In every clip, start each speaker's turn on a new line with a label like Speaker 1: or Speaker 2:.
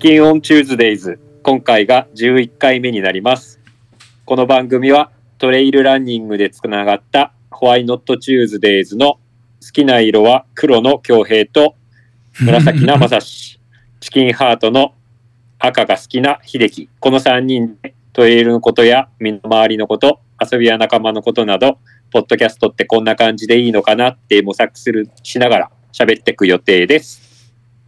Speaker 1: 金オンチューズデイズ。今回が11回目になります。この番組はトレイルランニングでつながったホワイノットチューズデイズの好きな色は黒の強兵と紫なまさし、チキンハートの赤が好きな秀樹。この3人でトレイルのことや身の回りのこと、遊びや仲間のことなど、ポッドキャストってこんな感じでいいのかなって模索するしながら喋っていく予定です。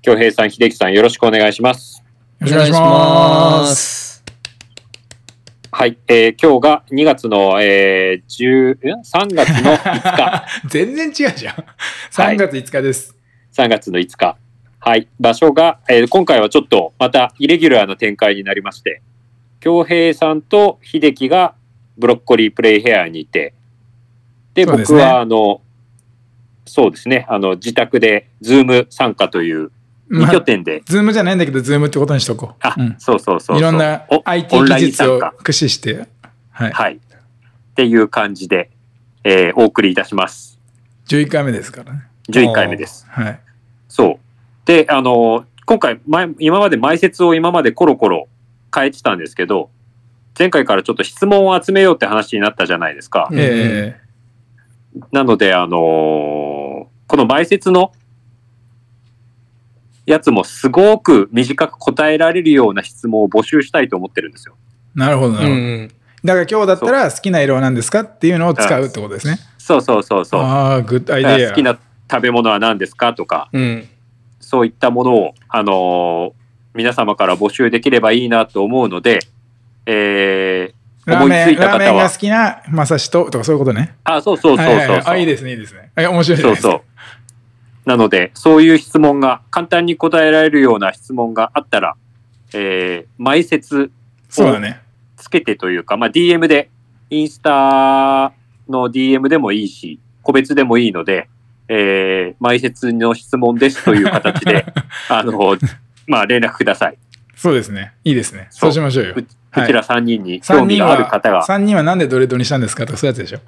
Speaker 1: 京平さん、秀樹さん、よろしくお願いします。
Speaker 2: よろしくお願いします。
Speaker 1: はい、えー今日が2月の、えー、10ん3月の5日、
Speaker 2: 全然違うじゃん。
Speaker 1: はい
Speaker 2: 3月5日です。
Speaker 1: 3月の5日。はい、場所が、えー今回はちょっとまたイレギュラーな展開になりまして、京平さんと秀樹がブロッコリープレイヘアにいて、で、
Speaker 2: そうです
Speaker 1: 僕
Speaker 2: ね
Speaker 1: は、あの、そうですね、あの、自宅で、ズーム参加という、2
Speaker 2: ま
Speaker 1: 拠
Speaker 2: あ、
Speaker 1: 点で、
Speaker 2: ズームじゃないんだけど、ズームってことにしとこう。
Speaker 1: あ、
Speaker 2: うん
Speaker 1: そうそうそうそう。
Speaker 2: いろんな
Speaker 1: お
Speaker 2: IT
Speaker 1: オンラ
Speaker 2: 技
Speaker 1: イン
Speaker 2: 術
Speaker 1: 参
Speaker 2: を
Speaker 1: 加。
Speaker 2: 駆使して、はい、
Speaker 1: はい。っていう感じで、えーお送りいたします。
Speaker 2: 11回目ですからね。
Speaker 1: 11回目です。
Speaker 2: はい。
Speaker 1: そう。で、あの、今回、前、今まで前説を今までコロコロ変えてたんですけど、前回からちょっと質問を集めようって話になったじゃないですか。
Speaker 3: うん
Speaker 2: え
Speaker 1: なので、あのーこの前説のやつもすごく短く答えられるような質問を募集したいと思ってるんですよ。
Speaker 2: ーなるほどな
Speaker 3: う
Speaker 2: るほど、
Speaker 3: ん
Speaker 2: だから今日だったら好きな色は何ですかっていうのを使うってことですね。
Speaker 1: そうそうそうそう。
Speaker 2: ああ、グッドアイ
Speaker 1: だか
Speaker 2: デ
Speaker 1: ら
Speaker 2: ア。
Speaker 1: 好きな食べ物は何ですかとか、
Speaker 3: うん。うん。
Speaker 1: そういったものを、あのー皆様から募集できればいいなと思うので、えー、
Speaker 2: ラー
Speaker 1: 思
Speaker 2: メ
Speaker 1: い
Speaker 2: ン、
Speaker 1: ついた方
Speaker 2: ラ
Speaker 1: は
Speaker 2: ーメンが好きなまさしととかそういうことね。
Speaker 1: あ、そうそうそうそうそう、
Speaker 2: はいはいはいあ、いいですね、いいですね。あ面白い
Speaker 1: そ
Speaker 2: じゃな
Speaker 1: う
Speaker 2: いですか。
Speaker 1: そう。なので、そういう質問が、簡単に答えられるような質問があったら、えー、前説
Speaker 2: そうだね。
Speaker 1: つけてというか、まあ、DM で、インスタの DM でもいいし、個別でもいいので、えー、前説の質問ですという形で、あの、まあ、連絡ください。
Speaker 2: そうですね。いいですね。
Speaker 1: そ
Speaker 2: そううしましょうよ。
Speaker 1: こ
Speaker 2: はい
Speaker 1: ちら3人に興
Speaker 2: 三
Speaker 1: 味
Speaker 2: 人
Speaker 1: が
Speaker 2: は
Speaker 1: ある方が。
Speaker 2: 3人はなんでドレッドにしたんですかとかそういうやつでしょ。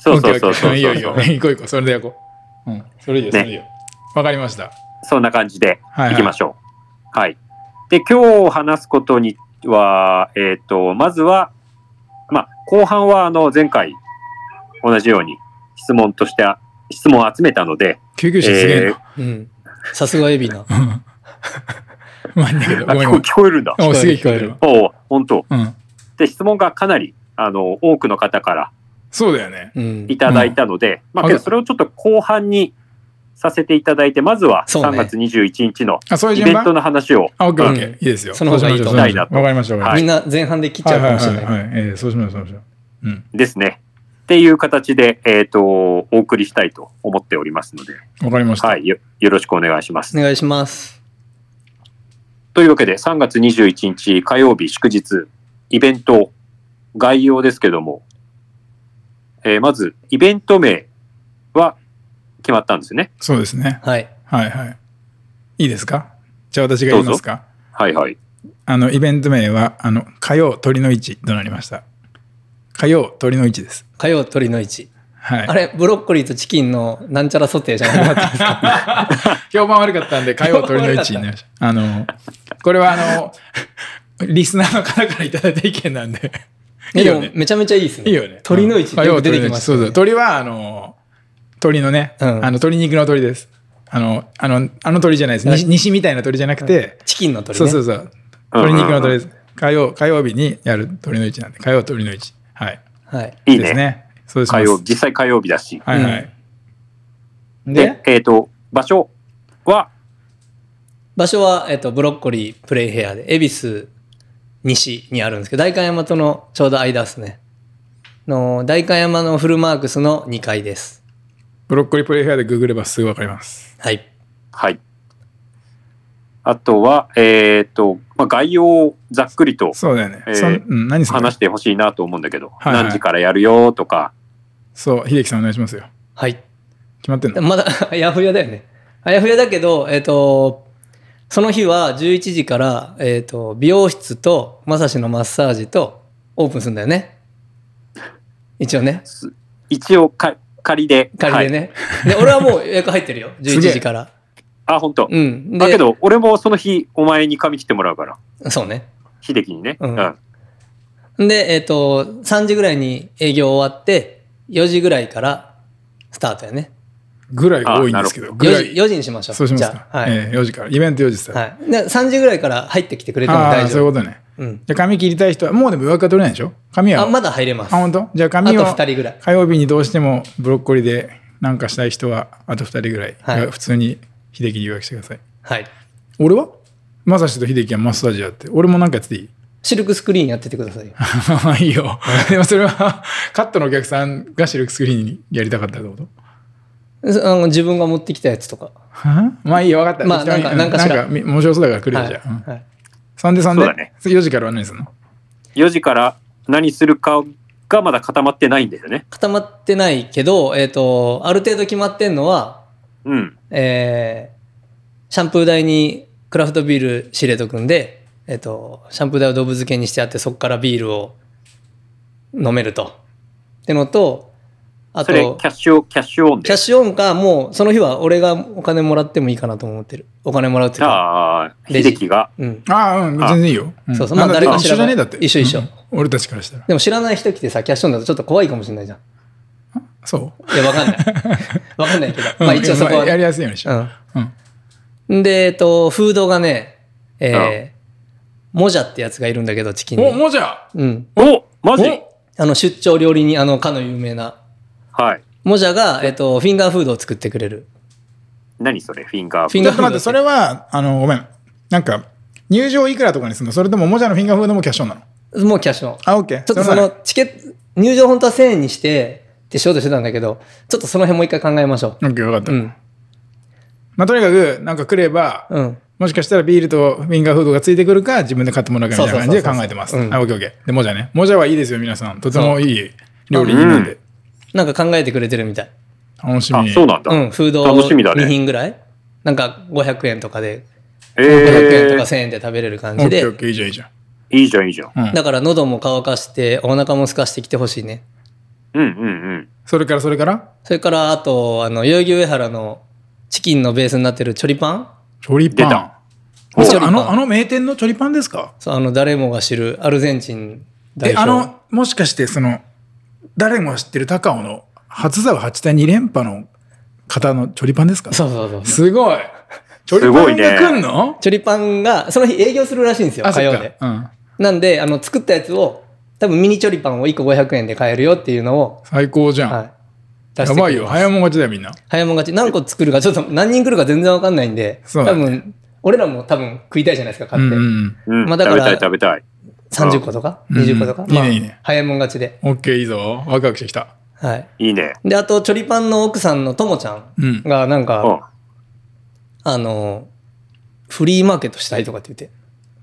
Speaker 1: そうそうそうそう
Speaker 2: オッケーオッケーんいいよいい
Speaker 1: そ
Speaker 2: よ。
Speaker 1: う。
Speaker 2: 行こう行こう。それで行こう。うん。それいいよ、
Speaker 1: ね
Speaker 2: それいいよ。わかりました。
Speaker 1: そんな感じで。
Speaker 2: はい、はい。
Speaker 1: いきましょう。はい。で、今日話すことには、えっ、と、まずは、まあ、後半は、あの、前回、同じように質問として、質問を集めたので、
Speaker 2: 救急車すげえ
Speaker 1: え
Speaker 2: な。
Speaker 3: うん。さすがエビな。
Speaker 2: う まいんだけど、ご
Speaker 1: あ
Speaker 2: めん
Speaker 1: 聞こえ
Speaker 2: ごめん
Speaker 1: 聞こえるんだ。
Speaker 2: おすげえ聞こえるわ。
Speaker 1: おお、本当。
Speaker 2: うん。
Speaker 1: で、質問がかなり、あの、多くの方から
Speaker 2: そうだよね。
Speaker 3: うん
Speaker 1: い。ただいたので、まあ、
Speaker 2: あ
Speaker 1: けどそれをちょっと後半にさせていただいて、まずは
Speaker 3: そう
Speaker 1: 3
Speaker 3: ね
Speaker 1: 月21日の
Speaker 2: あ、そういう
Speaker 1: イ
Speaker 2: 順
Speaker 1: ベント
Speaker 2: 番
Speaker 1: の話を、
Speaker 2: あ、オッケーオッケー。
Speaker 3: うん
Speaker 2: いいですよ。
Speaker 3: その方がいいと
Speaker 2: そうしましょう
Speaker 1: 思う
Speaker 2: わかりました、わか
Speaker 1: は
Speaker 2: り
Speaker 3: み
Speaker 1: い
Speaker 3: んな前半で切っ
Speaker 2: ま
Speaker 3: ち
Speaker 2: し
Speaker 3: ゃ
Speaker 2: た。は
Speaker 3: うか
Speaker 2: い
Speaker 3: もし
Speaker 2: は
Speaker 3: れ
Speaker 2: い
Speaker 3: ない。
Speaker 2: はいはい。えーそうしましょう、そうしましょう。うん。
Speaker 1: ですね。っていう形で、えっ、と、お送りしたいと思っておりますので、
Speaker 2: わかりました。
Speaker 1: はい、よよろしくお願いします。
Speaker 3: お願いします。
Speaker 1: というわけで、3月21日火曜日祝日、イベント、概要ですけども、えーまず、イベント名は決まったんですね。
Speaker 2: そうですね。
Speaker 3: はい。
Speaker 2: はいはい。いいですかじゃあ私が言いますか
Speaker 1: はいはい。
Speaker 2: あの、イベント名は、あの、火曜鳥の市となりました。火曜鳥の市です。
Speaker 3: 火曜鳥の市。
Speaker 2: はい
Speaker 3: あ。れ、ブロッコリーとチキンのなんちゃらソテーじゃなかったですか
Speaker 2: 評判悪かったんで、火曜鳥の位置になりました。あの、これはあの、リスナーの方からいただいた意見なんで。 いい
Speaker 3: で
Speaker 2: よ
Speaker 3: も
Speaker 2: ね。
Speaker 3: めちゃめちゃいいですね。
Speaker 2: いいよね。
Speaker 3: 鳥の市っ
Speaker 2: 火
Speaker 3: てよ
Speaker 2: 曜
Speaker 3: く出
Speaker 2: 鳥
Speaker 3: て
Speaker 2: の位
Speaker 3: きま
Speaker 2: 置。
Speaker 3: す。
Speaker 2: そうそう。鳥は、あの、鳥のね、
Speaker 3: うん
Speaker 2: あの、鶏肉の鳥です。あの、あの、あの鳥じゃないです。
Speaker 3: はい
Speaker 2: 西西みたいな鳥じゃなくて、
Speaker 3: チキンの鳥
Speaker 2: そ
Speaker 3: ね。
Speaker 2: うそうそう。鶏肉の鳥です。火曜、火曜日にやる鳥の位置なんで、火曜鳥の位置。はい。
Speaker 3: はい。
Speaker 1: いい
Speaker 2: です
Speaker 1: ね。
Speaker 2: ね。そうです
Speaker 1: 火曜、実際火曜日だし。
Speaker 2: はいはい。
Speaker 1: で、えっ、と、場所は、
Speaker 3: 場所は、えっと、ブロッコリープレイヘアで、恵比寿西にあるんですけど、代官山とのちょうど間ですね。の、代官山のフルマークスの2階です。
Speaker 2: ブロッコリープレイフェアでググればすぐわかります。
Speaker 3: はい。
Speaker 1: はい。あとは、えっ、と、まあ、概要をざっくりと
Speaker 2: そうだよね。
Speaker 1: えー
Speaker 2: そんうん、何する
Speaker 1: 話してほしいなと思うんだけど、
Speaker 2: はいはい
Speaker 1: 何時からやるよとか、
Speaker 2: そう、秀樹さんお願いしますよ。
Speaker 3: はい。
Speaker 2: 決まってんの
Speaker 3: まだ、あやふやだよね。あやふやだけど、えっ、と、その日は11時から、えっ、と、美容室と、まさしのマッサージと、オープンするんだよね。一応ね。
Speaker 1: 一応か仮で。
Speaker 3: 仮でね。で、俺はもう予約入ってるよ。11時から。
Speaker 1: あ、本当。
Speaker 3: うん。
Speaker 1: だけど、俺もその日、お前に髪切ってもらうから。
Speaker 3: そうね。
Speaker 1: 秀樹にね。
Speaker 3: う
Speaker 1: うんん。
Speaker 3: で、えっ、と、3時ぐらいに営業終わって、4時ぐらいからスタートやね。
Speaker 2: ぐらい多いんですけ
Speaker 1: あ
Speaker 2: ど、
Speaker 1: な
Speaker 2: ぐら
Speaker 3: 4時
Speaker 2: い。
Speaker 3: 4時にしましょう。
Speaker 2: そうします
Speaker 3: じゃ
Speaker 2: か。
Speaker 3: あはい、
Speaker 2: ええ4時から。イベント4時です。
Speaker 3: はい。で、3時ぐらいから入ってきてくれても
Speaker 2: ああ、
Speaker 3: 大
Speaker 2: そうい
Speaker 3: 丈夫。
Speaker 2: うことね。
Speaker 3: うん。
Speaker 2: じゃあ髪切りたい人は、もうでも予約は取れないでしょ髪は。
Speaker 3: あ、まだ入れます。
Speaker 2: あ、本当？じゃあ
Speaker 3: あと
Speaker 2: 髪を
Speaker 3: 2人ぐらい。
Speaker 2: 火曜日にどうしてもブロッコリーでなんかしたい人は、あと2人ぐらい
Speaker 3: はい
Speaker 2: が普通に秀樹に予約してください。
Speaker 3: はい。
Speaker 2: 俺はまさしと秀樹はマッサージやって。俺もなんかやってていい
Speaker 3: シルクスクリーンやっててく ださいよ。
Speaker 2: いいよ。でもそれは、カットのお客さんがシルクスクリーンにやりたかったってこと
Speaker 3: そあの自分が持ってきたやつとか。
Speaker 2: はあまあいいよ、分かった。
Speaker 3: まあなん
Speaker 2: 適
Speaker 3: か
Speaker 2: 当に
Speaker 3: なんかしら
Speaker 2: なんかみ面白そうだから来るよ、
Speaker 3: はい
Speaker 2: じゃあ。うん
Speaker 3: はい
Speaker 2: そんでそんで、
Speaker 1: そうだね
Speaker 2: 次4時からは何するの
Speaker 1: 4時から何するかがまだ固まってないんだよね。
Speaker 3: 固まってないけど、えっ、と、ある程度決まってんのは、
Speaker 1: うん。
Speaker 3: えーシャンプー台にクラフトビール仕入れとくんで、えっ、と、シャンプー台をドブ漬けにしてあって、そこからビールを飲めると。ってのと、あ
Speaker 1: それ、キ
Speaker 3: と
Speaker 1: ャ、ッシュオン、キャッシュオンで。
Speaker 3: キャッシュオンか、もう、その日は俺がお金もらってもいいかなと思ってる。お金もらうっていうか。
Speaker 1: ああ、
Speaker 3: レジ
Speaker 1: 秀樹が。
Speaker 3: うん。
Speaker 2: ああ、うん、全然いいよ。ん
Speaker 3: そうそうまあ
Speaker 2: なんだ
Speaker 3: 誰か知
Speaker 2: 一
Speaker 3: ら
Speaker 2: 緒じゃ
Speaker 3: ない
Speaker 2: ねえだって。
Speaker 3: 一緒一緒
Speaker 2: うん俺たちからしたら。
Speaker 3: でも知らない人来てさ、キャッシュオンだとちょっと怖いかもしれないじゃん。
Speaker 2: そう。
Speaker 3: いや、わかんない。わかんないけど。まあ
Speaker 2: うん
Speaker 3: 一応そこは。
Speaker 2: まあやりやすいようにしよう。うん。
Speaker 3: うん。で、えっと、フードがね、えー、モジャってやつがいるんだけど、チキン
Speaker 2: お、
Speaker 3: に。
Speaker 2: もうじゃあ
Speaker 3: うん。
Speaker 1: おマジ
Speaker 2: お
Speaker 3: あの、出張料理人、あの、かの有名な。
Speaker 1: はい。
Speaker 3: モジャが、えっと、フィンガーフードを作ってくれる。
Speaker 1: 何それフィンガー
Speaker 3: フィン
Speaker 2: ち
Speaker 3: ガ
Speaker 2: ょ
Speaker 3: ー
Speaker 2: っ
Speaker 3: フ
Speaker 2: と
Speaker 3: ー
Speaker 2: 待っ
Speaker 3: ド
Speaker 2: て、それは、あの、ごめん。なんか、入場いくらとかにするのそれとも、もじゃのフィンガーフードもキャッションなの
Speaker 3: もうキャッシュオン。
Speaker 2: あ、オッケー。
Speaker 3: ちょっとその、チケット、入場本当は1000円にして、ってしようとしてたんだけど、ちょっとその辺もう一回考えましょ
Speaker 2: オッケー、分かった。
Speaker 3: う。うん。
Speaker 2: まあ、とにかく、なんか来れば、
Speaker 3: うん。
Speaker 2: もしかしたらビールとフィンガーフードがついてくるか、自分で買ってもらうかみたいな感じで
Speaker 3: そうそうそうそう
Speaker 2: 考えてます。
Speaker 3: うん
Speaker 2: あ、オッケーオッケー。で、もじゃね。もじゃはいいですよ、皆さん。とてもいい料理人なんで。
Speaker 3: なんか考えてくれてるみたい。
Speaker 2: 楽し
Speaker 1: あ
Speaker 2: み。、
Speaker 1: そうなんだ。
Speaker 3: うん、フード
Speaker 1: 楽しみだね
Speaker 3: 2品ぐらい、なんか500円とかで、500円
Speaker 1: え
Speaker 3: とか
Speaker 1: え
Speaker 3: 1000円で食べれる感
Speaker 2: オッ
Speaker 3: じ
Speaker 2: ケー
Speaker 3: で
Speaker 2: オッ、ケー、いいじゃん、いいじゃん。
Speaker 1: いいじゃん、いいじゃん。
Speaker 2: うん
Speaker 3: だから喉も乾かして、お腹も空かしてきてほしいね。
Speaker 1: うんうんうん。
Speaker 2: それから、それから、
Speaker 3: それから、あと、あの、代々木上原のチキンのベースになってるチョリパン
Speaker 2: チョリ
Speaker 1: 出
Speaker 2: パン
Speaker 1: た。
Speaker 2: あ
Speaker 3: お
Speaker 2: そう
Speaker 3: チョリパン
Speaker 2: あの、あの名店のチョリパンですか
Speaker 3: そう、あの、誰もが知るアルゼンチン代
Speaker 2: え、
Speaker 3: 表。
Speaker 2: あの、もしかして、その、誰もが知ってる高尾の、初沢八対2連覇の方のチョリパンですか
Speaker 3: そうそうそう。
Speaker 2: すごい。チョリ
Speaker 1: す
Speaker 2: パ
Speaker 1: ごい
Speaker 2: ン
Speaker 1: ね
Speaker 2: が来んの
Speaker 3: チョリパンが、その日営業するらしいんですよ、
Speaker 2: あ、
Speaker 3: 火
Speaker 2: そ
Speaker 3: 曜
Speaker 2: っ
Speaker 3: で。
Speaker 2: か。うん。
Speaker 3: なんで、あの、作ったやつを、多分ミニチョリパンを1個500円で買えるよっていうのを、
Speaker 2: 最高じゃん。
Speaker 3: はい。出
Speaker 2: や
Speaker 3: してく
Speaker 2: ば
Speaker 3: れ
Speaker 2: い
Speaker 3: る
Speaker 2: よ。早もん勝ちだよ、みんな。
Speaker 3: 早もん勝ち。何個作るか、ちょっと何人来るか全然わかんないんで、
Speaker 2: そう
Speaker 3: 多
Speaker 2: だね
Speaker 3: 分、俺らも多分食いたいじゃないですか、
Speaker 2: う
Speaker 3: 買っ
Speaker 2: ん
Speaker 3: て
Speaker 2: う。ん
Speaker 1: うん、
Speaker 3: まあだか
Speaker 1: 食べ
Speaker 3: ら
Speaker 1: たい食べたい。
Speaker 3: 30個とか、
Speaker 2: うん
Speaker 3: 20個とか。
Speaker 2: いいね
Speaker 3: まあ
Speaker 2: いいね
Speaker 3: 早いもん勝ちで。
Speaker 2: うん。オッケー、いいぞ。ワクワクしてきた。
Speaker 3: はい。
Speaker 1: いいね。
Speaker 3: で、あと、チョリパンの奥さんのともちゃん
Speaker 2: うん。
Speaker 3: が、なんか、
Speaker 1: うん。
Speaker 3: あの、フリーマーケットしたいとかって言って。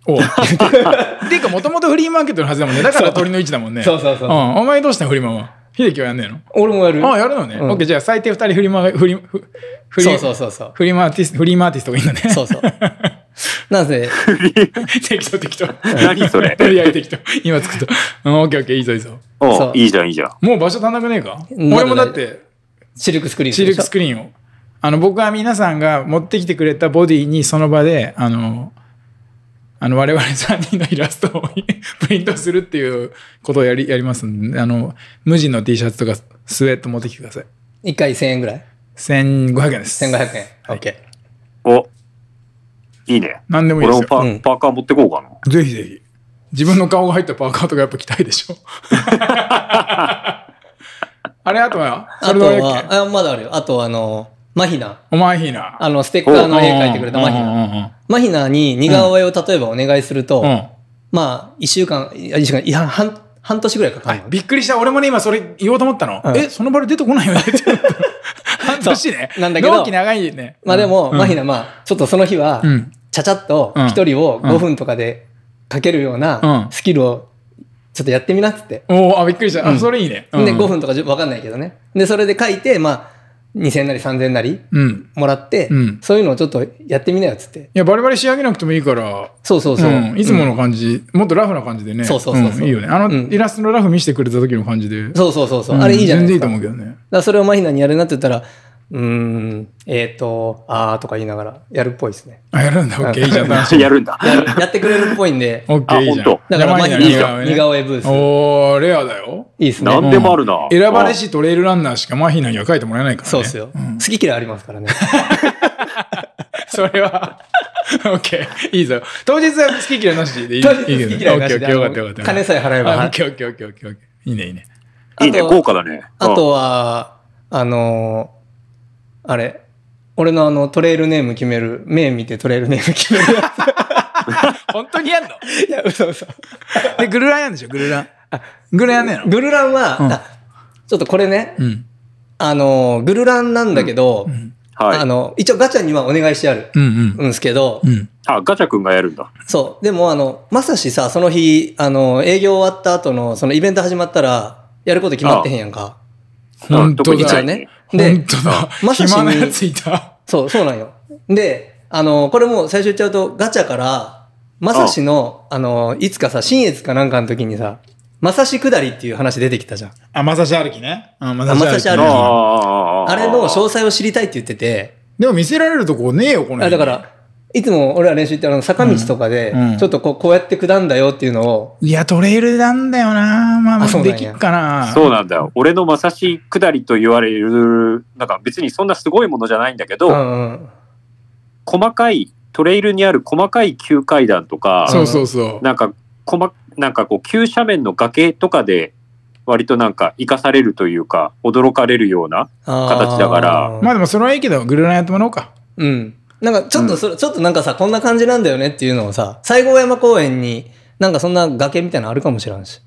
Speaker 2: おう ていうか、もともとフリーマーケットのはずだもんね。だから鳥の位置だもんね。
Speaker 3: そうそう
Speaker 2: う
Speaker 3: そ
Speaker 2: ん。
Speaker 3: う。
Speaker 2: お前どうしたのフリマは。秀樹はやんねえの
Speaker 3: 俺もやる。
Speaker 2: あやるのね。
Speaker 3: うん
Speaker 2: オッケー、じゃあ最低2人フリマ、フリ、フフリ、
Speaker 3: そうそうそうそう。
Speaker 2: フリマアーティスト、フリマアーティストがいいんだね。
Speaker 3: そうそう。なんせ、
Speaker 2: 適当適 当。
Speaker 1: 何そ れ
Speaker 2: とりあえず適当。今作った。うんオッケーオッケー、いいぞいいぞ。
Speaker 1: お
Speaker 3: そう
Speaker 1: ういいじゃん、いいじゃん。
Speaker 2: もう場所足んなくねえか
Speaker 3: うん
Speaker 2: 俺もだって、
Speaker 3: シルクスクリーン
Speaker 2: シルクス
Speaker 3: ク
Speaker 2: クリーンを。あの、僕は皆さんが持ってきてくれたボディにその場で、あの、あの、我々3人のイラストを プリントするっていうことをやり、やりますんで、あの、無地の T シャツとかスウェット持ってきてください。
Speaker 3: 1回1000円ぐらい
Speaker 2: 1500円です。
Speaker 3: ?1500 円。オッケー。
Speaker 1: おいいね。
Speaker 2: 何でもいい
Speaker 1: 俺
Speaker 2: で
Speaker 1: も
Speaker 2: すよ。
Speaker 1: パ,、
Speaker 3: うん
Speaker 1: パーカー持ってこうかな。
Speaker 2: ぜひぜひ。自分の顔が入ったパーカーとかやっぱ着たいで しょ。あれ、あとは、
Speaker 3: あ
Speaker 2: そ
Speaker 3: と
Speaker 2: れどれだっけ
Speaker 3: は、あ、まだあるよ。あと、あの、マヒナ。
Speaker 2: お前ひな。
Speaker 3: あの、ステッカーの絵描いてくれたマヒナ。
Speaker 2: ナ。
Speaker 3: マヒナに似顔絵を例えばお願いすると、
Speaker 2: うんうんうん。
Speaker 3: まあ、1週間、いや一週間、いや、半、半年ぐらいかか
Speaker 2: は
Speaker 3: る
Speaker 2: い
Speaker 3: の、。
Speaker 2: びっくりした。俺もね、今それ言おうと思ったの。
Speaker 3: うん
Speaker 2: え、その場で 出てこないよねって言った半年ね。
Speaker 3: そうなんだけど
Speaker 2: 納期長いね。
Speaker 3: まあでも、
Speaker 2: うん
Speaker 3: マヒナ、まあ、ちょっとその日は、
Speaker 2: うん。
Speaker 3: ちゃちゃっと一人を5分とかでかけるような
Speaker 2: うん
Speaker 3: スキルをちょっとやってみなっつって。
Speaker 2: おーあ、びっくりした。あ、それいいね。うん
Speaker 3: で、5。分とか10分わかんないけどね。で、それで書いて、まあ、2000なり3000なり
Speaker 2: うん。
Speaker 3: もらって、
Speaker 2: うん
Speaker 3: そういうのをちょっとやってみなよっつって。
Speaker 2: いや、バリバリ仕上げなくてもいいから、
Speaker 3: そうそうそう。
Speaker 2: んいつもの感じ、もっとラフな感じでね。
Speaker 3: そうそうそうそうん
Speaker 2: いいよね。あの、
Speaker 3: うん
Speaker 2: イラストのラフ見せてくれた時の感じで。
Speaker 3: うんそうそうそうそう、
Speaker 2: うん
Speaker 3: あれいいじゃない
Speaker 2: 全然
Speaker 3: で
Speaker 2: いいと思う
Speaker 3: すか。だか
Speaker 2: けどね。
Speaker 3: らそれをマヒナにやるなって言ったら、うーん、えっ、と、あーとか言いながらやるっぽいですね。
Speaker 2: あ、やるんだ。オッケー、いいじゃん。楽しみ
Speaker 1: やるんだ。
Speaker 3: やるやってくれるっぽい んで、
Speaker 2: オッケ
Speaker 1: あ
Speaker 2: ー、いいじゃん。
Speaker 1: ほんと
Speaker 3: だから、まあ、
Speaker 2: じゃあ
Speaker 1: いいじゃ
Speaker 2: マヒナ
Speaker 3: 似
Speaker 2: 似顔絵
Speaker 3: 顔絵ブース。
Speaker 2: ねおー、レアだよ。
Speaker 3: いいですね。
Speaker 1: なんでもあるな。
Speaker 2: 選ばれしトレイルランナーしかマヒナには書いてもらえないからね。
Speaker 3: そうっすよ。好き嫌いありますからね。
Speaker 2: それは。オッケー、いいぞ。当日は好き嫌いなし でいい。
Speaker 3: とりあえず好き嫌いなし
Speaker 2: いいけ
Speaker 3: で
Speaker 2: どねオッケー、オッケー、よか
Speaker 3: あ
Speaker 2: ったよかっ
Speaker 3: の
Speaker 2: た。
Speaker 3: 金さえ払えば。
Speaker 2: あ
Speaker 3: は
Speaker 2: オッ
Speaker 3: い
Speaker 2: ケー、オッケー、オッケー、オッケー。オッケーいいね、いいね。
Speaker 1: いいね、
Speaker 3: あと
Speaker 1: 豪華だね。
Speaker 3: あとは、あのー、あれ、俺のあの、トレイルネーム決める、目見てトレイルネーム 決めるや
Speaker 2: 本当にやんの
Speaker 3: つ。いや、嘘嘘。
Speaker 2: で、グルランやんでしょ、グルラン。グルランやんねえの
Speaker 3: グルランは、
Speaker 2: うん
Speaker 3: あちょっとこれね、
Speaker 2: うん。
Speaker 3: あのー、グルランなんだけど、
Speaker 1: うんは
Speaker 3: あ
Speaker 1: い。
Speaker 3: の、一応ガチャにはお願いしてある
Speaker 2: うんうん。
Speaker 3: んですけど、
Speaker 2: うん。
Speaker 1: あ、ガチャ君がやるんだ。
Speaker 3: そう。でも、あの、まさしさ、その日、あの、営業終わった後の、そのイベント始まったら、やること決まってへんやんか。
Speaker 2: 本当
Speaker 1: うん
Speaker 2: だ
Speaker 3: 一応
Speaker 1: 特に
Speaker 3: ね。
Speaker 2: 本
Speaker 3: で、
Speaker 2: 当だ。
Speaker 3: まさしに
Speaker 2: 暇なやついた。
Speaker 3: そう、そうなんよ。で、あの、これもう最初言っちゃうと、ガチャから、まさしの、あの、いつかさ、新越かなんかの時にさ、まさし下りっていう話出てきたじゃん。
Speaker 2: あ、まさし歩きね。あ、ま
Speaker 3: あまさし
Speaker 1: あー
Speaker 3: ある歩き
Speaker 1: あー
Speaker 3: あれの詳
Speaker 1: ー
Speaker 3: 細を知りたいって言ってて、
Speaker 2: でも見せられるとこねえよ、この
Speaker 3: あ
Speaker 2: 辺
Speaker 3: だか。ら、いつも俺ら練習行ってあの坂道とかで
Speaker 2: うんうん、
Speaker 3: ちょっとこうこうやって下んだよっていうのを、
Speaker 2: いや、トレイルなんだよな。まあ、
Speaker 3: あそうなん
Speaker 2: で
Speaker 3: や
Speaker 2: きっかな。
Speaker 1: そうなんだよ。俺のまさし下りと言われる、なんか別にそんなすごいものじゃないんだけ
Speaker 3: う
Speaker 1: ど、
Speaker 3: んうん。
Speaker 1: 細かい、トレイルにある細かい急階段とか、
Speaker 2: そうそうそう。
Speaker 1: なんか、細なんかこう、急斜面の崖とかで、割となんか、生かされるというか、驚かれるような。形だから
Speaker 3: あー
Speaker 2: まあでも、それはいいけど、グルランやってもらおうか。
Speaker 3: うん。なんかちょっとそれ、ちょっとなんかさ、こんな感じなんだよねっていうのをさ、西郷山公園に、なんかそんな崖みたいなのあるかもしれんし。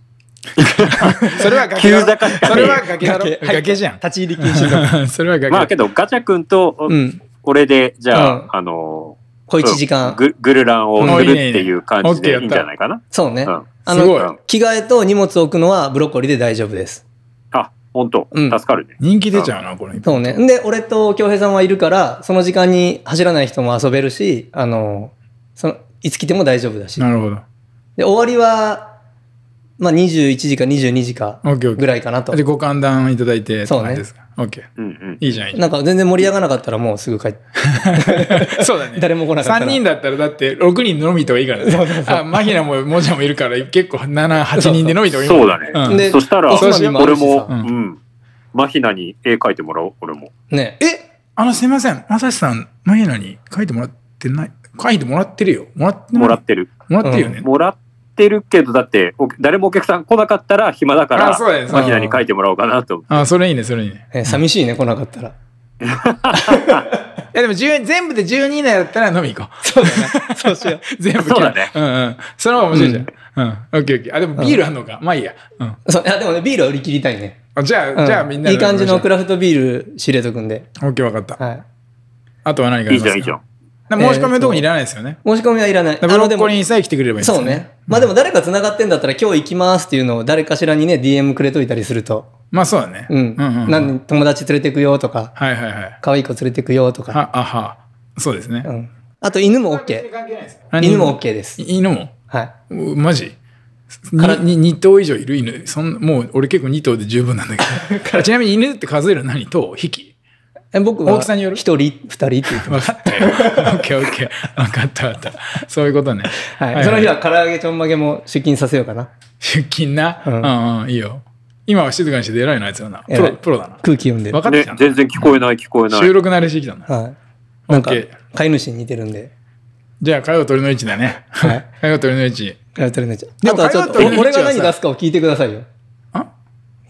Speaker 2: それは崖
Speaker 1: 急
Speaker 2: だ
Speaker 1: 坂しか
Speaker 2: ろ。そ
Speaker 1: ね
Speaker 2: れ
Speaker 1: え
Speaker 2: は崖だろ。
Speaker 3: 崖はい
Speaker 2: 崖じ ゃん。
Speaker 3: 立ち入り禁止の。
Speaker 2: それは
Speaker 1: まあ
Speaker 2: 崖。
Speaker 1: けど、ガチャ君と
Speaker 3: うん。
Speaker 1: 俺で、じゃあ、
Speaker 3: うん
Speaker 1: あの
Speaker 3: 小一時
Speaker 1: うん
Speaker 3: 間。
Speaker 1: ぐぐるらんを
Speaker 2: うん
Speaker 1: するっ
Speaker 2: いいねいいね
Speaker 1: ていう感じ
Speaker 2: オッケーや
Speaker 1: で
Speaker 2: った
Speaker 1: いいんじゃないかな。
Speaker 3: そうね。
Speaker 1: うん
Speaker 3: あ
Speaker 2: すごい
Speaker 3: の、着替えと荷物置くのはブロッコリーで大丈夫です。
Speaker 1: あ、本当、
Speaker 3: うん
Speaker 1: 助かるね。
Speaker 2: 人気出ちゃうな、これ。
Speaker 3: そうね。んで、俺と京平さんはいるから、その時間に走らない人も遊べるし、あの、その、いつ来ても大丈夫だし。
Speaker 2: なるほど。
Speaker 3: で、終わりは、まあ、21時か22時か
Speaker 2: オッケーオッケ
Speaker 3: ぐらいかなと
Speaker 2: ー。で、。ご勘談いただいて、
Speaker 3: そうね
Speaker 2: って感じですか。オッケー。
Speaker 1: うんうん。
Speaker 2: いいじゃん、いいじゃ
Speaker 3: なんか全然盛り上がらなかったらもうすぐ帰って、
Speaker 2: ん。 そうだ ね。
Speaker 3: 誰も来なかった
Speaker 2: 3
Speaker 3: ら。
Speaker 2: 人だったらだって6人で飲みといいからね。あ、マヒナもモジャもいるから結構7、8人で飲みといい
Speaker 1: そうだね。
Speaker 2: うん
Speaker 3: で
Speaker 1: そしたら、
Speaker 3: おつ
Speaker 2: まみもあ
Speaker 1: 俺
Speaker 3: るしさ
Speaker 1: も、う
Speaker 2: うん
Speaker 1: ん。マヒナに絵描いてもらおう、俺も。
Speaker 3: ね。
Speaker 2: え、あのすいません。まさしさん、マヒナに書いてもらってない書いてもらってるよ。もらってない
Speaker 1: もらってる。
Speaker 2: もらってるよね。
Speaker 1: もらってるけど、だって、お誰もお客さん来なかったら暇だか
Speaker 2: あ
Speaker 1: ら
Speaker 2: そうだよね、
Speaker 1: マヒナに描いてもらおうかなと。
Speaker 2: あ、それいいね、それいいね。
Speaker 3: え寂しいね、来なかったら。
Speaker 2: いやでも10全部で12人だったら飲み行こう。
Speaker 3: そうだね。そうしよ
Speaker 2: 全部
Speaker 1: そうだね
Speaker 2: うんうん。その方が面白いじゃん。うん。オッケーオッケー。あ、でもビールあんのか。まあいいや。うん。
Speaker 3: う。そういや、でもね、ビールは売り切りたいね。
Speaker 2: あじゃ
Speaker 3: う
Speaker 2: あ、じゃあみんなで
Speaker 3: いい感じのク
Speaker 2: オ
Speaker 3: ラフトビール仕入れとくんで。
Speaker 2: ッケーわかった。
Speaker 3: はい。
Speaker 2: あとは何かあ
Speaker 1: いい
Speaker 2: りま
Speaker 1: じゃ
Speaker 2: すか
Speaker 1: ん、いいじゃん。
Speaker 2: だから申し込みのとこにいらないですよね。
Speaker 3: 申し込みはいらない。
Speaker 2: だからブロ
Speaker 3: で
Speaker 2: ッコリーにさえ来てくれればいいですよ
Speaker 3: そうね。まあでも誰か繋がってんだったら今日行きますっていうのを誰かしらにね、DM くれといたりすると。
Speaker 2: まあそうだね。
Speaker 3: うん。
Speaker 2: うんうん。
Speaker 3: 何友達連れてくよとか、
Speaker 2: はいはいはい。
Speaker 3: 可愛い子連れてくよとか。
Speaker 2: は、あは。そうですね
Speaker 3: う。ん。あと犬も OK。犬も OK です。
Speaker 2: 犬も
Speaker 3: はい。
Speaker 2: うマジ
Speaker 3: から
Speaker 2: にに2頭以上いる犬そんもう俺結構2頭で十分なんだけど ちなみに犬って数えるの何頭匹
Speaker 3: え僕
Speaker 2: 大
Speaker 3: は
Speaker 2: きさによ
Speaker 3: 一
Speaker 2: る
Speaker 3: 人、二人って言ってま
Speaker 2: 分かったよ OKOK 分かった分かったそういうことね、
Speaker 3: す。はい。その日は唐揚げちょんまげも出勤させようかな。
Speaker 2: 出勤な、う、
Speaker 3: うんん
Speaker 2: うんいいよ今は静かにして出られないやつだなプ
Speaker 3: 偉
Speaker 2: ロ
Speaker 3: い
Speaker 2: プロだな
Speaker 3: 空気読んで
Speaker 2: 分。かってき
Speaker 1: ね
Speaker 2: た、な
Speaker 1: 全然聞こえない、聞こえな
Speaker 2: 収
Speaker 1: い。
Speaker 2: 録慣れしてきたな
Speaker 3: はい。なんか
Speaker 2: OK、
Speaker 3: 飼い主に似てるんで。
Speaker 2: じゃあ火曜鳥の位置だね
Speaker 3: はい。
Speaker 2: 火曜鳥の位置
Speaker 3: 通ってるね。
Speaker 2: でも
Speaker 3: あとはちょっと、
Speaker 2: 通ってるね
Speaker 3: 俺が何出すかを聞いてくださいよ。
Speaker 2: あ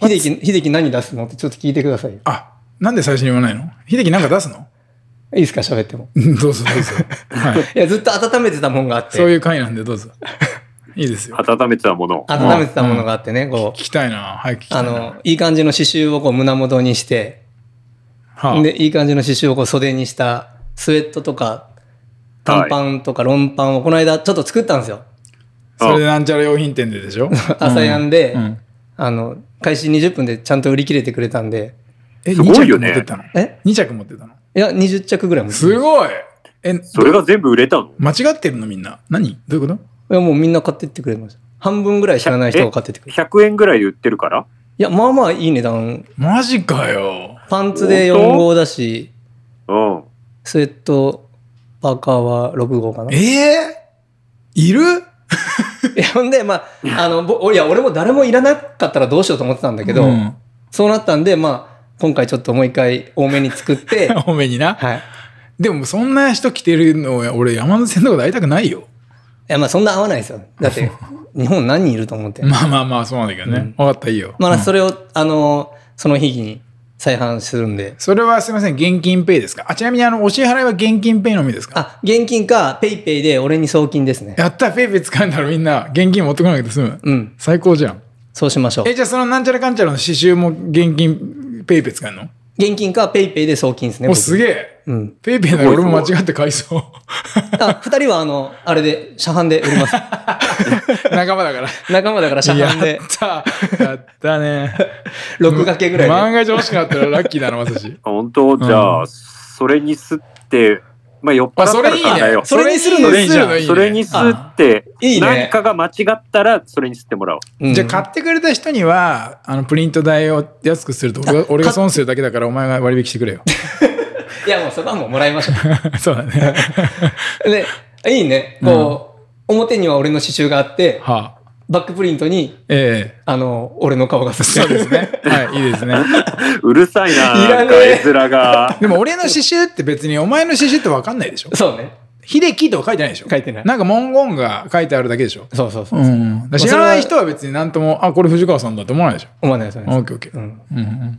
Speaker 3: 秀樹、秀樹何出すのってちょっと聞いてくださいよ。
Speaker 2: あなんで最初に言わないの秀樹なんか出すの
Speaker 3: いいですか、喋っても。
Speaker 2: うんどうぞどうぞ、 はい、
Speaker 3: いや、ずっと温めてたもんがあって。
Speaker 2: そういう回なんでどうぞいいですよ
Speaker 1: 温めてたものを。
Speaker 3: 温めてたものがあってね、こ
Speaker 2: 聞きたいな早く聞き
Speaker 3: う、
Speaker 2: た
Speaker 3: あ
Speaker 2: いな
Speaker 3: の、いい感じの刺繍をこう胸元にして、
Speaker 2: はあ、
Speaker 3: で、いい感じの刺繍をこう袖にした、スウェットとか、短パンとかロンパンをこの間ちょっと作ったんですよ。
Speaker 2: それでなんちゃら用品店ででしょ
Speaker 3: 朝やんで、
Speaker 2: うん
Speaker 3: あの、開始20分でちゃんと売り切れてくれたんで、
Speaker 2: え、
Speaker 1: す
Speaker 2: 2
Speaker 1: ごい
Speaker 2: 着
Speaker 1: よ
Speaker 2: 持
Speaker 1: ね
Speaker 2: ってったの
Speaker 3: え
Speaker 2: ?2 着持ってったの
Speaker 3: いや、20着ぐらいも。い
Speaker 2: すごいえ、
Speaker 1: それが全部売れたの
Speaker 2: 間違ってるのみんな。何どういうこ
Speaker 3: や、もうみんな買ってってくれました。半分ぐらい知らない人が買ってってくれた
Speaker 1: ?100 円ぐらいで売ってるから
Speaker 3: いや、まあまあいい値段
Speaker 2: とマジかよ。
Speaker 3: パンツで4号だし、
Speaker 1: うん。
Speaker 3: スウェット、パーカーは6号かな。い
Speaker 2: えー、いる
Speaker 3: や、ほんで、まあ、あの、ぼいや、俺も誰もいらなかったらどうしようと思ってたんだけど、
Speaker 2: うん、
Speaker 3: そうなったんで、まあ、今回ちょっともう一回多めに 作って、
Speaker 2: 多めにな。
Speaker 3: はい。い
Speaker 2: でもそんな人着てるの俺山手線とかで会いたくないよ。
Speaker 3: や、まあ、そんな合わないですよ。だって、日本何人いると思って。
Speaker 2: まあまあまあそうなんだけどね。
Speaker 3: うん
Speaker 2: 分かったいいよ。
Speaker 3: ま
Speaker 2: う
Speaker 3: あ、
Speaker 2: ん
Speaker 3: それを、あの、その日に再販するんで。
Speaker 2: それはすみません現金ペイですかあちなみにあのお支払いは現金ペイのみですか
Speaker 3: あ、現金か、ペイペイで俺に送金ですね。
Speaker 2: やったペイペイ使うんだろみんな現金持ってこなくて済む。
Speaker 3: うん。
Speaker 2: 最高じゃん。
Speaker 3: そうしましょう。
Speaker 2: えじゃあそのなんちゃらかんちゃらの刺繍も現金ペイペイ使うの、
Speaker 3: 現金か、ペイペイで送金ですね。
Speaker 2: お
Speaker 3: 僕
Speaker 2: すげえ。
Speaker 3: うん。
Speaker 2: ペイペイなら俺も間違って買いそう。
Speaker 3: あ、二人は、あの、あれで、車販で売 ります。
Speaker 2: 仲間だから。
Speaker 3: 仲間だから車
Speaker 2: やっ
Speaker 3: 販で、
Speaker 2: たやった ね。
Speaker 3: 録掛けぐらいで。
Speaker 2: 漫画上欲しくなったらラッキーだなま さし。
Speaker 1: あ本当じゃあ、それにすって、まあ、酔っ払
Speaker 2: あ
Speaker 1: った
Speaker 2: そ
Speaker 1: ら
Speaker 2: れいい
Speaker 1: 考えよ
Speaker 2: ね
Speaker 1: う。。
Speaker 3: それにするの
Speaker 2: いいじゃん
Speaker 1: それにすって、
Speaker 3: いいね
Speaker 1: 何かが間違ったら、それにすっても らおう。
Speaker 3: うん
Speaker 2: じゃあ買ってくれた人にはあのプリント代を安くす ると俺が俺が損するだけだからお前が割引してくれよ
Speaker 3: いや、もうそこはもうもらいましょ
Speaker 2: そうだね
Speaker 3: う。 で、いいね。こう、表には俺の刺繍があって、
Speaker 2: はあ
Speaker 3: バックプリントに、
Speaker 2: え
Speaker 3: あの、俺の顔が
Speaker 2: え
Speaker 3: 刺
Speaker 2: そう
Speaker 3: さる。
Speaker 2: ですねはいいいですね
Speaker 1: うるさいな、
Speaker 3: いら
Speaker 1: な
Speaker 3: ね
Speaker 1: んか
Speaker 3: え
Speaker 1: 絵面 が。
Speaker 2: でも俺の刺繍って別にお前の刺繍って分かんないでしょ
Speaker 3: そうね。
Speaker 2: 秀樹とか書いてないでしょ
Speaker 3: 書いてない
Speaker 2: なんか文言が書いてあるだけでしょ
Speaker 3: そうそうそうう。
Speaker 2: んだから知らない人は別になんともあこれ藤川さんだと思わないでしょ
Speaker 3: 思わないですよ
Speaker 2: オ
Speaker 3: ね
Speaker 2: ッ。ケーオッケー
Speaker 3: うん。
Speaker 2: うんうん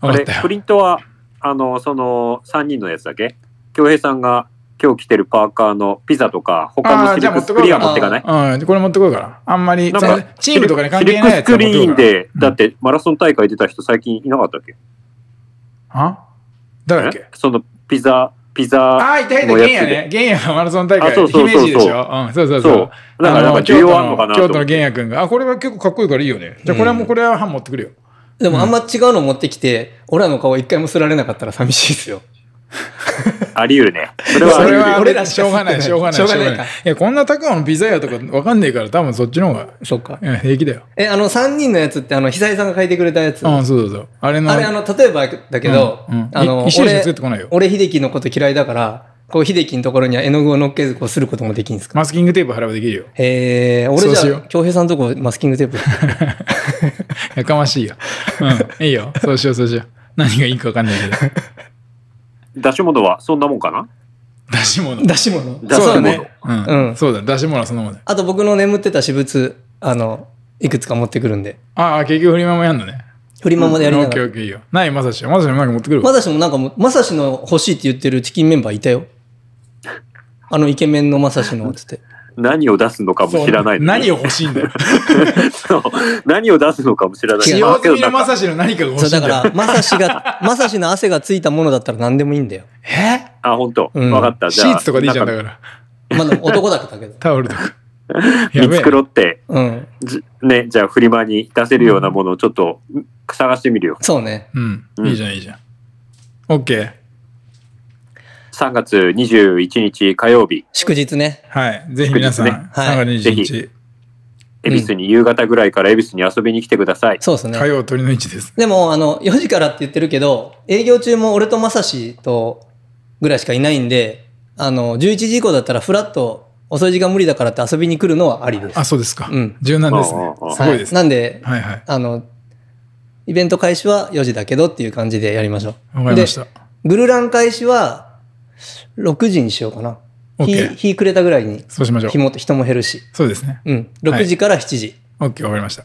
Speaker 1: あ
Speaker 2: 分か
Speaker 1: れ
Speaker 2: ったよ
Speaker 1: プリントはあのその3人のやつだけ恭平さんが今日着てるパーカーのピザとか他の
Speaker 2: あー
Speaker 1: シ
Speaker 2: じゃ
Speaker 1: ル
Speaker 2: あ
Speaker 1: ク
Speaker 2: 持って
Speaker 1: ス
Speaker 2: こ
Speaker 1: ク
Speaker 2: よ
Speaker 1: リー
Speaker 2: うか
Speaker 1: ンは持ってかない
Speaker 2: うんこれ持ってこようかなあんまり
Speaker 1: なん
Speaker 2: そ
Speaker 1: か
Speaker 2: のチームとかに関係ないやつ
Speaker 1: シ
Speaker 2: は
Speaker 1: ル
Speaker 2: 持
Speaker 1: クスク
Speaker 2: ってこ
Speaker 1: リ
Speaker 2: よ
Speaker 1: ーン
Speaker 2: うかな
Speaker 1: で、だってマラソン大会出た人最近いなかったっけ
Speaker 2: あ誰だっ
Speaker 1: え
Speaker 2: け
Speaker 1: そのピザピザ
Speaker 2: ああ、いたいた、玄也ね。玄也のマラソン大会、
Speaker 1: あそうそうそうそう
Speaker 2: 姫路でしょ。うん、そうそうそ
Speaker 1: そ
Speaker 2: う。
Speaker 1: うだからなんか需要あんのかな
Speaker 2: 京都
Speaker 1: と
Speaker 2: の
Speaker 1: 思って
Speaker 2: 玄也君が、あ、これは結構かっこいいからいいよね。じゃあ、これはもう、これは半持ってくるよ。
Speaker 3: でもあんま違うの持ってきて、俺らの顔一回もすられなかったら寂しいですよ。
Speaker 1: あり得るねそれは
Speaker 2: そ
Speaker 1: あり
Speaker 2: れ
Speaker 1: 得る
Speaker 2: は、
Speaker 1: よ
Speaker 3: 俺らし
Speaker 2: し
Speaker 3: か
Speaker 2: ょうがない、しょうがない、
Speaker 3: しょうがないか
Speaker 2: いや、こんな高尾のピザ屋とかわかんねえから、多分そっちの方が
Speaker 3: そっか
Speaker 2: い。や平気だよ。
Speaker 3: え、あの、3人のやつって、あの、久井さんが書いてくれたやつ。
Speaker 2: うん、そうそうそう。あれの、
Speaker 3: あれ、あの、例えばだけど、
Speaker 2: うんうん
Speaker 3: あの、
Speaker 2: い一緒にしか
Speaker 3: 俺
Speaker 2: 作ってこないよ
Speaker 3: 俺、秀樹のこと嫌いだから、こう、秀樹のところには絵の具を乗っけず、こう、することもできるんですか
Speaker 2: マスキングテープ貼ればできるよ。
Speaker 3: へえ、俺
Speaker 2: そうし
Speaker 3: じ
Speaker 2: よ
Speaker 3: ゃ
Speaker 2: う
Speaker 3: あ、京平さんのとこマスキングテープ。
Speaker 2: やかましいよ。うん、いいよ。そうしよう、そうしよう。何がいいかわかんないけど。
Speaker 1: 出し物はそんなもんかな
Speaker 2: 出し物。
Speaker 3: 出し物。
Speaker 1: 出し物
Speaker 3: そうだ
Speaker 1: 出し
Speaker 3: ね。
Speaker 2: う。
Speaker 3: うんん
Speaker 2: そうだ、出し物はそのものだよ
Speaker 3: あと、僕の眠ってた私物、あの、いくつか持ってくるんで、
Speaker 2: ああ、結局フリマもやんのね。
Speaker 3: フリマまでやり
Speaker 2: オ
Speaker 3: な
Speaker 2: ッ
Speaker 3: が
Speaker 2: ケー
Speaker 3: ら。
Speaker 2: オッケーいいよ。ない、まさし。まさしなんか持ってくるわ
Speaker 3: まさしもなんかもう、まさしの欲しいって言ってるチキンメンバーいたよ。あの、イケメンのまさしの、つって。
Speaker 1: 何を出すのかも知らない
Speaker 2: そう何を欲しいんだよ。
Speaker 1: そう何を出すのかも知らない
Speaker 2: 使
Speaker 1: ま
Speaker 2: 用
Speaker 1: あけ
Speaker 2: 済
Speaker 1: ど
Speaker 2: みの
Speaker 1: なん
Speaker 2: ま
Speaker 1: か
Speaker 2: さしの何かが欲
Speaker 3: そう、
Speaker 2: しい
Speaker 3: だ
Speaker 2: んだ
Speaker 3: か
Speaker 2: よ。
Speaker 3: ら、まさしが、まさしの汗がついたものだったら何でもいいんだよ。
Speaker 2: え
Speaker 1: あ本当
Speaker 3: うん
Speaker 1: わかったじ
Speaker 2: シ
Speaker 1: ゃあ
Speaker 2: ーツとかでいいじゃん、
Speaker 1: な
Speaker 2: だ
Speaker 1: か
Speaker 2: から。
Speaker 3: まだ男だったけど。
Speaker 2: タオルとか。
Speaker 1: 見繕って
Speaker 3: うん。
Speaker 1: じねじゃあフリマに出せるようなものをちょっと探してみるよ
Speaker 3: そうね。
Speaker 2: うん。
Speaker 1: うん
Speaker 2: いいじゃん、いいじゃん。オッケー。
Speaker 1: 3月21日火曜日、
Speaker 3: 祝日ね。
Speaker 2: はい。ぜひ皆さん、
Speaker 1: 祝
Speaker 2: 3
Speaker 1: 日ね
Speaker 3: はい
Speaker 2: 月21
Speaker 1: ぜ
Speaker 2: 日、
Speaker 1: 恵比寿に夕方ぐらいから恵比寿に遊びに来てください。
Speaker 3: そうです
Speaker 2: 火
Speaker 3: ね。
Speaker 2: 曜鳥の市です。
Speaker 3: でも、あの、4時からって言ってるけど、営業中も俺とまさしとぐらいしかいないんで、あの、11時以降だったらフラッと遅い時間無理だからって遊びに来るのはありです。
Speaker 2: あ、そうですか
Speaker 3: うん。
Speaker 2: 柔軟です
Speaker 1: あ
Speaker 2: ね
Speaker 1: ああ。あ
Speaker 2: すごいです。
Speaker 3: は
Speaker 2: はい
Speaker 3: なんで、
Speaker 2: いはい。
Speaker 3: あの、イベント開始は4時だけどっていう感じでやりましょう。
Speaker 2: わかりました
Speaker 3: で。グルラン開始は6時にしようかな。
Speaker 2: OK
Speaker 3: 日、日暮れたぐらいに。
Speaker 2: そうしましょう
Speaker 3: 日。も、人も減るし。
Speaker 2: そうですね。
Speaker 3: うん。
Speaker 2: はい
Speaker 3: 6時から7時。
Speaker 2: オッケー、わかりました。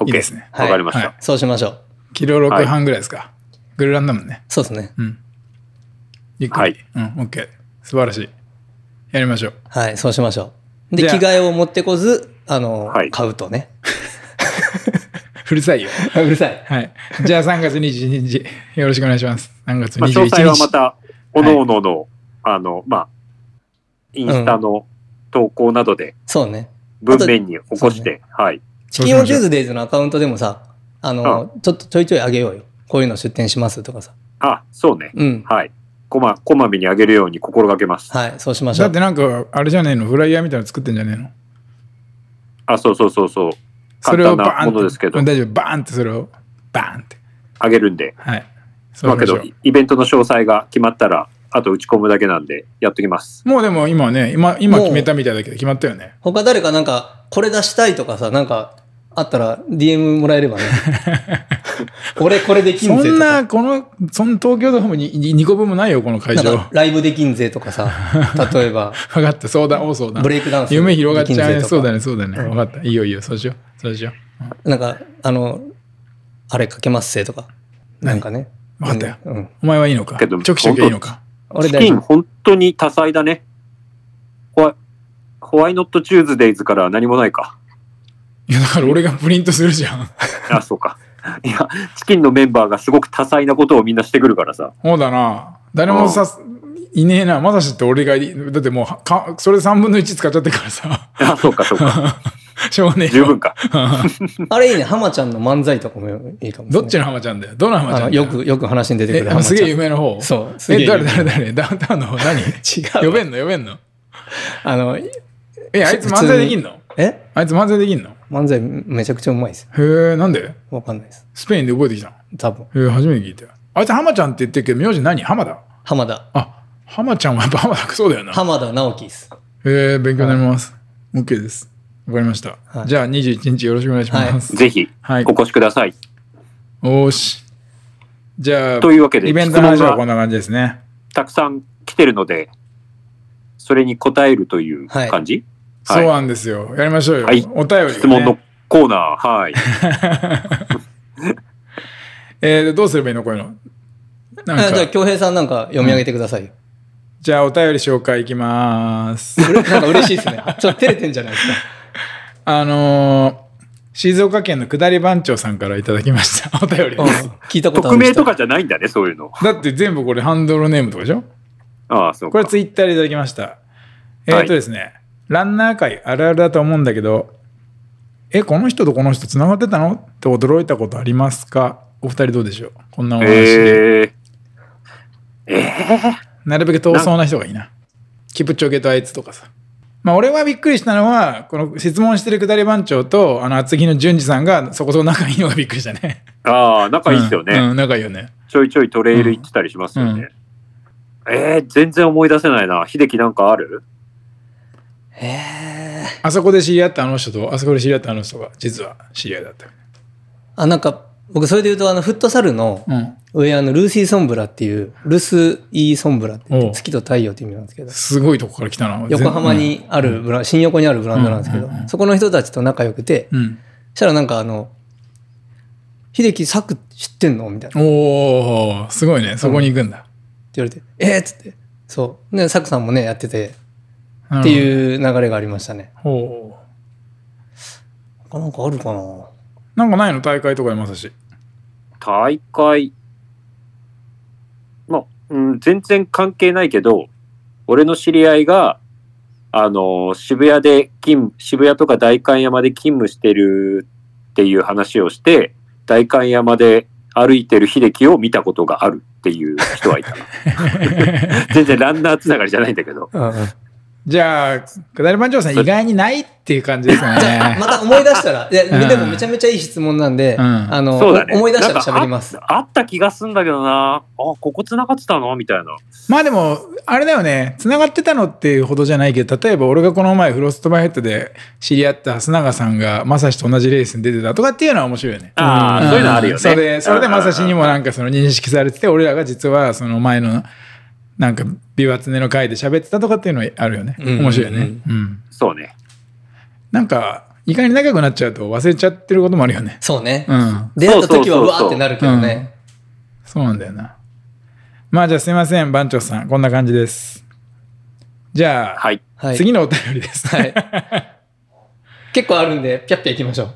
Speaker 1: OK
Speaker 2: いいですね
Speaker 1: わかりました。
Speaker 2: は
Speaker 3: そうしましょう。
Speaker 2: キロ6半ぐらいですか。グルランだもんね。
Speaker 3: そうですね。
Speaker 2: うん。ゆっくり。
Speaker 1: はい
Speaker 2: うん、オッケー。素晴らしい。やりましょう。
Speaker 3: はい、そうしましょう。で、
Speaker 2: じゃ
Speaker 3: 着
Speaker 2: あ
Speaker 3: 替えを持ってこず、あの、
Speaker 1: はい
Speaker 3: 買うとね。
Speaker 2: うるさいよ。
Speaker 3: うるさい。
Speaker 2: はい。じゃあ3月22日、よろしくお願いします。3月
Speaker 1: ま
Speaker 2: 21
Speaker 1: あ、
Speaker 2: 日。
Speaker 1: 詳細はまた、おのおのの、あの、まあ、インスタの投稿などで
Speaker 3: そうね。
Speaker 1: 文面に起こして、はい。
Speaker 3: チキンオンチューズデイズのアカウントでもさ、あの、ちょっとちょいちょいあげようよ。こういうの出店しますとかさ。
Speaker 1: あ、そうね。
Speaker 3: うん。
Speaker 1: はい。こま、こまめにあげるように心がけます。
Speaker 3: はい、そうしましょ
Speaker 2: だっ
Speaker 3: う
Speaker 2: て。なんか、あれじゃねえの、フライヤーみたいなの作ってんじゃねえの
Speaker 1: あ、そうそうそうそう。
Speaker 2: そ
Speaker 1: 簡
Speaker 2: れを
Speaker 1: 単
Speaker 2: バーン
Speaker 1: な
Speaker 2: って。
Speaker 1: ものですけど
Speaker 2: うん、大丈夫。バーンってそれを、バーンって。
Speaker 1: あげるんで、
Speaker 2: はい。そう
Speaker 1: まあけ
Speaker 2: しましょう
Speaker 1: ど、イベントの詳細が決まったら、あと打ち込むだけなんで、やっときます。
Speaker 2: もうでも今ね、今、今
Speaker 3: もう
Speaker 2: 決めたみたいだけど、決まったよね。
Speaker 3: 他誰かなんか、これ出したいとかさ、なんか、あったら DM もらえれ ばね。俺これでき
Speaker 2: そ
Speaker 3: んぜとか。
Speaker 2: んな、この、その東京ドームに2個分もないよ、この会
Speaker 3: なん
Speaker 2: 場。
Speaker 3: かライブできんぜとかさ、例 えば、
Speaker 2: 分かった、相談、お相談。
Speaker 3: ブレイクダンス
Speaker 2: 夢広がっちゃう
Speaker 3: できんぜと
Speaker 2: ね。
Speaker 3: か
Speaker 2: そうだね、そうだね。分かった。いいよ、いいよ、そうしよう。そうしよ
Speaker 3: なんか、あの、あれかけますせとか。なんかね。
Speaker 2: う。分かったよ。
Speaker 3: うん。
Speaker 2: お前はいいのか。
Speaker 1: け
Speaker 2: チ
Speaker 1: ど
Speaker 2: ョキチョキはいいのか。
Speaker 3: 俺
Speaker 1: チ
Speaker 3: 大
Speaker 1: キ
Speaker 3: 丈
Speaker 1: ン、
Speaker 3: 夫。
Speaker 1: 本当に多彩だね。ホワイホワイノットチューズデイズから何もないか。
Speaker 2: いや、だから俺がプリントするじゃ ん。
Speaker 1: あ、そうか。いや、チキンのメンバーがすごく多彩なことをみんなしてくるからさ。
Speaker 2: そうだな。誰もさ、いねえな。まさしって俺がい、だってもう、かそれ3分の1使っちゃってるからさ。
Speaker 1: あ、そうか、そうか。
Speaker 2: しょうがねえ
Speaker 1: 十
Speaker 2: よ
Speaker 1: 分か。
Speaker 3: あれいいね。浜ちゃんの漫才とかもいいかもしれない。
Speaker 2: どっちの浜ちゃんだよ。どの浜ち
Speaker 3: あ
Speaker 2: ゃ
Speaker 3: の
Speaker 2: んだ
Speaker 3: よく、よく話に出て
Speaker 2: え
Speaker 3: くる
Speaker 2: あの
Speaker 3: 浜
Speaker 2: す
Speaker 3: ち
Speaker 2: げ
Speaker 3: ゃ
Speaker 2: え
Speaker 3: ん
Speaker 2: 有。名な方
Speaker 3: そうすげえ
Speaker 2: え
Speaker 3: 有名
Speaker 2: 誰誰誰ダウンタウンの方何
Speaker 3: 違
Speaker 2: 呼
Speaker 3: う。
Speaker 2: べんの呼べんの
Speaker 3: あの、
Speaker 2: えあいつ漫才できんの
Speaker 3: え
Speaker 2: あいつ漫才できんの
Speaker 3: 漫才めちゃくちゃうまいですよ。
Speaker 2: へえなんで
Speaker 3: わかんないです。
Speaker 2: スペインで覚えてきたの
Speaker 3: 多分。
Speaker 2: へえ初めて聞いたよあいつ浜ちゃんって言ってるけど名字何浜田
Speaker 3: 浜田。
Speaker 2: あ浜ちゃんはやっぱ浜田そうだよなへ
Speaker 3: 浜田直樹です。
Speaker 2: え勉強になります OK ですわかりました、
Speaker 3: はい
Speaker 2: じゃあ21日よろしくお願いします、
Speaker 1: ぜひ、
Speaker 2: はい
Speaker 1: お越しください。
Speaker 2: おーしじゃあ
Speaker 1: というわけで
Speaker 2: イベントの話はこんな感じですね
Speaker 1: たくさん来てるので、それに答えるという感じ、
Speaker 2: そ
Speaker 1: は
Speaker 2: う
Speaker 1: い
Speaker 2: なんですよやりましょうよ、
Speaker 1: はい
Speaker 2: お便りをね、
Speaker 1: 質問のコーナー、はい。
Speaker 2: えー、どうすればいいのこういうのなん
Speaker 3: あ
Speaker 2: か
Speaker 3: じゃあ、京平さんなんか読み上げてくださいよ。
Speaker 2: じゃあお便り紹介い きます。
Speaker 3: うれなんか嬉しいです ね。ちょっと照れてんじゃないですか。
Speaker 2: あのー静岡県の下り番長さんからいただきました。 お便り
Speaker 3: うん
Speaker 2: です。
Speaker 3: 聞いたことあ
Speaker 1: 匿
Speaker 3: る
Speaker 1: 名と
Speaker 3: か。
Speaker 1: かじゃないんだね、そういうの。
Speaker 2: だって全部これハンドルネームとかでしょ
Speaker 1: ああ、そう
Speaker 2: こ
Speaker 1: か
Speaker 2: れ。ツイッターでいただきました。えっ、
Speaker 1: はい
Speaker 2: とですね、ランナー界あるあるだと思うんだけど、え、この人とこの人つながってたのって驚いたことありますかお二人どうでしょうこんなお話で、
Speaker 1: えー、え
Speaker 2: なるべく遠そうな人がいいな。キプチョゲとあいつとかさ。まあ俺はびっくりしたのは、この質問してる下り番長と、あの厚木の淳二さんがそこそこ仲いいのがびっくりしたね。
Speaker 1: ー、ああ、仲いいっすよね、
Speaker 2: うん、うん仲いいよね。
Speaker 1: ちょいちょいトレイル行ってたりしますよね。えー、全然思い出せないな。秀樹なんかある
Speaker 3: へー
Speaker 2: あそこで知り合ったあの人と、あそこで知り合ったあの人が、実は知り合いだった。
Speaker 3: あ、なんか、僕それで言うと、あの、フットサルの
Speaker 2: うん。
Speaker 3: 上、あの、ルーシー・ソンブラっていう、ルス・イー・ソンブラって言っ
Speaker 2: おう
Speaker 3: て、月と太陽って意味なんですけど、
Speaker 2: すごいとこから来たな。
Speaker 3: 横浜にあるブラン、新横にあるブランドなんですけ
Speaker 2: う
Speaker 3: ど
Speaker 2: んうんう、ん
Speaker 3: そこの人たちと仲良くて、
Speaker 2: 全。
Speaker 3: そしたらなんかあの、秀樹作知ってんのみたいな。
Speaker 2: うん。おー、すごいね。そこに行くんだ。
Speaker 3: って言われて、えーっつって。そう。ね、サクさんもね、やってて、
Speaker 2: っ
Speaker 3: って
Speaker 2: う。
Speaker 3: いう流れがありましたね。
Speaker 2: ほう。
Speaker 3: あなんかあるかな
Speaker 2: なんかないの大会とかでまさし。
Speaker 1: 大会。まあ、うん、全然関係ないけど、俺の知り合いが、あの、渋谷で勤務、渋谷とか代官山で勤務してるっていう話をして、代官山で歩いてる秀樹を見たことがあるっていう人はいた。全然ランナーつながりじゃないんだけど。
Speaker 3: うんうん。。
Speaker 2: じゃあ、下り番長さん意外にないっていう感じですね
Speaker 3: また思い出したら、いや
Speaker 2: うん
Speaker 3: でもめちゃめちゃいい質問なんで、
Speaker 2: うん
Speaker 3: あの、
Speaker 1: そうだね。
Speaker 3: 思い出した
Speaker 1: な
Speaker 3: ら
Speaker 1: んか
Speaker 3: 喋ります。
Speaker 1: あ。あった気がすんだけどな。あ、ここ繋がってたのみたいな。
Speaker 2: まあでも、あれだよね、繋がってたのっていうほどじゃないけど、例えば俺がこの前フロストバイヘッドで知り合った蓮永さんが、まさしと同じレースに出てたとかっていうのは面白いよね。
Speaker 1: ああ、
Speaker 2: ん
Speaker 1: そういうのあるよね。
Speaker 2: それ、それでまさしに
Speaker 1: も。
Speaker 2: もなんかその認識されてて、俺らが実はその前の、なんか、美和常の会で喋ってたとかっていうのはあるよね。
Speaker 3: うん
Speaker 2: 面白いよね。うん
Speaker 1: そうね。
Speaker 2: なんか、意外に仲良くなっちゃうと忘れちゃってることもあるよね。
Speaker 3: そうね。
Speaker 2: うん。
Speaker 3: 出会った時は
Speaker 1: そううそうそう
Speaker 3: わ
Speaker 1: そう
Speaker 3: ーってなるけどね。
Speaker 2: そうなんだよな。まあじゃあすいません、番長さん。こんな感じです。じゃあ、
Speaker 1: はい。
Speaker 3: はい。
Speaker 2: 次のお便りです。
Speaker 3: はい。結構あるんで、ぴゃっぴゃ行きましょう。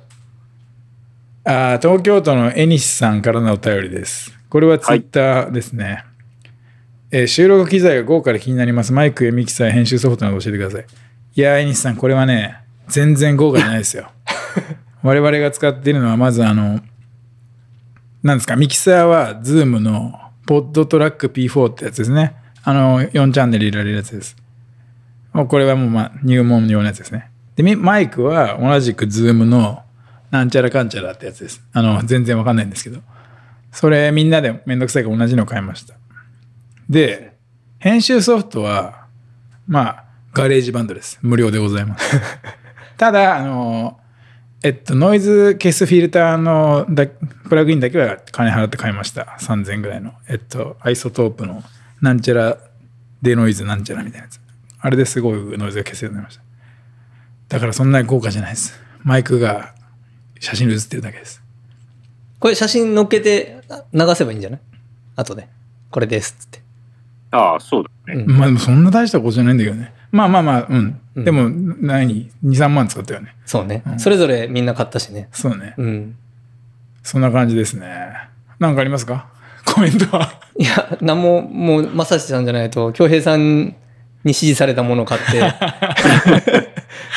Speaker 2: あー東京都のえにしさんからのお便りです。これはツイッターですね。えー収録機材が豪華で気になります。マイクやミキサー、編集ソフトなど教えてください。いやー、えにしさん、これはね、全然豪華じゃないです よ。我々が使っているのは、まずあの、なんですか、ミキサーは Zoom のポッドトラック P4 ってやつですね。あの、4チャンネル入れられるやつです。もうこれはもう、まあ、入門用のやつですね。で、みマイクは同じく Zoom のなんちゃらかんちゃらってやつです。あの、全然わかんないんですけど。それみんなでめんどくさいから同じの買いました。で、編集ソフトは、まあ、ガレージバンドです。無料でございます。ただ、あの、えっと、ノイズ消すフィルターのだプラグインだけは金払って買いました。3000ぐらいの。えっと、アイソトープのなんちゃらデノイズなんちゃらみたいなやつ。あれですごいノイズが消せるようになりました。だからそんなに豪華じゃないです。マイクが写真に写ってるだけです。
Speaker 3: これ写真載っけてあ流せばいいんじゃない後で。これですっつって。
Speaker 1: ああ、そうだね。
Speaker 3: うん
Speaker 2: まあでもそんな大したことじゃないんだけどね。まあまあまあ、うん。
Speaker 3: うん
Speaker 2: でも、何 ?2、3万使ったよね。
Speaker 3: そうね、
Speaker 2: ん
Speaker 3: それぞれみんな買ったしね。
Speaker 2: そうね。
Speaker 3: うん。
Speaker 2: そんな感じですね。なんかありますかコメントは。
Speaker 3: いや、なんも、もう、まさしさんじゃないと、京平さんに指示されたものを 買って。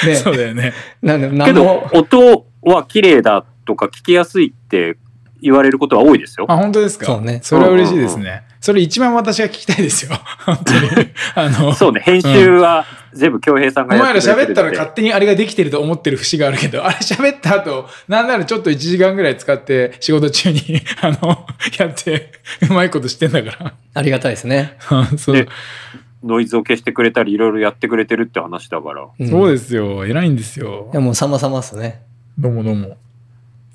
Speaker 3: ね
Speaker 2: そうだよね。
Speaker 3: なんで、な
Speaker 1: け
Speaker 3: ん
Speaker 1: ど
Speaker 3: も、、
Speaker 1: 音は綺麗だとか聞きやすいって言われることは多いですよ。
Speaker 2: あ、本当ですか
Speaker 3: そうね
Speaker 2: それは嬉しいですね。それ一番私が聞きたいですよ。 本当に。 あの、
Speaker 1: そうね、編集は全部京平さん
Speaker 2: お
Speaker 1: がや
Speaker 2: 前ら
Speaker 1: ってくれてる
Speaker 2: 喋っ
Speaker 1: んで
Speaker 2: たら勝手にあれができてると思ってる節があるけど、あれ喋った後、なんならちょっと1時間ぐらい使って仕事中に、 あの、やって、うまいことしてんだか
Speaker 3: ありがたいですね。
Speaker 2: ら。 そう
Speaker 1: ねノイズを消してくれたり、いろいろやってくれてるって話だから。
Speaker 3: うん
Speaker 2: そうですよ。偉いんですよ
Speaker 3: いや、。もう様々っすね。
Speaker 2: どうもどうも。
Speaker 3: さ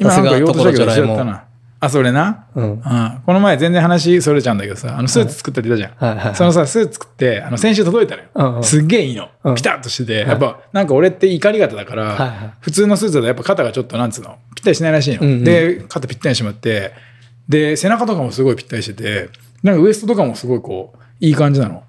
Speaker 2: 今
Speaker 3: す
Speaker 2: なん
Speaker 3: が
Speaker 2: か言おうとしたけど
Speaker 3: 所
Speaker 2: 忘
Speaker 3: ジョ
Speaker 2: れちゃっ
Speaker 3: ラえも
Speaker 2: た
Speaker 3: ん
Speaker 2: な。あ、それな。
Speaker 3: うん。は
Speaker 2: あこの前全然話それちゃうんだけどさ、あのスーツ作ったって言ったじゃん。
Speaker 3: いはい。
Speaker 2: そのさ、スーツ作って、あの、先週届いたのよ。
Speaker 3: うんうん
Speaker 2: すっげえいいの。
Speaker 3: うん
Speaker 2: ピタッとしてて、やっぱ、なんか俺って怒り方だから、
Speaker 3: はいは
Speaker 2: 普通のスーツだとやっぱ肩がちょっとなんつうの、ぴったりしないらしいの。
Speaker 3: うんうん
Speaker 2: で、肩ぴったりしまって、で、背中とかもすごいぴったりしてて、なんかウエストとかもすごいこう、いい感じなの。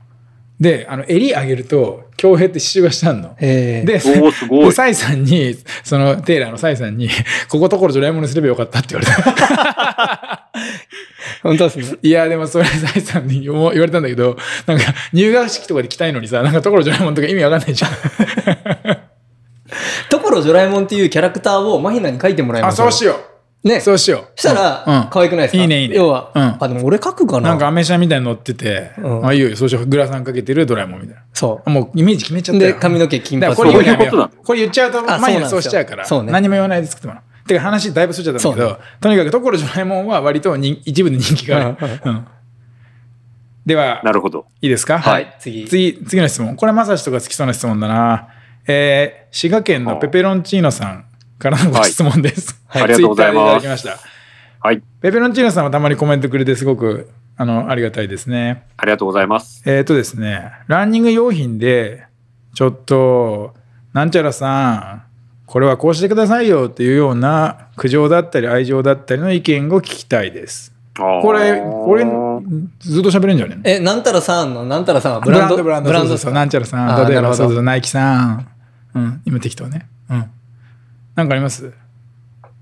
Speaker 2: で、あの、襟上げると、強兵って刺繍がしてあんの。
Speaker 3: い。ええ
Speaker 2: で、
Speaker 1: おお、すご
Speaker 2: で、
Speaker 1: い。
Speaker 2: サイさんに、その、テイラーのサイさんに、 ここところジョラえもんにすればよかったって言われた。
Speaker 3: 本当ですね。
Speaker 2: いや、でもそれサイさんに言わ言われたんだけど、なんか、入学式とかで着たいのにさ、なんかところジョラえもんとか意味わかんないじゃん。
Speaker 3: ところジョラえもんっていうキャラクターをマヒナに書いてもらいま
Speaker 2: あ、
Speaker 3: す。
Speaker 2: そうしよ
Speaker 3: う。ね。
Speaker 2: う。そ
Speaker 3: そう
Speaker 2: しよう。
Speaker 3: したら、
Speaker 2: うんうん
Speaker 3: 可愛くないですか
Speaker 2: いいねいいね
Speaker 3: 要は、
Speaker 2: うん
Speaker 3: あ、でも俺書くかな
Speaker 2: なんかアメ車みたいに乗ってて、
Speaker 3: うん
Speaker 2: あ、いいよいいよ、そうしよう。グラサンかけてるドラえもんみたいな。
Speaker 3: そ
Speaker 2: もうイメージ決めちゃ
Speaker 3: う。
Speaker 2: った
Speaker 3: で、
Speaker 2: よ。
Speaker 3: 髪の毛金
Speaker 2: だから
Speaker 3: 髪
Speaker 2: これ言うのやめ
Speaker 1: そういうこと
Speaker 2: よ
Speaker 1: な
Speaker 2: う
Speaker 1: の
Speaker 2: これ言っちゃうと、前
Speaker 3: あそうなん
Speaker 2: に
Speaker 3: です
Speaker 2: そ
Speaker 3: よ
Speaker 2: うしちゃうから、
Speaker 3: そうね
Speaker 2: 何も言わないで作ってもらう。てか話だいぶそれちゃったんだけど、
Speaker 3: そ
Speaker 2: とにかくところジョラえもんは割と人一部の人気がある。うんでは、
Speaker 1: なるほど。
Speaker 2: いいですか
Speaker 3: はい、次。
Speaker 2: 次、次の質問。これ、まさしとか好きそうな質問だな。えー滋賀県のペペロンチーノさんからのご質問です。
Speaker 1: はいありがとうございます
Speaker 2: Twitter でいただきました。
Speaker 1: はい、
Speaker 2: ペペロンチーノさんはたまにコメントくれて、すごく、あの、ありがたいですね。
Speaker 1: ありがとうございます。
Speaker 2: えっ、とですね、ランニング用品で、ちょっと、なんちゃらさん、これはこうしてくださいよっていうような苦情だったり愛情だったりの意見を聞きたいです。こ
Speaker 1: こ
Speaker 2: れ、これ、ずっと喋れんじゃねえの
Speaker 3: え、なんたらさんの、なんたらさんは
Speaker 2: ブ
Speaker 3: ブラ
Speaker 2: ラ
Speaker 3: ン
Speaker 2: ン
Speaker 3: ド
Speaker 2: ド、ブランド、
Speaker 3: ブラン
Speaker 2: そ
Speaker 3: ド
Speaker 2: うそうそうなんちゃら
Speaker 3: あ
Speaker 2: さ
Speaker 3: ー
Speaker 2: ん、例えば、
Speaker 3: なるほど
Speaker 2: そうそう、ナイキさん。うん、今適当ね。うん。なんかあります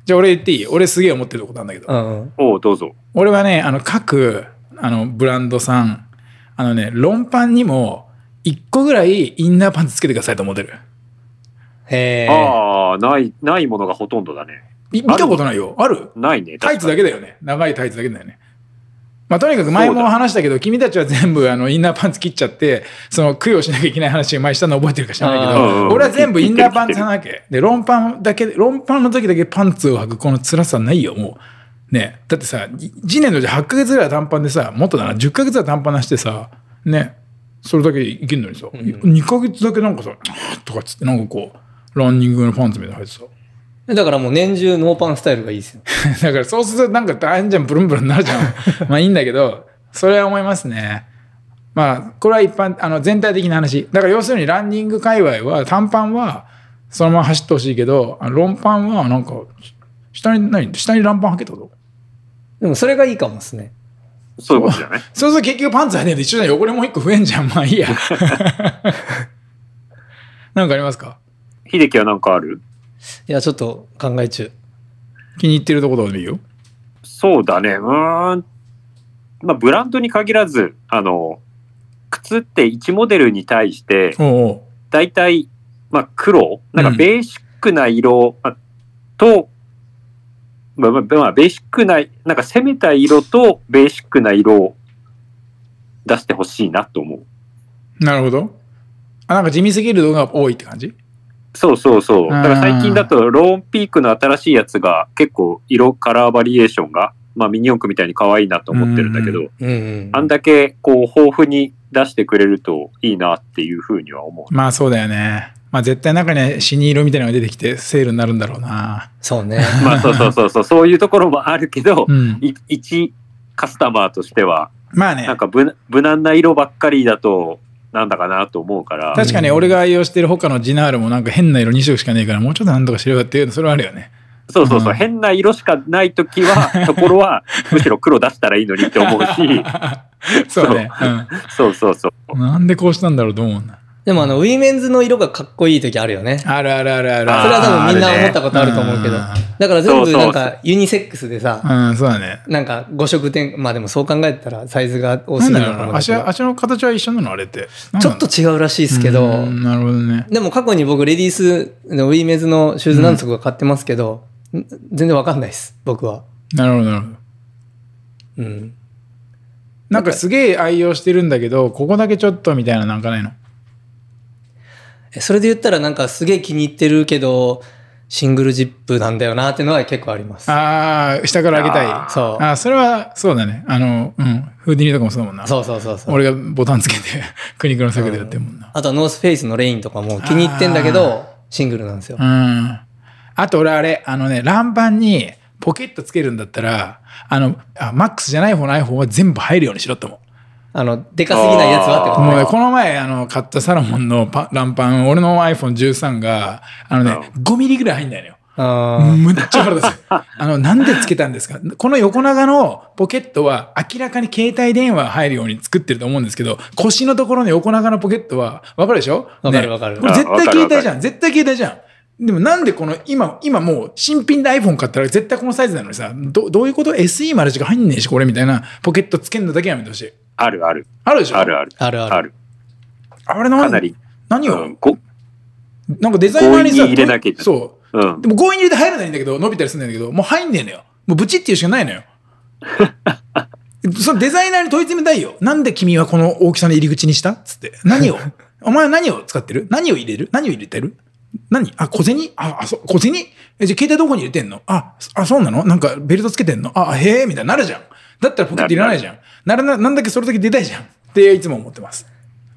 Speaker 2: じゃあ俺言っていい俺すげえ思ってることなんだけど。
Speaker 3: うんうん。
Speaker 1: おうどうぞ。
Speaker 2: 俺はね、あの、各、あの、ブランドさん、あのね、ロンパンにも、一個ぐらいインナーパンツつけてくださいと思ってる。
Speaker 3: へえ。
Speaker 1: ああ、ない、ないものがほとんどだね。
Speaker 2: い見たことないよ。ある
Speaker 1: ないね。
Speaker 2: タイツだ
Speaker 1: け。
Speaker 2: けだよね。長いタイツだけだよね。まあ、とにかく前も話したけど、君たちは全部あのインナーパンツ切っちゃって、その供養しなきゃいけない話を前にしたの覚えてるか知らないけ
Speaker 1: あー
Speaker 2: ど、俺は全部インナーパンツなわけ。で、ロンパンだけ、ロンパンの時だけパンツを履くこの辛さないよ、もう。ね。だってさ、1年のうち8ヶ月ぐらいは短パンでさ、もっとだな、10ヶ月は短パンなしてさ、ね。それだけいけんのにさ、2ヶ月だけなんかさ、とかっつってなんかこう、ランニングのパンツみたいなの履いてさ。
Speaker 3: だからもう年中ノーパンスタイルがいいですよ。
Speaker 2: だからそうするとなんか大変じゃん、ブルンブルンになるじゃん。 まあいいんだけど、それは思いますね。まあ、これは一般、あの、全体的な話。だから要するにランニング界隈は、短パンはそのまま走ってほしいけど、あのロンパンはなんか、下に何下にランパン履けたこと
Speaker 3: でもそれがいいかもですね。
Speaker 1: そういうことじゃない。
Speaker 2: そうすると結局パンツ履いてると一緒じゃん。汚れもう一個増えんじゃん。まあいい や。なんかありますか
Speaker 1: 秀樹はなんかある
Speaker 3: いや、ちょっと考え中。
Speaker 2: 気に入ってるところでもいいよ。
Speaker 1: そうだね。うーん。まあ、ブランドに限らず、あの、靴って1モデルに対して、
Speaker 2: おうおう
Speaker 1: だいたい、まあ、黒、なんか
Speaker 2: うん
Speaker 1: ベーシックな色あと、まあ、まあまあ、ベーシックな、なんか攻めた色とベーシックな色を出してほしいなと思う。
Speaker 2: なるほど。あ、なんか地味すぎる動画が多いって感じ
Speaker 1: そうそうそう。だから最近だとローンピークの新しいやつが結構色カラーバリエーションがまあミニ四駆みたいに可愛いなと思ってるんだけど、
Speaker 2: う
Speaker 3: うんうん。
Speaker 1: あんだけこう豊富に出してくれるといいなっていうふうには思う。
Speaker 2: まあそうだよね。まあ絶対中にはシニ色みたいなのが出てきてセールになるんだろうな。
Speaker 3: そうね。
Speaker 1: まあそうそうそうそう、そういうところもあるけど
Speaker 2: う、ん。
Speaker 1: い一カスタマーとしては、
Speaker 2: まあね
Speaker 1: なん。か無無難な色ばっかりだと、なんだかなと思うから、
Speaker 2: 確かに俺が愛用してる他のジナールもなんか変な色2色しかねえからもうちょっとなんとかしろよっていうのそれはあるよね。
Speaker 1: そうそうそう、
Speaker 2: うん
Speaker 1: 変な色しかないとき は、ところは、むしろ黒出したらいいのにって思うし、
Speaker 2: そうね。
Speaker 1: そうそうそう。
Speaker 2: うん。なんでこうしたんだろうと思うな。
Speaker 3: でもあの、ウィメンズの色がかっこいい時あるよね。そ
Speaker 2: あるあるあるある。
Speaker 3: れ
Speaker 1: あー
Speaker 3: は多分みんな
Speaker 1: あるね
Speaker 3: 思ったことあると思うけど。
Speaker 2: う
Speaker 3: だから全
Speaker 1: そう
Speaker 3: 部
Speaker 1: そう
Speaker 3: なんかユニセックスでさ、
Speaker 2: んうん、そうだね。
Speaker 3: なんか5色展、まあでもそう考えたらサイズが多
Speaker 2: な
Speaker 3: す
Speaker 2: ん
Speaker 3: ぎ
Speaker 2: だ
Speaker 3: るの
Speaker 2: ろうな
Speaker 3: かもだ
Speaker 2: 足
Speaker 3: けど
Speaker 2: は足の形は一緒なのあれって。
Speaker 3: ちょっと違うらしいで
Speaker 2: です
Speaker 3: けど、
Speaker 2: なるほどね。
Speaker 3: でも過去に僕レディースのウィーメンズのシューズ何足か買ってますけど、ん全然わかんないです、僕は。
Speaker 2: なるほどなるほど。
Speaker 3: うん。
Speaker 2: なんかすげえ愛用してるんだけど、ここだけちょっとみたいななんかないの
Speaker 3: えそれで言ったらなんかすげえ気に入ってるけど、シングルジップなんだよなっていうのは結構あります。
Speaker 2: ああ、下から上げたい。
Speaker 1: あ
Speaker 2: あ
Speaker 3: そ
Speaker 2: あー、それはそうだね。あの、うん。フーディニーとかもそうだもんな
Speaker 3: う。。そうそうそうそう。
Speaker 2: 俺がボタンつけて、 苦肉の策でやってるもんな。
Speaker 3: あとはノースフェイスのレインとかも気に入ってんだけど、シングルなんですよ
Speaker 2: う。ん。あと俺あれ、あのね、欄板にポケットつけるんだったら、あの、あマックスじゃない方の iPhone は全部入るようにしろって思う。
Speaker 3: あの、でかすぎないやつはってこと
Speaker 2: もう
Speaker 3: ね。
Speaker 2: ねこの前あの買ったサロモンのパランパン俺の iPhone13 があのね5ミリぐらい入んないのよ
Speaker 3: あ
Speaker 2: むっちゃ腹立つあのなんでつけたんですかこの横長のポケットは明らかに携帯電話入るように作ってると思うんですけど腰のところの横長のポケットはわかるでしょ
Speaker 3: わかる
Speaker 2: ね
Speaker 3: わかる
Speaker 2: これ絶
Speaker 1: あわ
Speaker 2: 対
Speaker 1: かる
Speaker 2: 携
Speaker 1: わかる
Speaker 2: 帯じゃん絶対携帯じゃんでもなんでこの今、今もう新品で iPhone 買ったら絶対このサイズなのにさ、どどういうこと ?SE までしか入んねえし、これみたいなポケットつけるのだけやめてほしい。
Speaker 1: あるある、
Speaker 2: あるでしょ
Speaker 1: あるある、
Speaker 3: あるある
Speaker 1: ある。
Speaker 2: あれなん
Speaker 1: かなり、
Speaker 2: 何
Speaker 1: う
Speaker 2: を、
Speaker 1: ん、こ
Speaker 2: なんかデザイナーに
Speaker 1: 強引
Speaker 2: さ、
Speaker 1: に入れなきゃいけない
Speaker 2: そ
Speaker 1: うん
Speaker 2: う。でも強引に入れて入らないんだけど、伸びたりするんだけど、もう入んねえのよ。もうブチっていうしかないのよ。 そのデザイナーに問い詰めたいよ。なんで君はこの大きさの入り口にしたつって。何をお前は何を使ってる何を入れる何を入れてる何あ、小銭あ、あ、そう、小銭え、じゃあ携帯どこに入れてんのあ、そあ、そうなのなんかベルトつけてんのあ、へえ、みたいになるじゃん。だったらポケットいらないじゃん。なるな、なんだけそれだけ出たいじゃん。っていつも思ってます。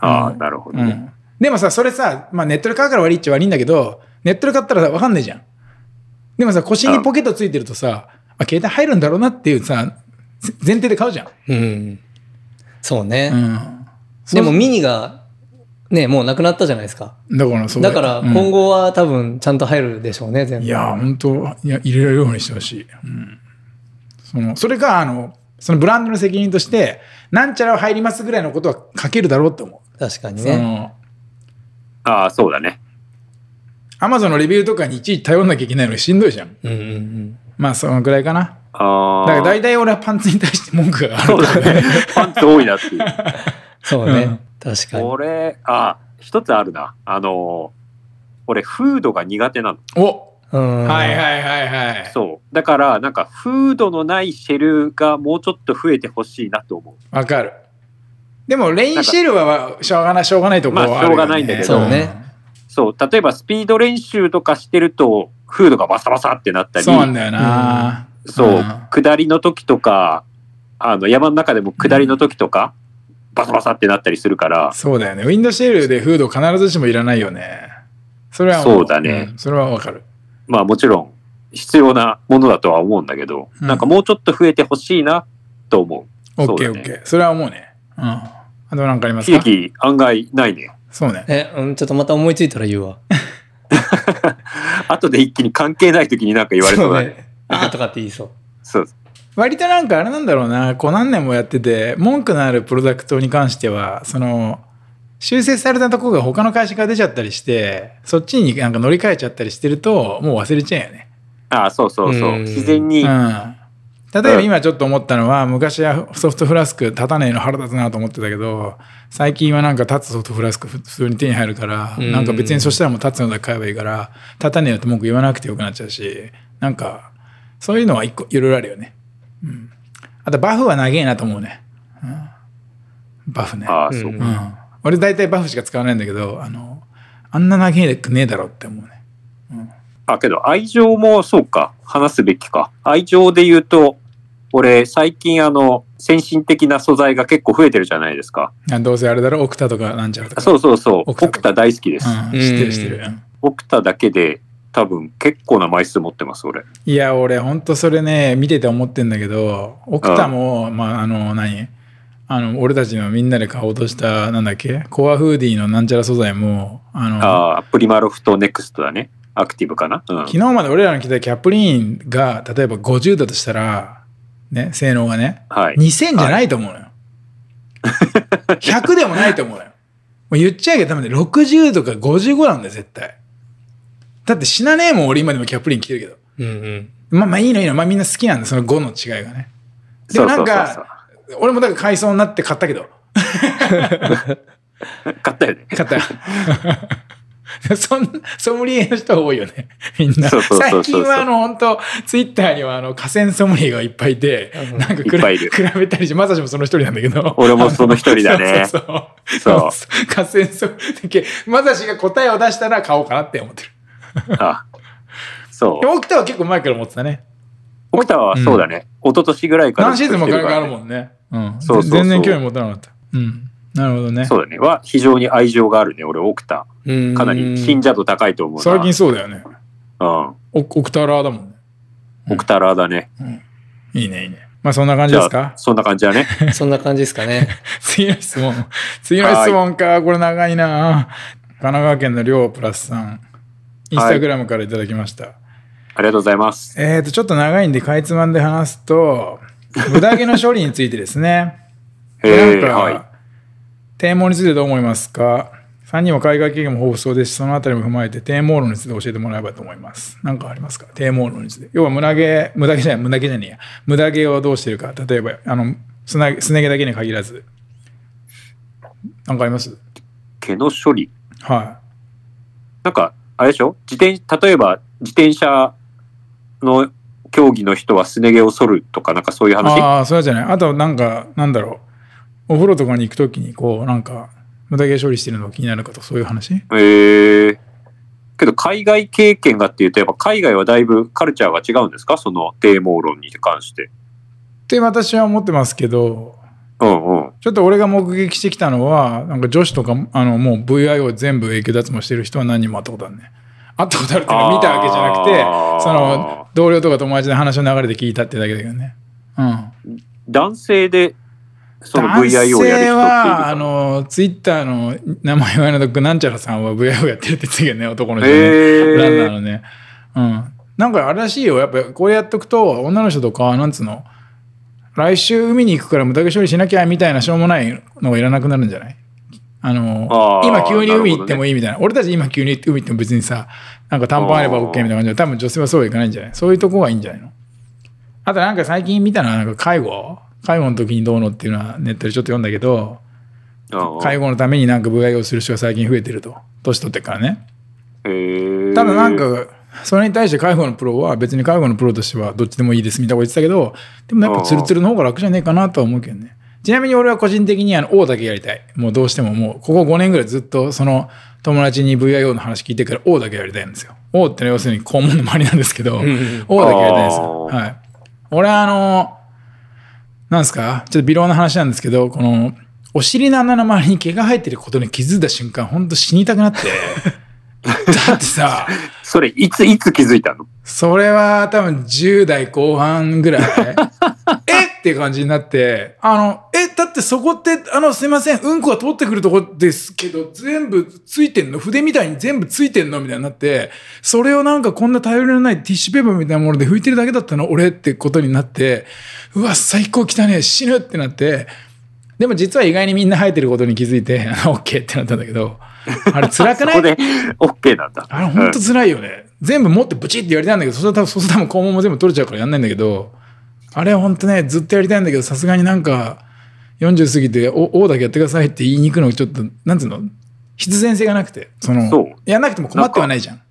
Speaker 1: ああ、
Speaker 2: うん
Speaker 1: なるほど
Speaker 2: う
Speaker 1: ね。
Speaker 2: ん、でもさそれさ、まあ、ネットで買うから悪いっちゃ悪いんだけどネットで買ったらさ分かんないじゃんでもさ腰にポケットついてるとさあ携帯入るんだろうなっていうさせ前提で買うじゃん、
Speaker 3: ーうん。そう
Speaker 2: う
Speaker 3: ね。
Speaker 2: ん、
Speaker 3: でもミニが、ね、もうなくなったじゃないですか。
Speaker 2: だからそう
Speaker 3: だから
Speaker 2: うん
Speaker 3: 今後は多分ちゃんと入るでしょうね、全部。
Speaker 2: いや本当いや入れるようにしてほしい、うん、そのそれかあのそのブランドの責任としてなんちゃらは入りますぐらいのことは書けるだろうと思
Speaker 3: 確か
Speaker 2: う、
Speaker 3: に
Speaker 2: そ
Speaker 3: ね。
Speaker 2: の
Speaker 1: ああ、そうだね。
Speaker 2: アマゾンのレビューとかにいちいち頼んなきゃいけないのがしんどいじゃん
Speaker 3: うんうんうん。
Speaker 2: まあそのぐらいかな
Speaker 1: あ
Speaker 2: だから
Speaker 1: あ、
Speaker 2: 大体俺はパンツに対して文句がある
Speaker 1: そうだね。 パンツ多いなっていう。
Speaker 3: そう
Speaker 2: うん
Speaker 3: ね。確かに。
Speaker 1: 俺、ああ、一つあるな。あのー、俺、フードが苦手なの。
Speaker 2: お
Speaker 3: うん。
Speaker 2: はいはいはいはい。
Speaker 1: そう。だから、なんか、フードのないシェルがもうちょっと増えてほしいなと思う。
Speaker 2: わかる。でも、レインシェルはしょうがない、しょうがないところは
Speaker 1: まあ
Speaker 2: あるよね
Speaker 1: しょうがないんだけど
Speaker 3: そうね。
Speaker 1: そう。例えば、スピード練習とかしてると、フードがバサバサってなったり、
Speaker 2: そうなんだよな。
Speaker 1: そう
Speaker 2: うん
Speaker 1: 下りの時とか、あの、山の中でも下りの時とか、バサバサってなったりするから、
Speaker 2: そうだよね。ウィンドシェルでフード必ずしもいらないよね。それはも
Speaker 1: そうだね
Speaker 2: んそれはわかる。
Speaker 1: まあもちろん必要なものだとは思うんだけど、
Speaker 2: うん
Speaker 1: なんかもうちょっと増えてほしいなと思う。
Speaker 2: オッケー
Speaker 1: そ
Speaker 2: オ
Speaker 1: うだね
Speaker 2: ッケー。それは思うね。うん。あと何かあります
Speaker 1: 悲
Speaker 2: か
Speaker 1: 劇案外ないね。
Speaker 2: そうね。
Speaker 3: え、うん、ちょっとまた思いついたら言うわ。
Speaker 1: 後で一気に関係ない時になんか言われそうだね。
Speaker 3: ね。あーとかって言いそう。
Speaker 1: そう
Speaker 2: 割となんかあれなんだろうな、こう何年もやってて、文句のあるプロダクトに関しては、その、修正されたところが他の会社から出ちゃったりして、そっちになんか乗り換えちゃったりしてると、もう忘れちゃうよね。
Speaker 1: ああ、そうそうそうう。
Speaker 3: ん
Speaker 1: 自然
Speaker 2: う
Speaker 1: に、
Speaker 2: ん。例えば今ちょっと思ったのは、昔はソフトフラスク立たねえの腹立つなと思ってたけど、最近はなんか立つソフトフラスク普通に手に入るから、
Speaker 3: うん
Speaker 2: なんか別にそしたらもう立つのだけ買えばいいから、立たねえよって文句言わなくてよくなっちゃうし、なんか、そういうのは一個いろいろあるよね。うん。あとバフは長えなと思うね。うん、バフね。
Speaker 1: ああ、そう。
Speaker 3: うん
Speaker 2: うん。俺大体バフしか使わないんだけど、あの、あんな長えくねえだろって思うね。
Speaker 1: あ、けど愛情もそうか。話すべきか。愛情で言うと、俺、最近あの、先進的な素材が結構増えてるじゃないですか。
Speaker 2: あどうせあれだろ、オクタとかなんちゃらとか。
Speaker 1: そうそうそう。オ
Speaker 2: オクタ
Speaker 1: クタ大好きです。
Speaker 2: うん、知ってる知ってる。うん
Speaker 1: オクタだけで多分結構な枚数持ってます、俺。
Speaker 2: いや、俺、ほんとそれね、見てて思ってんだけど、オクタも、まあ、あの、何あの、俺たちのみんなで買おうとした、なんだっけコアフーディーのなんちゃら素材も、あの、
Speaker 1: ああ、プリマロフトネクストだね。アクティブかな。うん。
Speaker 2: 昨日まで俺らの着てたキャプリーンが、例えば50だとしたら、ね、性能がね、
Speaker 1: はい。
Speaker 2: 2000じゃないと思うのよ。100でもないと思うのよ。もう言っちゃえけど多分ね、60とか55なんだよ、絶対。だって死なねえもん、俺今でもキャプリーン着てるけど。
Speaker 3: うんうん。
Speaker 2: まあまあいいのいいの。まあみんな好きなんだ、その5の違いがね。で
Speaker 1: そ
Speaker 2: も
Speaker 1: う
Speaker 2: な
Speaker 1: そ
Speaker 2: ん
Speaker 1: うそうそ
Speaker 2: か、俺もだから買いそうになって買ったけど。
Speaker 1: う。 買ったよ ね。
Speaker 2: 買っ たよ。そんソムリエの人多いよね。みんな。
Speaker 1: そうそうそうそう
Speaker 2: 最近はあの、本当ツイッターにはあの、河川ソムリエがいっぱいいて、
Speaker 3: うん
Speaker 2: なんか比
Speaker 1: いっぱ
Speaker 2: べ
Speaker 1: いいる
Speaker 2: 比べたりして、まさしもその一人なんだけど。
Speaker 1: 俺もその一人だね
Speaker 2: そうそう
Speaker 1: そ
Speaker 2: そうう。そう。河川ソムリエ。まさしが答えを出したら買おうかなって思ってる。
Speaker 1: あそ
Speaker 2: で
Speaker 1: う。
Speaker 2: も、沖田は結構前から持ってたね。
Speaker 1: オクタはそうだね。一昨年ぐらいから
Speaker 2: 何
Speaker 1: ず
Speaker 2: シ
Speaker 1: っ
Speaker 2: ー
Speaker 1: と
Speaker 2: ズン
Speaker 1: 来
Speaker 2: も
Speaker 1: て
Speaker 2: か
Speaker 1: る
Speaker 2: ら
Speaker 1: か
Speaker 2: あ
Speaker 1: ら
Speaker 2: る
Speaker 1: ね。
Speaker 2: もんね。うん。
Speaker 1: そうそうそう
Speaker 2: 全然興味持たなかった。うん。なるほどね。
Speaker 1: そうだね。は、非常に愛情があるね。俺、オクタ。
Speaker 3: うん
Speaker 1: かなり信者度高いと思うな。
Speaker 2: 最近そうだよね。
Speaker 1: うん。
Speaker 2: オオクタラーだもんね。
Speaker 1: オクタラーだね。
Speaker 2: いいね、いいね。まあそんな感じ
Speaker 1: じ
Speaker 2: で
Speaker 1: ゃ
Speaker 2: す
Speaker 1: あ
Speaker 2: か、
Speaker 1: そんな感じだ ね。
Speaker 3: そんな感じです かね。
Speaker 2: 次の質問。次の質問か。これ長いな。神奈川県のりょうプラスさん。インスタグラムからいただきました。
Speaker 1: ありがとうございます。
Speaker 2: えっ、と、ちょっと長いんで、かいつまんで話すと、無駄毛の処理についてですね。
Speaker 1: ええ
Speaker 2: なんか、
Speaker 1: はい。
Speaker 2: 低毛についてどう思いますか ?3 人は海外経験も豊富そうですし、そのあたりも踏まえて低毛論について教えてもらえばと思います。何かありますか低毛論について。要は、胸毛、無駄毛じゃない、無駄毛じゃねえや。無駄毛をどうしてるか。例えば、あの、すなすね毛だけに限らず。何かあります
Speaker 1: 毛の処理。
Speaker 2: は
Speaker 1: なんか、あれでしょ自転、例えば、自転車の競技の人はすね毛を剃るとか、なんかそういう
Speaker 2: い。
Speaker 1: 話
Speaker 2: ああ、それじゃない。あと、なんか、なんだろう。お風呂とかに行くときに、こう、なんか、無駄毛処理してるのが気になるかとか、そういう話
Speaker 1: ええけど、海外経験がっていうと、やっぱ海外はだいぶカルチャーが違うんですかその、低毛論に関して。
Speaker 2: って私は思ってますけど、
Speaker 1: うんうん。
Speaker 2: ちょっと俺が目撃してきたのは、なんか女子とか、あの、もう VIO 全部永久脱毛してる人は何人も会ったことあるね。会ったことあるっていうのは見たわけじゃなくて、
Speaker 1: あー
Speaker 2: その、同僚とか友達の話の流れで聞いたってだけだけどね。うん。
Speaker 1: 男性で、その VIO を
Speaker 2: 男
Speaker 1: やる人ってい
Speaker 2: 性
Speaker 1: る
Speaker 2: は、あ
Speaker 1: か
Speaker 2: の、ツイッターの名前はのとくなんちゃらさんは VIO やってるって言ってたけどね、男の
Speaker 1: な
Speaker 2: 人ね。ランナー
Speaker 1: ええ
Speaker 2: のね。うん。なんかあれらしいよ。やっぱこれやっとくと、女の人とか、なんつうの、来週海に行くから無駄毛処理しなきゃみたいなしょうもないのがいらなくなるんじゃないあの
Speaker 1: あー
Speaker 2: 今急に海行ってもいいみたいな俺たち今急に海行っても別にさなんか短パンあれば OK みたいな感じで多分女性はそうはいかないんじゃないそういうとこがいいんじゃないのあとなんか最近見たのはなんか介護介護の時にどうのっていうのはネットでちょっと読んだけど
Speaker 1: うんうん
Speaker 2: 介護のためになんか部外をする人が最近増えてると年取ってからね
Speaker 1: へえ
Speaker 2: ただなんか、それに対して介護のプロは別に介護のプロとしてはどっちでもいいですみたいなこと言ってたけど、でもやっぱツルツルの方が楽じゃねえかなとは思うけどね。ちなみに俺は個人的にあの、O だけやりたい。もうどうしてももう、ここ5年ぐらいずっとその友達に VIO の話聞いてから O だけやりたいんですよ。O ってのは要するに肛門の周りなんですけど、
Speaker 3: うん。
Speaker 2: O だけやりたいんですよ。
Speaker 1: あー
Speaker 2: はい。俺はあの、なんですかちょっと微量な話なんですけど、この、お尻の穴の周りに毛が生えてることに気づいた瞬間、ほんと死にたく なって。だってさ、
Speaker 1: それ、いつ、いつ気づいたの
Speaker 2: それは多分10代後半ぐらい。えっていう感じになって、あの、え、だってそこって、あの、すいません、うんこが通ってくるとこですけど、全部ついてんの筆みたいに全部ついてんのみたいになって、それをなんかこんな頼りのないティッシュペーパーみたいなもので拭いてるだけだったの俺ってことになって、うわ、最高汚ねえ、死ぬってなって、でも実は意外にみんな生えてることに気づいて、あの、OK ってなったんだけど、あれ辛く
Speaker 1: そ
Speaker 2: な
Speaker 1: こ
Speaker 2: い
Speaker 1: で、OK なんだ。
Speaker 2: あれ、ほんと辛いよね。全部持ってブチってやりたいんだけど、そしたら多分、そうすると多分肛門も全部取れちゃうからやんないんだけど、あれほんとね、ずっとやりたいんだけど、さすがになんか、40過ぎて、お、王だけやってくださいって言いに行くのちょっと、なんつうの必然性がなくて、その、
Speaker 1: そう
Speaker 2: やんなくても困ってはないじゃん。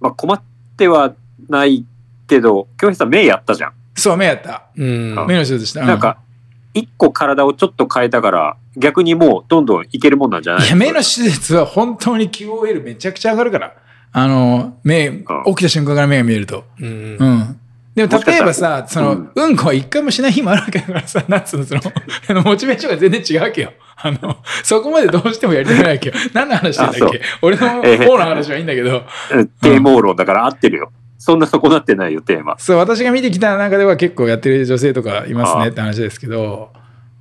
Speaker 1: まあ、困ってはないけど、京平さん、目やったじゃん。
Speaker 2: そう、目やった。
Speaker 3: うん。
Speaker 1: あ
Speaker 2: 目の手術した。う
Speaker 1: なんか、一個体をちょっと変えたから、逆にもうどんどんいけるもんなんじゃない
Speaker 2: いや、目の手術は本当に QOL めちゃくちゃ上がるから。あの、目、起きた瞬間から目が見えると。
Speaker 3: うん
Speaker 2: うん。でも
Speaker 1: もしか
Speaker 2: 例
Speaker 1: し
Speaker 2: え
Speaker 1: たら
Speaker 2: ばさ、その、うん、こは一回もしない日もあるわけだからさ、 なんつうの、その、あの、モチベーションが全然違うわけよ。あの、そこまでどうしてもやりたくないわけよ。 何の話してんだっけ俺の
Speaker 1: ええ
Speaker 2: 方の話はいいんだけど、
Speaker 1: うん啓蒙論だから合ってるよ。そんな損なってないよ、テーマ。
Speaker 2: そう、私が見てきた中では結構やってる女性とかいますねって話ですけど、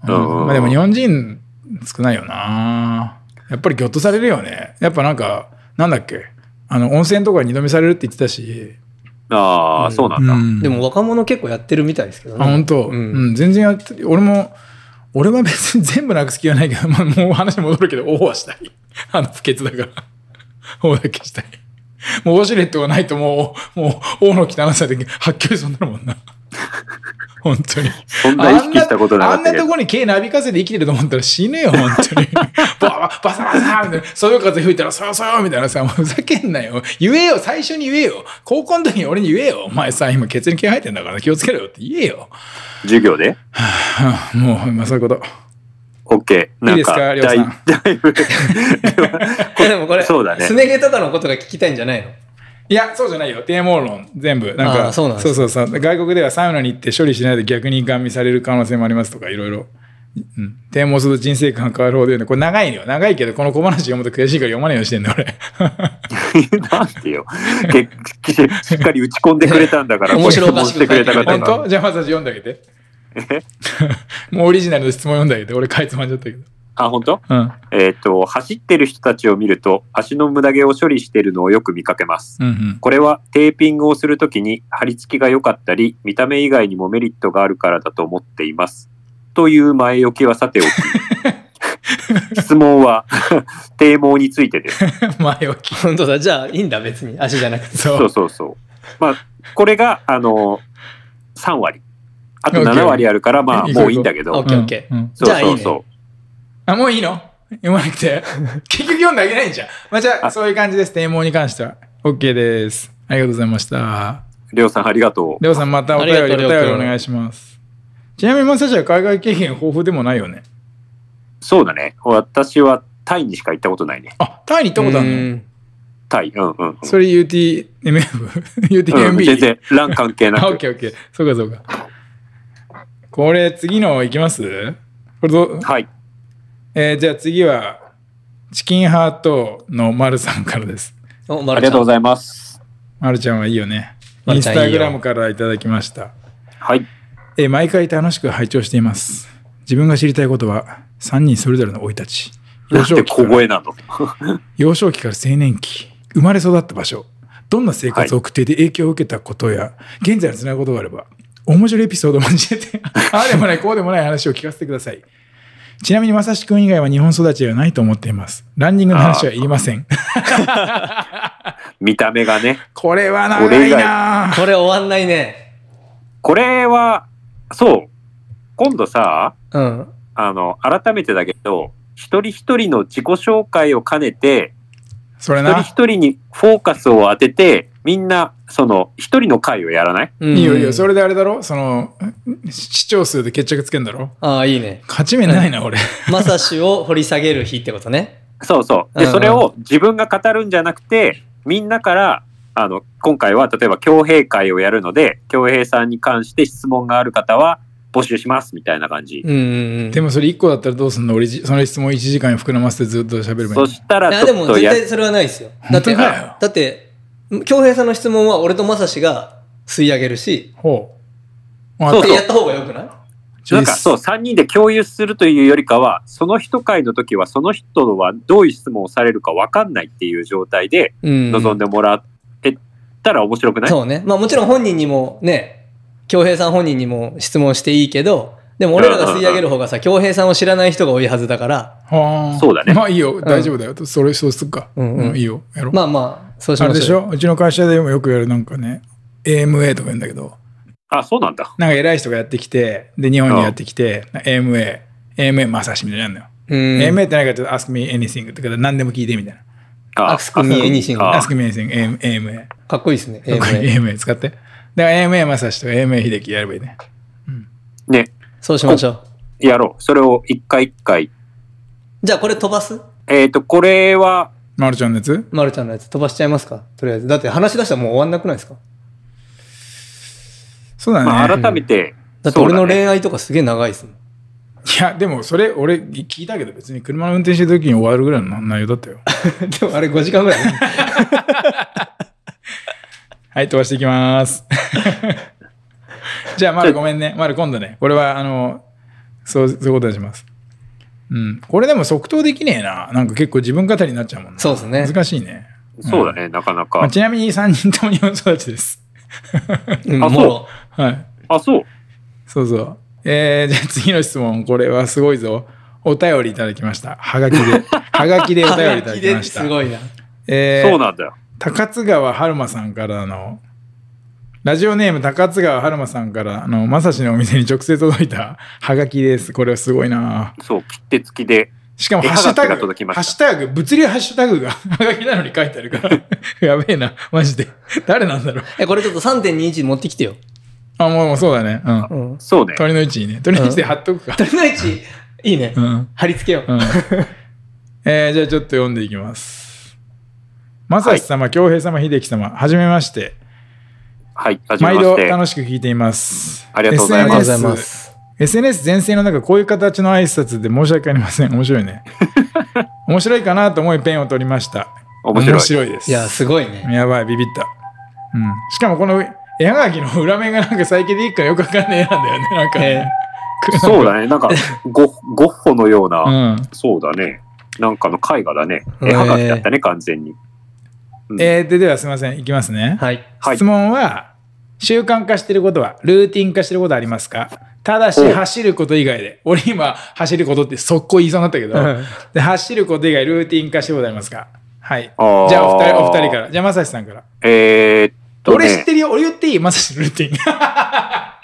Speaker 2: うん
Speaker 1: うんうんうん
Speaker 2: まあでも日本人少ないよなやっぱりギョッとされるよね。やっぱなんか、なんだっけ、あの、温泉とかに二度見されるって言ってたし、
Speaker 1: ああ、
Speaker 3: うん
Speaker 1: そうな
Speaker 2: うん
Speaker 1: だ。
Speaker 2: ん
Speaker 3: でも若者結構やってるみたいですけどね。
Speaker 2: あ、本当、う、
Speaker 3: うんん
Speaker 2: 全然やってる俺も、俺は別に 全部なくす気はないけど、まあ、もう話戻るけど、オーはしたい。 あの、不潔だから。オーだけしたい。もうウォシュレットがないともう、もう、王の汚さで、はっきりそんなるもんな。本当に。
Speaker 1: そんな意識したことなか
Speaker 2: あ
Speaker 1: っ
Speaker 2: ん
Speaker 1: た
Speaker 2: な
Speaker 1: け
Speaker 2: と
Speaker 1: ど。
Speaker 2: こに毛なびかせて生きてると思ったら死ぬよ、本 当に。バババサバサみたいな。そよ風吹いたらそよそよみたいなさ、もうふざけんなよ。言えよ、最初に言えよ。高校の時に俺に言えよ。お前さ、今血に毛生えてんだから気をつけろよって言えよ。
Speaker 1: 授業で
Speaker 2: はあもう、まあそういうこと。
Speaker 1: ?OK。
Speaker 2: いい
Speaker 1: な
Speaker 2: で
Speaker 1: ん
Speaker 2: すか
Speaker 1: か、だい
Speaker 2: りょうさん
Speaker 1: だいぶ、
Speaker 3: いや でもこれ、
Speaker 1: そうだね
Speaker 3: すね毛とかのことが聞きたいんじゃないの
Speaker 2: いや、そうじゃないよ。低毛論、全部。なん
Speaker 3: あ
Speaker 2: か、
Speaker 3: ーそうなんです
Speaker 2: そうそうそう外国ではサウナに行って処理しないで逆にガン見される可能性もありますとか、いろいろ。うん。低毛すると人生観変わるほどよね。これ長いのよ。長いけど、この小話読むと悔しいから読まないようにしてんだ、 俺。
Speaker 1: なんてよ。けしっかり打ち込んでくれたんだから、
Speaker 3: 面白おか
Speaker 1: し
Speaker 3: しく
Speaker 1: て
Speaker 3: 書
Speaker 1: く
Speaker 3: いて
Speaker 1: れ
Speaker 3: く
Speaker 1: た
Speaker 3: れた
Speaker 1: 方
Speaker 2: 本
Speaker 1: が。
Speaker 2: 当じゃあまさし読んであげて。 もうオリジナルの質問読んであげて。俺かいつまんじゃったけど。
Speaker 1: あ、本当？
Speaker 2: うん。
Speaker 1: えっ、と、走ってる人たちを見ると、足のムダ毛を処理してるのをよく見かけます。
Speaker 2: うん うん。
Speaker 1: これはテーピングをするときに貼り付きが良かったり、見た目以外にもメリットがあるからだと思っています。という前置きはさておき。 質問は、 低毛についてです。
Speaker 2: 前置き。
Speaker 3: 本当だ。じゃあいいんだ、別に。足じゃなくて。
Speaker 2: そ
Speaker 1: そう
Speaker 2: う。
Speaker 1: そうそう。まあ、これが、あの、3割。あと
Speaker 2: OK
Speaker 1: 7割あるから、まあ、
Speaker 2: いい
Speaker 1: もういいんだけど。
Speaker 3: OK
Speaker 2: うん
Speaker 3: OK
Speaker 2: うん
Speaker 1: そう
Speaker 3: じゃあいい
Speaker 1: そう
Speaker 3: ね
Speaker 1: そう。
Speaker 2: あ、もういいの読まなく て。結局読んであげないんじゃん。まあじゃあ、
Speaker 1: あ
Speaker 2: そういう感じです。低毛に関しては。OK です。ありがとうございました。
Speaker 1: りょうさん、ありがとう。
Speaker 2: りょうさん、またお便り、
Speaker 3: あ
Speaker 2: お
Speaker 3: りが
Speaker 2: 便
Speaker 3: と
Speaker 2: り
Speaker 3: う
Speaker 2: お
Speaker 3: りょう君
Speaker 2: 願いします。ちなみに、まさしは海外経験豊富でもないよね。
Speaker 1: そうだね。私はタイにしか行ったことないね。
Speaker 2: あ、タイに行ったことあ
Speaker 3: う
Speaker 2: るの
Speaker 3: ん
Speaker 1: タイ。うんうん、うん。
Speaker 2: それ UTMF?
Speaker 1: うん
Speaker 2: UTMB?
Speaker 1: 全然、欄関係な
Speaker 2: あ、オッ
Speaker 1: く。
Speaker 2: ケーオッケー。そうかそうか。これ、次のいきますこれど、
Speaker 1: はい。
Speaker 2: えーじゃあ次は、チキンハートのまるさんからです。
Speaker 3: お、
Speaker 1: あ
Speaker 3: ま
Speaker 1: り
Speaker 3: る
Speaker 1: が
Speaker 3: ちゃん
Speaker 1: とうございます。
Speaker 2: まるちゃんはいいよね。
Speaker 3: ま
Speaker 2: イ
Speaker 3: る
Speaker 2: ン
Speaker 3: ちゃ
Speaker 2: ス
Speaker 3: んいいよ
Speaker 2: タグラムからいただきました。
Speaker 1: はい。
Speaker 2: えー毎回楽しく拝聴しています。自分が知りたいことは、3人それぞれの生い立ち。
Speaker 1: な
Speaker 2: 幼
Speaker 1: ん
Speaker 2: 少
Speaker 1: で
Speaker 2: 期か
Speaker 1: 小
Speaker 2: ら
Speaker 1: 声なの
Speaker 2: 幼少期から青年期、生まれ育った場所、どんな生活を送っていて影響を受けたことや、現在につなぐことがあれば、面白いエピソードを交え て、ああでもない、こうでもない話を聞かせてください。ちなみに、まさしくん以外は日本育ちではないと思っています。ランニングの話はいりません。
Speaker 1: 見た目がね。
Speaker 2: これは長いな
Speaker 3: これ終わんないね。
Speaker 1: これは、そう。今度さ、
Speaker 3: うん。あ
Speaker 1: あの、改めてだけど、一人一人の自己紹介を兼ねて、
Speaker 2: それ
Speaker 1: 一人
Speaker 2: な。
Speaker 1: 一人にフォーカスを当てて、みんな、その、一人の回をやらない
Speaker 2: いいよいいよ、そ
Speaker 3: れ。
Speaker 2: れであれだろその、視聴数で決着つけんだろ
Speaker 3: ああ、いいね。
Speaker 2: 勝ち目ないな、俺。
Speaker 3: まさしを掘り下げる日ってことね。
Speaker 1: そうそう。で、
Speaker 3: うんうん
Speaker 1: それを自分が語るんじゃなくて、みんなから、あの、今回は例えば、京平会をやるので、京平さんに関して質問がある方は募集します、みたいな感じ。
Speaker 3: うんうんうん。
Speaker 2: でもそれ1個だったらどうすんの俺、じその質問1時間に膨らませてずっと喋ればい
Speaker 1: そ
Speaker 2: い。
Speaker 1: したら、
Speaker 3: いや
Speaker 1: ち
Speaker 3: で
Speaker 1: ょっ
Speaker 3: も
Speaker 1: と
Speaker 3: 絶
Speaker 1: や、
Speaker 3: 対それはないですよ。だっ
Speaker 2: 本
Speaker 3: て、
Speaker 2: 当かよ
Speaker 3: だって、京平さんの質問は俺とまさしが吸い上げるし、
Speaker 2: ほう。
Speaker 1: そう
Speaker 3: でやった方がよくない
Speaker 1: なんかそう、3人で共有するというよりかは、その人会の時は、その人はどういう質問をされるか分かんないっていう状態で
Speaker 3: うん
Speaker 1: 臨んでもらえたら面白くない、
Speaker 3: そうね。まあもちろん本人にもね、京平さん本人にも質問していいけど、でも俺らが吸い上げる方がさ、京平さんを知らない人が多いはずだから、
Speaker 2: はあ
Speaker 1: そうだね
Speaker 2: まあいいよ、大丈夫だよ。それ、そうすっか。
Speaker 3: うんうん
Speaker 2: いいよ、やろう。
Speaker 3: まあまあ、そうし
Speaker 2: あ
Speaker 3: ま
Speaker 2: れでし
Speaker 3: しょ
Speaker 2: ょ
Speaker 3: う。
Speaker 2: うちの会社でもよくやるなんかね、AMA とか言うんだけど、
Speaker 1: あ、そうなんだ。
Speaker 2: なんか偉い人がやってきて、で、日本にやってきて、AMA、AMA まさしみたいなのやんのよ。
Speaker 3: うん。
Speaker 2: AMA って何かというと Ask me anything ってことで何でも聞いてみたいな。
Speaker 1: あ
Speaker 3: アクスクミエニシン
Speaker 1: あ
Speaker 2: Ask me anything, AM- AMA。
Speaker 3: かっこいいですね。
Speaker 2: そこに
Speaker 3: 英語ね
Speaker 2: AMA 使って。だから AMA まさしとか AMA 秀樹やればいいね。
Speaker 1: ね、
Speaker 3: そうしましょう。
Speaker 1: やろう。それを一回一回。
Speaker 3: じゃあこれ飛ばす
Speaker 1: えっ、と、これは、
Speaker 2: まるちゃんのやつ
Speaker 3: まるちゃんのやつ飛ばしちゃいますかとりあえず。だって話し出したらもう終わんなくないですか
Speaker 2: そうだね。
Speaker 1: まあ、改めて、
Speaker 3: だって俺
Speaker 1: そ
Speaker 3: の
Speaker 1: うだね
Speaker 3: 恋愛とかすげえ長いですもん。
Speaker 2: いや、でもそれ、俺聞いたけど、別に車の運転してる時に終わるぐらいの内容だっ たよ。
Speaker 3: でもあれ5時間ぐらい。
Speaker 2: はい、飛ばしていきます。 じゃあ、ま
Speaker 1: じゃ
Speaker 2: だ
Speaker 1: あ
Speaker 2: ごめんね。まだ今度ね。これは、あの、そう、そういうことにします。うん。これでも即答できねえな。なんか結構自分語りになっちゃうもんな。
Speaker 3: そうですね
Speaker 2: 難しいね。
Speaker 1: そうだね、なかな
Speaker 2: ま
Speaker 1: か
Speaker 2: あ、。ちなみに3人とも日本育ちです。
Speaker 3: うん
Speaker 1: あ
Speaker 3: もろ
Speaker 2: はい。
Speaker 1: あ、そう。
Speaker 2: そうそう。えー、じゃあ次の質問。これはすごいぞ。お便りいただきました。はがきで。はがきでお便りいただきました。
Speaker 3: すごいな。
Speaker 2: えー
Speaker 1: そうなんだよ。
Speaker 2: 高津川春馬さんからのラジオネーム高津川春馬さんからあのまさしのお店に直接届いたハガキですこれはすごいな
Speaker 1: そう、切手付きで。
Speaker 2: しかも
Speaker 1: 絵
Speaker 2: ハッシュタ
Speaker 1: ハガキが
Speaker 2: グ
Speaker 1: 届きました
Speaker 2: ハッシュタグ物流ハッシュタグがハガキなのに書いてあるからやべえなマジで誰なんだろう
Speaker 3: え、これちょっと3.21持ってきてよ。
Speaker 2: あもうもうそうだねうん
Speaker 3: うん。
Speaker 1: そうね。
Speaker 2: 鳥の位置にね鳥の位置で貼っとくか
Speaker 3: 鳥の位置、いいね
Speaker 2: う。ん
Speaker 3: 貼り付けよう。
Speaker 2: うん えーじゃあちょっと読んでいきますまさし様恭、平様秀樹様はじめまして
Speaker 1: はい、はじめま
Speaker 2: 毎度
Speaker 1: して。
Speaker 2: 楽しく聞いています。
Speaker 1: ありがとうございます
Speaker 3: ありがとうございます。
Speaker 2: SNS 全盛の中、こういう形の挨拶で申し訳ありません。面白い ね。面白いかなと思いペンを取りました。
Speaker 1: 面白い。
Speaker 2: です。
Speaker 3: いや、すごいね。
Speaker 2: やばい、ビビった。うん。しかもこの絵はがきの裏面がなんかサイケデリックなよくわかんない絵なんだよね。なんかね。
Speaker 1: そうだね。 なんか、ゴッゴッホのような、
Speaker 2: うん。
Speaker 1: そうだね。なんかの絵画だね。
Speaker 3: えー
Speaker 1: 絵はがきだったね、完全に。うん
Speaker 2: えー、で、ではすいません。いきますね。
Speaker 3: はい。
Speaker 1: はい
Speaker 2: 質。問は、習慣化してることは、ルーティン化してることはありますかただし、
Speaker 1: お
Speaker 2: 走ること以外で。俺今、走ることって速攻言いそうになったけど、で走ること以外ルーティン化してございますかはい。
Speaker 1: あー
Speaker 2: じゃあお二人、お二人から。じゃあ、まさしさんから。
Speaker 1: えーっと、
Speaker 2: 俺知っ
Speaker 1: ね、
Speaker 2: てるよ。俺言っていいまさしのルーティ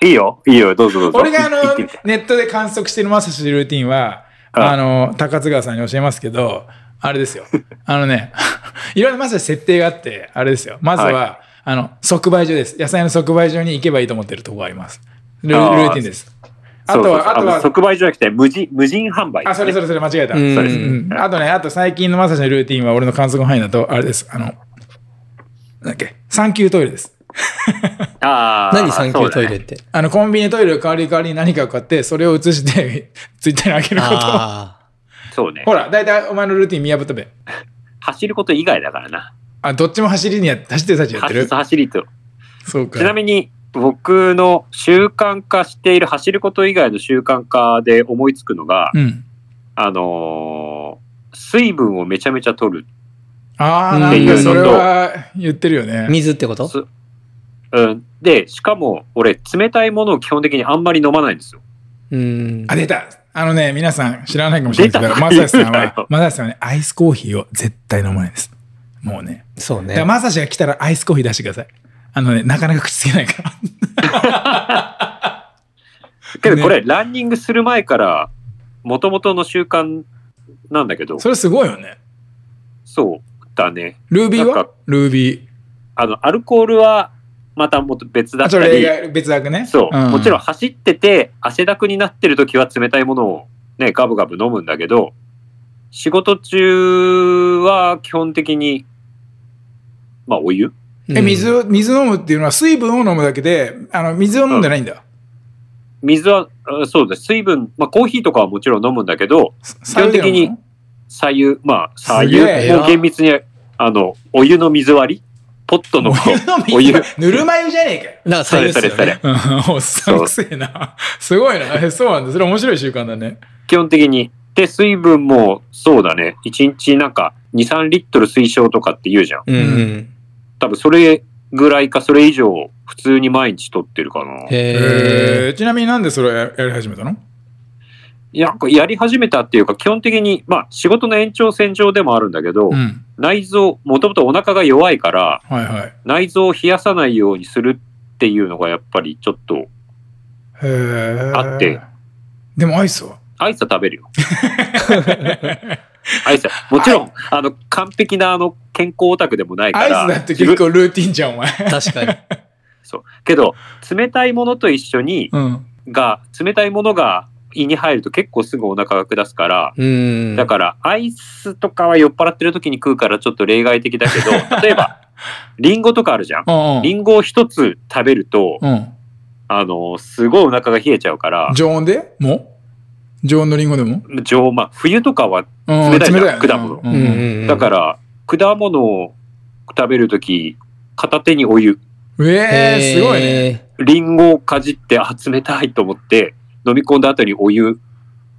Speaker 2: ン。
Speaker 1: いいよ、いいよ、どうぞどうぞ。
Speaker 2: 俺があの
Speaker 1: 言ってみて、
Speaker 2: ネットで観測してるまさしのルーティンは、
Speaker 1: あ
Speaker 2: あの、高津川さんに教えますけど、あ れですよ。あのね、 いろんなまさし設定があって、あれですよ。まずは、
Speaker 1: は
Speaker 2: あの、即売所です。野菜の即売所に行けばいいと思ってるとこがあります。ルル
Speaker 1: あー
Speaker 2: ーティンです。あ
Speaker 1: そう
Speaker 2: と
Speaker 1: そう
Speaker 2: は、
Speaker 1: そう
Speaker 2: あと
Speaker 1: の
Speaker 2: は、
Speaker 1: 即売所じゃなくて、無人、無人販売、
Speaker 2: あ、それそ
Speaker 1: れ。
Speaker 2: れそれ間違えた。
Speaker 3: うん
Speaker 1: そうですね
Speaker 2: うんあとね、あと最近のまさしのルーティンは俺の観測範囲だと、あれです。あの、なんだっけ、三級トイレです。
Speaker 1: ああ。
Speaker 3: 何3級トイ
Speaker 1: そうだね
Speaker 3: レって。
Speaker 2: あの、コンビニトイレを代わり代わりに何かを買って、それを移して、 ツイッターにあげること。
Speaker 3: あ
Speaker 1: そうね
Speaker 2: ほ。ら、だいたいお前のルーティン見破ったべ。
Speaker 1: 走ること以外だからな。
Speaker 2: あ、どっちも走りにやって、走ってる最中やって
Speaker 1: 走
Speaker 2: る
Speaker 1: る走りと。
Speaker 2: そうか。
Speaker 1: ちなみに、僕の習慣化している走ること以外の習慣化で思いつくのが、
Speaker 2: うん。
Speaker 1: あのー水分をめちゃめちゃ取る。
Speaker 2: ああ、
Speaker 3: うん
Speaker 2: なんかそ
Speaker 1: って
Speaker 2: れ
Speaker 1: いうの
Speaker 2: は言ってるよ
Speaker 3: あ。
Speaker 2: ね。
Speaker 3: 水ってこと
Speaker 1: すうん、で、しかも、俺、冷たいものを基本的にあんまり飲まないんですよ。
Speaker 3: うん。
Speaker 2: あ、出た。あのね、皆さん知らないかもしれないですけど、まさしさん
Speaker 1: 言うな
Speaker 2: は
Speaker 1: よ、
Speaker 2: まさしさんはね、アイスコーヒーを絶対飲まないです。もうね。
Speaker 3: そうね
Speaker 2: だから。まさしが来たらアイスコーヒー出してください。あのね、なかなか口つけないから。
Speaker 1: けど、これ、ランニングする前から、もともとの習慣なんだけど、
Speaker 2: それすごいよね。
Speaker 1: そうだね。
Speaker 2: ルービ
Speaker 1: な
Speaker 2: ー
Speaker 1: ん
Speaker 2: は
Speaker 1: か
Speaker 2: ルービー。
Speaker 1: あの、アルコールは、またもっと別だ
Speaker 2: あ、
Speaker 1: っ
Speaker 2: そ
Speaker 1: たり、
Speaker 2: れ別枠ね。
Speaker 1: そう、
Speaker 2: ん
Speaker 1: もちろん。走ってて、汗だくになってる時は冷たいものをね、ガブガブ飲むんだけど、仕事中は基本的に、まあ、お湯
Speaker 2: え、水を、水飲むっていうのは水分を飲むだけで、あの、水を飲んでないんだ。
Speaker 1: 水は、あそうです。水分、まあ、コーヒーとかはもちろん飲むんだけど、
Speaker 2: 基
Speaker 1: 基本
Speaker 2: 本
Speaker 1: 的に左右、まあ、左
Speaker 2: すげ
Speaker 1: 右、
Speaker 3: え
Speaker 1: もう厳密に、あの、お湯の水割りポットの、
Speaker 2: お
Speaker 1: お
Speaker 2: 湯
Speaker 1: 湯
Speaker 2: の水。ぬるま湯じゃねえかよ。
Speaker 3: なんか左右っすよ
Speaker 1: それ
Speaker 3: ね
Speaker 1: そ。
Speaker 2: うん、 おっさんくせえな。すごいな。えそうなんだ。それ面白い習慣だね。
Speaker 1: 基本的に。で、水分も、そうだね。1日なんか、2、3リットル推奨とかって言うじゃん。
Speaker 3: うんうん。
Speaker 1: 多分それぐらいかそれ以上普通に毎日撮ってるかな。
Speaker 3: へえ。
Speaker 2: えーちなみになんでそれやり始めたの
Speaker 1: いや、やり始めたっていうか基本的に、まあ仕事の延長線上でもあるんだけど、
Speaker 2: うん。
Speaker 1: 内臓、もともとお腹が弱いから
Speaker 2: はいはい。
Speaker 1: 内臓を冷やさないようにするっていうのがやっぱりちょっと、
Speaker 2: へー
Speaker 1: あって。
Speaker 2: でもアイスは
Speaker 1: アイスは食べるよ。アイスは。もちろん、あの、完璧なあの、健康オタクでもないか
Speaker 2: アイス
Speaker 1: ら。
Speaker 2: だって
Speaker 1: 自分
Speaker 2: 結構ルーティンじゃん、お前。
Speaker 3: 確かに。
Speaker 1: そう。けど、冷たいものと一緒に、
Speaker 2: うん。
Speaker 1: が、冷たいものが胃に入ると結構すぐお腹が下すから、
Speaker 3: うん。
Speaker 1: だから、アイスとかは酔っ払ってる時に食うからちょっと例外的だけど、例えば、リンゴとかあるじゃん。
Speaker 2: うんうん
Speaker 1: リンゴを一つ食べると、
Speaker 2: うん。
Speaker 1: あの、すごいお腹が冷えちゃうから、
Speaker 2: 常温でも常温のリンゴでも、
Speaker 1: 常温まあ、冬とかは、
Speaker 2: うん、
Speaker 1: 冷たいじゃん
Speaker 2: よね
Speaker 1: 果物
Speaker 2: うん
Speaker 3: うん
Speaker 2: うん
Speaker 3: うんうん
Speaker 1: だから、果物を食べるとき、片手にお湯、
Speaker 2: えー、すごいね。
Speaker 3: え
Speaker 1: リンゴをかじって、あ、冷たいと思って、飲み込んだ後にお湯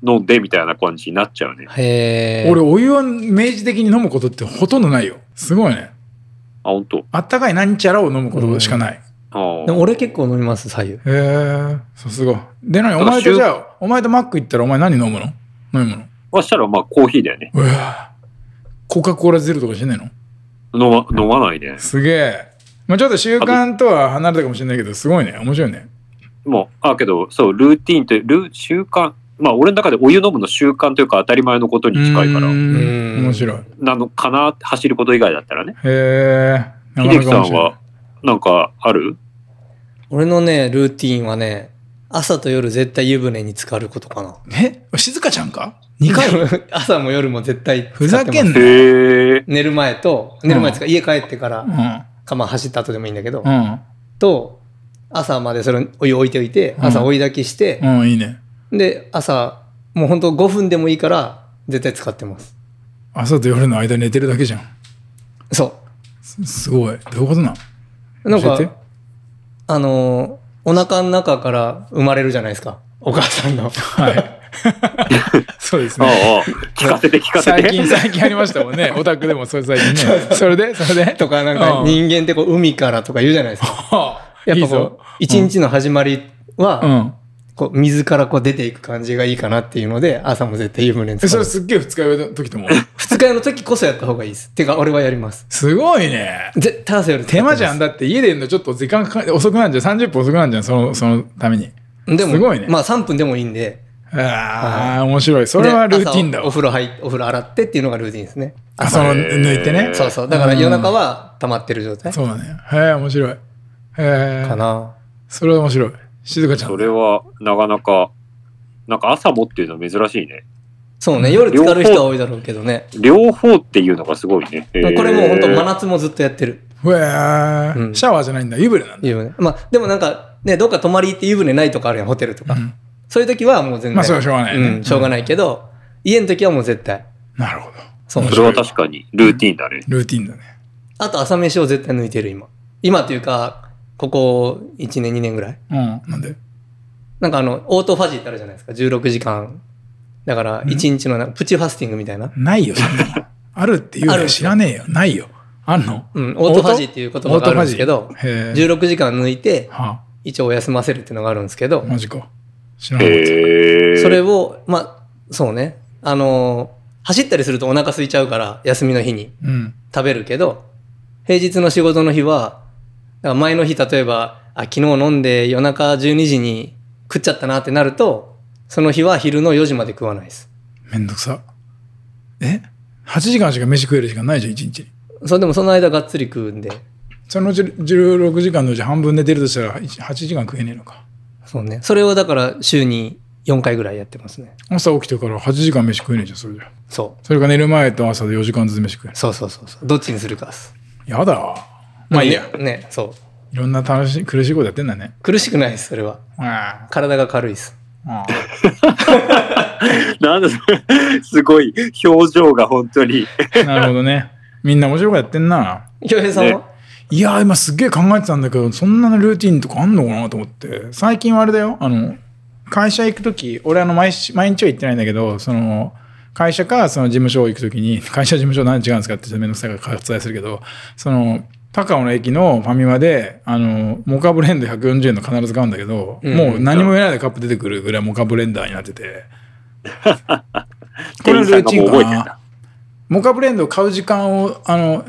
Speaker 1: 飲んでみたいな感じになっちゃうね。
Speaker 3: ーへー
Speaker 2: 俺、お湯を明示的に飲むことってほとんどないよ。すごいね。
Speaker 1: あ、ほんと。
Speaker 2: あったかいなんちゃらを飲むことしかない。
Speaker 1: あー
Speaker 3: でも俺結構飲みます左右
Speaker 2: へえ、そうすごい。で、なに
Speaker 1: だ
Speaker 2: お
Speaker 1: から
Speaker 2: 前とじゃあ、お前とマック行ったらお前何飲むの飲み物。
Speaker 1: そしたら、まあ、コーヒーだよね。
Speaker 2: うわぁコカ・コーラゼロとかしてないの
Speaker 1: 飲ま飲まないね。
Speaker 2: すげえ。まあちょっと習慣とは離れたかもしれないけど、すごいね。面白いね。
Speaker 1: もう、あ、けど、そう、ルーティーンという、ルー、習慣。まあ、俺の中でお湯飲むの習慣というか当たり前のことに近いか
Speaker 2: う
Speaker 1: ら、
Speaker 2: ーん面白い。へ
Speaker 1: なのかな走ること以外だったらね。
Speaker 2: え。な
Speaker 1: 秀
Speaker 2: かな
Speaker 1: 樹
Speaker 2: か
Speaker 1: さん
Speaker 2: 面白い
Speaker 1: は、なんか、ある
Speaker 3: 俺のねルーティンはね朝と夜絶対湯船に浸かることかな
Speaker 2: え静香ちゃんか ?2 回
Speaker 3: 朝も夜も絶対
Speaker 2: ふざけん
Speaker 3: な
Speaker 2: な。
Speaker 1: へえ。
Speaker 3: 寝る前と寝る前ですか、家帰ってから
Speaker 2: う
Speaker 3: かまあ走った後でもいいんだけど、
Speaker 2: ん。うん。
Speaker 3: と朝までそれお湯置いておいて
Speaker 2: うん
Speaker 3: 朝追い炊きして、
Speaker 2: うん、いいね。
Speaker 3: で朝もうほんと5分でもいいから絶対使ってます
Speaker 2: 朝と夜の間寝てるだけじゃん。
Speaker 3: そ
Speaker 2: すすごい。どういうことな
Speaker 3: うなん
Speaker 2: 教
Speaker 3: か
Speaker 2: えて
Speaker 3: あのお腹の中から生まれるじゃないですかお母さん の
Speaker 2: はい。そうです
Speaker 1: あ
Speaker 2: ね。
Speaker 1: あ、聞かせて聞かせ
Speaker 2: 最
Speaker 1: て。
Speaker 2: 近、最近ありましたもん ね。オタクでも、それ最近ね。 それでそれで
Speaker 3: とかなんか
Speaker 2: うん
Speaker 3: 人間ってこう海からとか言うじゃないですか
Speaker 2: は あ
Speaker 3: やっ
Speaker 2: いい
Speaker 3: ぱ
Speaker 2: ぞ
Speaker 3: こう。一日の始まりは、
Speaker 2: うん。
Speaker 3: こう水からこう出ていく感じがいいかなっていうので朝も絶対湯船に
Speaker 2: え
Speaker 3: 浸か
Speaker 2: それ
Speaker 3: る
Speaker 2: すっげえ二日酔いの時とも。
Speaker 3: 二日酔いの時こそやった方がいいですてか俺はやります
Speaker 2: すごいね。
Speaker 3: 絶対朝夜
Speaker 2: 手間じゃん。
Speaker 3: だ
Speaker 2: だって家でいるのちょっと時間かか遅くなんじゃん。30分遅くなんじゃん。その、そのために。
Speaker 3: でも
Speaker 2: すごいね
Speaker 3: まあ3分でもいいんで
Speaker 2: ああ、面白い。それは
Speaker 3: で
Speaker 2: ルーティンだ
Speaker 3: 朝お
Speaker 2: わ。
Speaker 3: 風呂入っお風呂洗ってっていうのがルーティンですね
Speaker 2: あ、その、抜いてね
Speaker 1: えー。
Speaker 3: そうそうだから夜中は溜まってる状態
Speaker 2: そうだね。へえ、面白い。へ
Speaker 3: か
Speaker 2: え。
Speaker 3: な
Speaker 2: それは面白い。静香ちゃん。
Speaker 1: それは、なかなか、なんか朝もっていうのは珍しいね。
Speaker 3: そうね夜使う人は多いだろうけどね
Speaker 1: 両方っていうのがすごいね。へー
Speaker 3: これもう本当真夏もずっとやってる
Speaker 2: うわ
Speaker 3: う
Speaker 2: ー
Speaker 3: ん
Speaker 2: シャワーじゃないんだ。湯船なんだ。
Speaker 3: 湯船まあでもなんかねどっか泊まり行って湯船ないとかあるやんホテルとか
Speaker 2: うん
Speaker 3: そういう時はもう全然
Speaker 2: まあ、それはしょうがないね。
Speaker 3: うんしょうがないけど家の時はもう絶対
Speaker 2: なるほど。
Speaker 3: そう
Speaker 1: それは確かに、ルーティンだね。
Speaker 2: ルーティンだね。
Speaker 3: あと朝飯を絶対抜いてる今今というかここ1年2年ぐらい
Speaker 2: うん。なんで
Speaker 3: なんかあの、オートファジーってあるじゃないですか。16時間。だから、1日のなプチファスティングみたいな。
Speaker 2: ないよ、そんな のあるって言う
Speaker 3: あ
Speaker 2: の
Speaker 3: る
Speaker 2: 知らねえよ。ないよ。あんの
Speaker 3: うん、オートファジーっていう言葉があるんですけ
Speaker 2: オー
Speaker 3: ど
Speaker 2: ト、ファジーへえ。
Speaker 3: 16時間抜いて、
Speaker 2: は
Speaker 3: 一応お休ませるっていうのがあるんですけ
Speaker 2: あ、
Speaker 3: ど、
Speaker 2: マジか。知らなかっ
Speaker 1: へえ。
Speaker 3: それを、まあ、そうね。あのー走ったりするとお腹空いちゃうから、休みの日に
Speaker 2: た。うん。
Speaker 3: 食べるけど、平日の仕事の日は、だから前の日例えば、あ、昨日飲んで夜中12時に食っちゃったなってなると、その日は昼の4時まで食わないです。
Speaker 2: めんどくさ。え ?8 時間しか飯食える時間ないじゃん、1日に。
Speaker 3: それでもその間がっつり食うんで、
Speaker 2: そのうち16時間のうち半分寝てるとしたら1 8時間食えねえのか。
Speaker 3: そうね。それをだから週に4回ぐらいやってますね。
Speaker 2: 朝起きてから8時間飯食えねえじゃん、それじゃ。
Speaker 3: そ
Speaker 2: それか寝る前と朝で4時間ずつ飯食え
Speaker 3: う。そうそうそうそう。どっちにするかっす。
Speaker 2: やだ。まあいいや。
Speaker 3: ね。ね、そう。
Speaker 2: いろんな楽しい、苦しいことやってんだね。
Speaker 3: 苦しくないです、それは。
Speaker 2: あ
Speaker 3: 体が軽いです。
Speaker 2: あああ。
Speaker 1: なんだ、 すごい、表情が本当に。
Speaker 2: なるほどね。みんな面白いことやってんな。
Speaker 3: 京平さんは、
Speaker 1: ね
Speaker 2: いやー今すっげえ考えてたんだけどそんなルーティンとかあんのかなと思って最近はあれだよあの会社行く時俺あの毎日毎日は行ってないんだけどその会社かその事務所行く時に 会社事務所何違うんですかってちょっと面倒くさいから割愛するけどその高尾の駅のファミマであのモカブレンド140円の必ず買うんだけど、
Speaker 3: うん
Speaker 2: もう何も言わないでカップ出てくるぐらいモカブレンダーになっててこれはルーティン
Speaker 1: 店員さんがもう覚えて
Speaker 2: か
Speaker 1: ん
Speaker 2: な
Speaker 1: だ。
Speaker 2: モカブレンドを買う時間をあの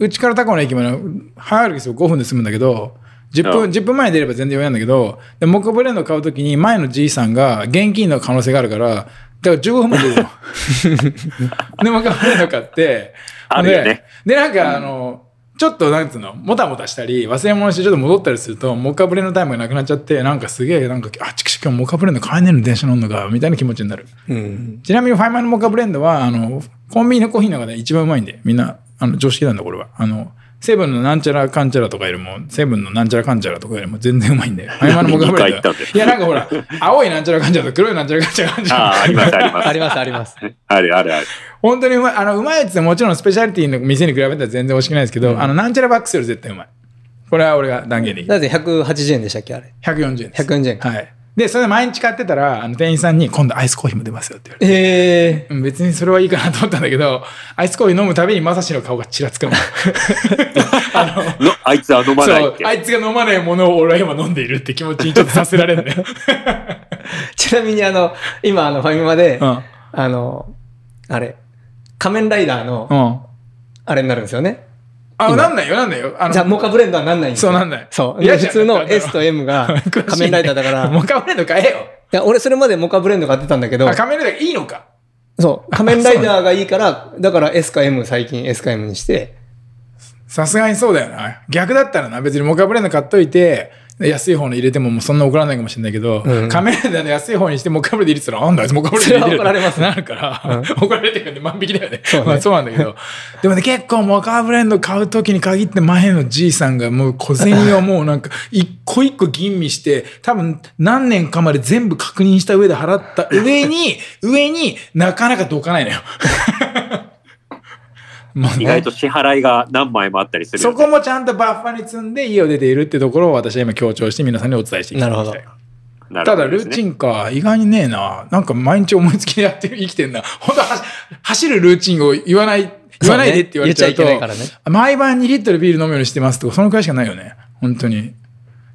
Speaker 2: うちから高尾の駅まで早歩きすると5分で済むんだけど10
Speaker 1: う
Speaker 2: 分
Speaker 1: ん
Speaker 2: 10分前に出れば全然余裕なんだけどでモカブレンドを買う時に前のじいさんが現金の可能性があるからだから15分前に出る のでモカブレンド買って
Speaker 1: あるよね
Speaker 2: ででなんかあの、ちょっとなんつうのもたもたしたり忘れ物してちょっと戻ったりするとモカブレンドタイムがなくなっちゃってなんかすげえなんかあっちくしくモカブレンド買えねえの電車乗んのかみたいな気持ちになる。
Speaker 3: うん。
Speaker 2: ちなみにファイマンのモカブレンドは、あの、コンビニのコーヒーの中で一番うまいんで、みんな、あの、常識なんだ、これは。あの、セブンのなんちゃらかんちゃらとかよりも、セブンのなんちゃらかんちゃらとかよりも全然うまいんだよ。あの僕が
Speaker 1: 何言い換えたんだよ
Speaker 2: いや、なんかほら、青いなんちゃらかんちゃらと黒いなんちゃらかんちゃらかんちゃ
Speaker 1: ああ、あ ります、あります。
Speaker 3: ありますあります。
Speaker 1: あるあ るある。
Speaker 2: 本当にうまい。あの、うまいやつはもちろんスペシャリティの店に比べたら全然美味しくないですけど、あの、なんちゃらバックスより絶対うまい。これは俺が断言できる。
Speaker 3: だって180円でしたっけあれ。
Speaker 2: 140円です。
Speaker 3: 140円か。
Speaker 2: はい。で、それで毎日買ってたら、あの、店員さんに、今度アイスコーヒーも出ますよって言われて。
Speaker 3: え
Speaker 2: うん別にそれはいいかなと思ったんだけど、アイスコーヒー飲むたびにまさしの顔がちらつく の。あの、
Speaker 1: のあいつは飲まない
Speaker 2: そ
Speaker 1: っ
Speaker 2: う
Speaker 1: て。
Speaker 2: あいつが飲まないものを俺は今飲んでいるって気持ちにちょっとさせられるんだ よ。
Speaker 3: ー、ちなみにあの、今あのファミマで、
Speaker 2: うん。
Speaker 3: あの、あれ、仮面ライダーの、
Speaker 2: うん。
Speaker 3: あれになるんですよね。
Speaker 2: あ、なんないよ、なんないよ。あの
Speaker 3: じゃあ、モカブレンドはなんないんですよ
Speaker 2: そうなんない
Speaker 3: そう。
Speaker 2: 嫌
Speaker 3: で
Speaker 2: じゃん
Speaker 3: 普通
Speaker 2: な
Speaker 3: の
Speaker 2: んか
Speaker 3: S と M が
Speaker 2: 詳しいね
Speaker 3: 仮面ライダーだから、 い
Speaker 2: もうカメライダー買えよ。
Speaker 3: や俺それまでモカブレンド買ってたんだけど
Speaker 2: あ、、カメライダーいいのか。
Speaker 3: そう。仮面ライダーがいいから、だから S か M 最近 S か M にして、
Speaker 2: さすがにそうだよな。逆だったらな、別にモカブレンド買っといて、安い方の入れてももうそんな怒らないかもしれないけど、
Speaker 3: うん
Speaker 2: カメライダーの安い方にしてモカブレンド入れてたら、あんだ、あいつモカブレンド入れてる
Speaker 3: それは怒られます
Speaker 2: なるから、怒られてるんで万引きだよね。
Speaker 3: そうね
Speaker 2: まあそうなんだけど。でもね、結構モカブレンド買う時に限って前のじいさんがもう小銭をもうなんか、一個一個吟味して、多分何年かまで全部確認した上で払った上に、上になかなかどかないの よ。もうね
Speaker 1: 意外と支払いが何枚もあったりするよ
Speaker 2: そ
Speaker 1: ね、
Speaker 2: こもちゃんとバッファに積んで家を出ているってところを私は今強調して皆さんにお伝えしていきたい
Speaker 3: なるほど
Speaker 1: なる
Speaker 2: た
Speaker 1: ほ
Speaker 2: だ
Speaker 1: どで
Speaker 2: ル
Speaker 1: す
Speaker 2: ー
Speaker 1: ね
Speaker 2: チンか意外にねえななんか毎日思いつきでやってる生きてんな 本当はし走るルーチンを言わない言わないでって言われちゃうと
Speaker 3: そうね言っちゃいけないか
Speaker 2: 毎晩2リットルビール飲むようにしてますとかそのくらいしかないよね本当に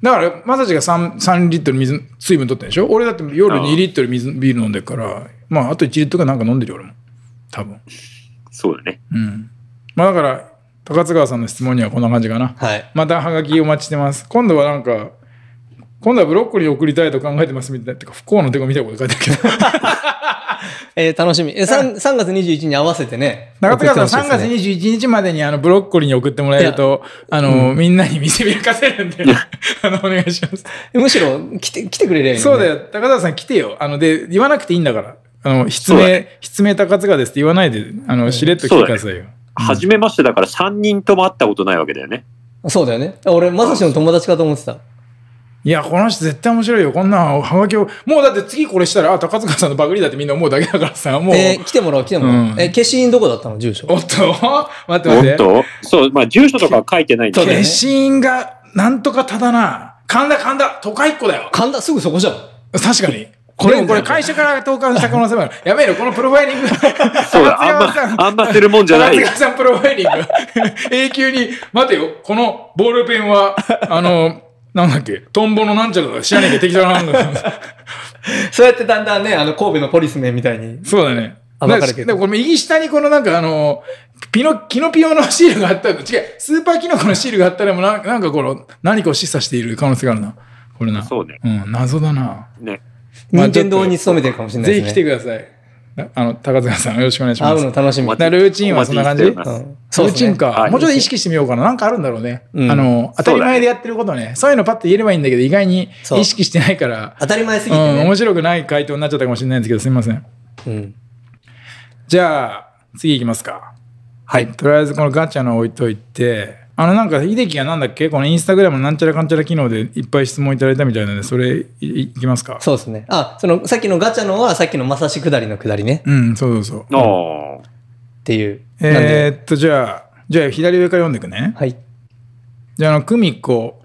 Speaker 2: だからまさちが 3, 3リットル水水分取ってんでしょ俺だって夜
Speaker 1: ああ
Speaker 2: 2リットル水ビール飲んでるからまああと1リットルかなんか飲んでるよ俺も多分
Speaker 1: そうだね。
Speaker 2: うんまあだから高津川さんの質問にはこんな感じかな
Speaker 3: はい。
Speaker 2: またハガキお待ちしてます。今度はなんか、今度はブロッコリー送りたいと考えてますみたいな、てか不幸の手紙みたいなこと書いてあるけど、
Speaker 3: えー、楽しみ。えー、3, 3月21日に合わせてね。
Speaker 2: 中塚さん、3
Speaker 3: 送
Speaker 2: 月
Speaker 3: ってほしいですね
Speaker 2: 21日までにあのブロッコリーに送ってもらえると、あの、みんなに見せびらかせるんで、 あの、お願いします。
Speaker 3: むしろ来て、来てくれりゃいいのに
Speaker 2: そ
Speaker 3: ね
Speaker 2: うだよ、高田さん来てよ。あの、で、言わなくていいんだから。あの、失
Speaker 1: そうだ
Speaker 2: 明、失明高塚ですって言わないで、あの、しれっと来てくださいよ。
Speaker 1: 初めましてだから3人とも会ったことないわけだよね。
Speaker 3: そうだよね。俺、まさしの友達かと思ってた。
Speaker 2: いや、この人絶対面白いよ。こんなハガキを。もうだって次これしたら、あ、高塚さんのバグリだってみんな思うだけだからさ、もう。
Speaker 3: えー、来てもらおう、来てもらおう。
Speaker 2: うん
Speaker 3: えー、消印どこだったの住所。
Speaker 2: おっと 待って
Speaker 1: お
Speaker 2: 待っ。
Speaker 1: ってとそう、まあ住所とかは書いてないんだ
Speaker 3: そう
Speaker 1: け
Speaker 3: だ
Speaker 1: ど
Speaker 3: よ
Speaker 2: 消
Speaker 3: ね
Speaker 2: 印がなんとかただな。神田神田、都会っ子だよ。
Speaker 3: 神田、すぐそこじゃん。
Speaker 2: 確かに。
Speaker 3: こ
Speaker 2: こ
Speaker 3: れ
Speaker 2: れ、これ会社から投函した可能 性もある。やべえよ、このプロファイリング。
Speaker 1: そうだ、あんま、あんまするもんじゃない
Speaker 2: 高
Speaker 1: よ。
Speaker 2: 塚さんプロファ イリング。永久に、待てよ、このボールペン は、あの、なんだっけ、トンボのなんちゃらだ知らねえけど適当ななんだ。
Speaker 3: そうやってだんだんね、あの、神戸のポリスメンみたいに。
Speaker 2: そうだね。
Speaker 3: あわかるけど
Speaker 2: でもこれ右下にこのなんかあの、ピノ、キノピオのシールがあったら、違う、スーパーキノコのシールがあったらもうな、なんかこの、何かを示唆している可能性があるな。これな。
Speaker 1: そうね。
Speaker 2: うん、謎だな。
Speaker 1: ね。
Speaker 2: まあ
Speaker 3: 任天堂に勤めてるかもしれない
Speaker 2: ぜひ
Speaker 3: ですね。
Speaker 2: 来てください。なあの、高塚さん、よろしくお願いしま
Speaker 3: 会
Speaker 2: す。
Speaker 3: うの楽しみ。
Speaker 1: ま
Speaker 2: だからルーチンはそんな感じ
Speaker 1: お待ちしております
Speaker 3: ん
Speaker 2: ルーチン。か、
Speaker 1: はい
Speaker 2: もうちょっと意識してみようかな。なんかあるんだろうね。
Speaker 3: うん
Speaker 2: あの、当たり前でやってることね。そういうのパッと言えればいいんだけど、意外に
Speaker 3: そう
Speaker 2: 意識してないから、
Speaker 3: 当たり前すぎ
Speaker 2: う
Speaker 3: て
Speaker 2: ん、面
Speaker 3: ね。
Speaker 2: 白くない回答になっちゃったかもしれないんですけど、すみません。
Speaker 3: うん。
Speaker 2: じゃあ、次行きますか。
Speaker 3: はい。
Speaker 2: とりあえずこのガチャの置いといて、あのなんか秀樹がなんだっけこのインスタグラムのなんちゃらかんちゃら機能でいっぱい質問いただいたみたいなので、それいいいきますか
Speaker 3: そうですね。あ、その、さっきのガチャのは、さっきのまさし下りの下りね。
Speaker 2: うん、そうそうそう。
Speaker 1: の
Speaker 3: っていう。なんで
Speaker 2: えーっと、じゃあ、じゃあ左上から読んでいくね。
Speaker 3: はい。
Speaker 2: じゃあ、あの、久美子、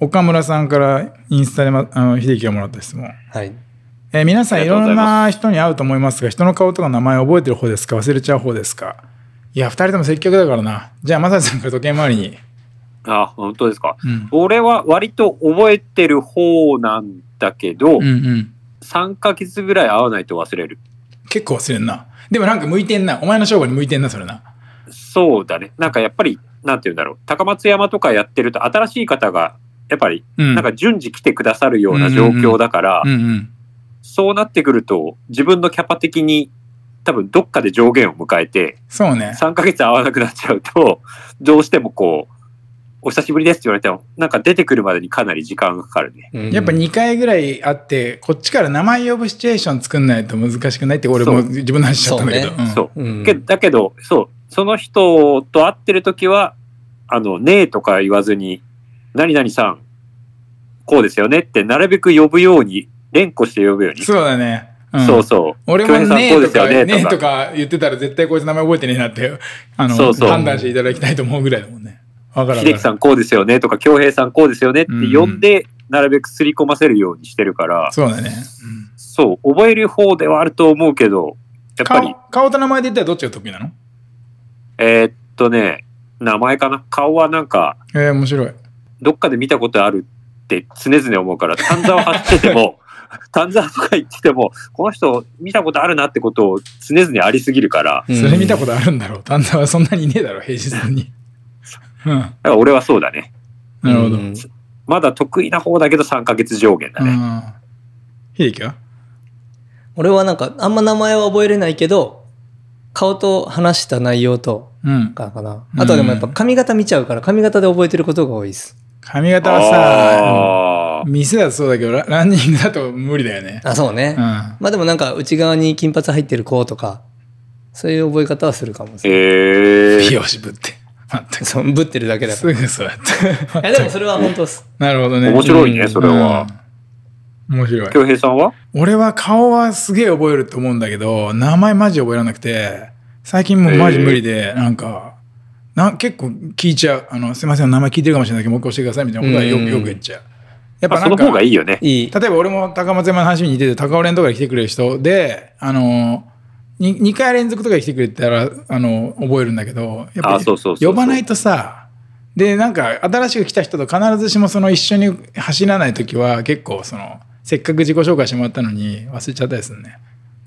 Speaker 2: 岡村さんからインスタで、ま、あの秀樹がもらった質問。
Speaker 3: はい。
Speaker 2: えー皆さ
Speaker 1: あ
Speaker 2: んい
Speaker 1: りがとうご
Speaker 2: ろ
Speaker 1: ざ
Speaker 2: ん
Speaker 1: い
Speaker 2: な
Speaker 1: ま
Speaker 2: 人に会うと思いますが、人の顔とか名前覚えてる方ですか忘れちゃう方ですかいや、二人とも積極だからな。じゃあ、まささんから時計回りに。
Speaker 1: あ、本当ですか。
Speaker 2: うん。
Speaker 1: 俺は割と覚えてる方なんだけど、
Speaker 2: うんうん。
Speaker 1: 3ヶ月ぐらい会わないと忘れる。
Speaker 2: 結構忘れんな。でもなんか向いてんな。お前の商売に向いてんな、それな。
Speaker 1: そうだね。なんかやっぱり、なんて言うんだろう。高松山とかやってると新しい方が、やっぱり、
Speaker 2: うん。
Speaker 1: なんか順次来てくださるような状況だから、
Speaker 2: うんうん。
Speaker 1: そうなってくると、自分のキャパ的に、多分どっかで上限を迎えて、
Speaker 2: そうね。
Speaker 1: 3ヶ月会わなくなっちゃうと、どうしてもこう、お久しぶりですって言われても、なんか出てくるまでにかなり時間がかかるね。
Speaker 3: うん
Speaker 2: やっぱ2回ぐらいあって、こっちから名前呼ぶシチュエーション作んないと難しくないって、俺も
Speaker 1: そう
Speaker 2: 自分の話しちゃったんだけど。
Speaker 3: そううん
Speaker 1: そう。
Speaker 3: うん
Speaker 1: けだけど、そう、その人と会ってる時は、あの、ねえとか言わずに、何々さん、こうですよねって、なるべく呼ぶように、連呼して呼ぶように。
Speaker 2: そうだね。うん、
Speaker 1: そうそう。
Speaker 2: 俺
Speaker 1: 京
Speaker 2: も
Speaker 1: 平さん
Speaker 2: ね
Speaker 1: こう
Speaker 2: え
Speaker 1: で
Speaker 2: と
Speaker 1: す
Speaker 2: か
Speaker 1: よね
Speaker 2: ねえとか言ってたら絶対こいつ名前覚えてねえなって、あの、
Speaker 1: そうそう
Speaker 2: 判断していただきたいと思うぐらいだもんね。わからんわからん。
Speaker 1: 秀樹さんこうですよねとか、京平さんこうですよねって呼んで、なるべくすり込ませるようにしてるから、
Speaker 2: そうだね。
Speaker 1: そう、覚える方ではあると思うけど、やっぱり
Speaker 2: 顔、顔と名前で言ったらどっちが得意なの
Speaker 1: えーっとね、名前かな顔はなんか、
Speaker 2: えー、面白い。
Speaker 1: どっかで見たことあるって常々思うから、丹沢張ってて も、丹沢とか言ってても、この人見たことあるなってことを常々ありすぎるから、
Speaker 2: それ見た
Speaker 3: と
Speaker 2: ことあるんだろう。丹沢はそんなにいねえだろ、平日に。うん。な
Speaker 1: だから俺はそうだね。
Speaker 2: るほど。
Speaker 3: うん
Speaker 1: まだ得意な方だけど3ヶ月上限だね。
Speaker 2: あー秀樹は
Speaker 3: 俺はなんか、あんま名前は覚えれないけど、顔と話した内容と
Speaker 2: うん。
Speaker 3: かかな。あとはでもやっぱ髪型見ちゃうから、髪型で覚えてることが多いです。
Speaker 2: 髪型はさ、
Speaker 1: あー
Speaker 2: 店だとそうだけど、ラランニングだと無理だよね。
Speaker 3: あ、そうね。
Speaker 2: うん。
Speaker 3: まあでもなんか、内側に金髪入ってる子とか、そういう覚え方はするかもしれない。
Speaker 1: え
Speaker 2: 美
Speaker 1: ー、
Speaker 2: 容師ぶって。全
Speaker 3: そう、ぶってるだけ
Speaker 2: く。
Speaker 3: だか
Speaker 2: すぐそうやっ
Speaker 3: ら。
Speaker 2: て。
Speaker 3: いや、でもそれは本当っす。
Speaker 2: なるほどね。
Speaker 1: 面白いね、
Speaker 3: うん
Speaker 1: それは。
Speaker 2: うん。面白い。
Speaker 1: 京平さんは
Speaker 2: 俺は顔はすげえ覚えると思うんだけど、名前マジ覚えらなくて、最近もうマジ無理で、なんか、なん結構聞いちゃう。あの、すいません、名前聞いてるかもしれないけど、もう一回教えてくださいみたいなことはよく
Speaker 3: うん
Speaker 2: よく言っちゃう。
Speaker 1: あ
Speaker 2: やっぱな
Speaker 1: そ
Speaker 2: ん
Speaker 1: の
Speaker 2: か、
Speaker 1: 方がいいよね。
Speaker 3: いい。
Speaker 2: 例えば俺も高松山の話に似てて、高尾連とかで来てくれる人で、あの、に2回連続とかで来てくれたら、あの、覚えるんだけど、やっぱ
Speaker 1: あそうそうそうそう
Speaker 2: 呼ばないとさ、で、なんか、新しく来た人と必ずしもその一緒に走らないときは、結構その、せっかく自己紹介してもらったのに忘れちゃったりするね。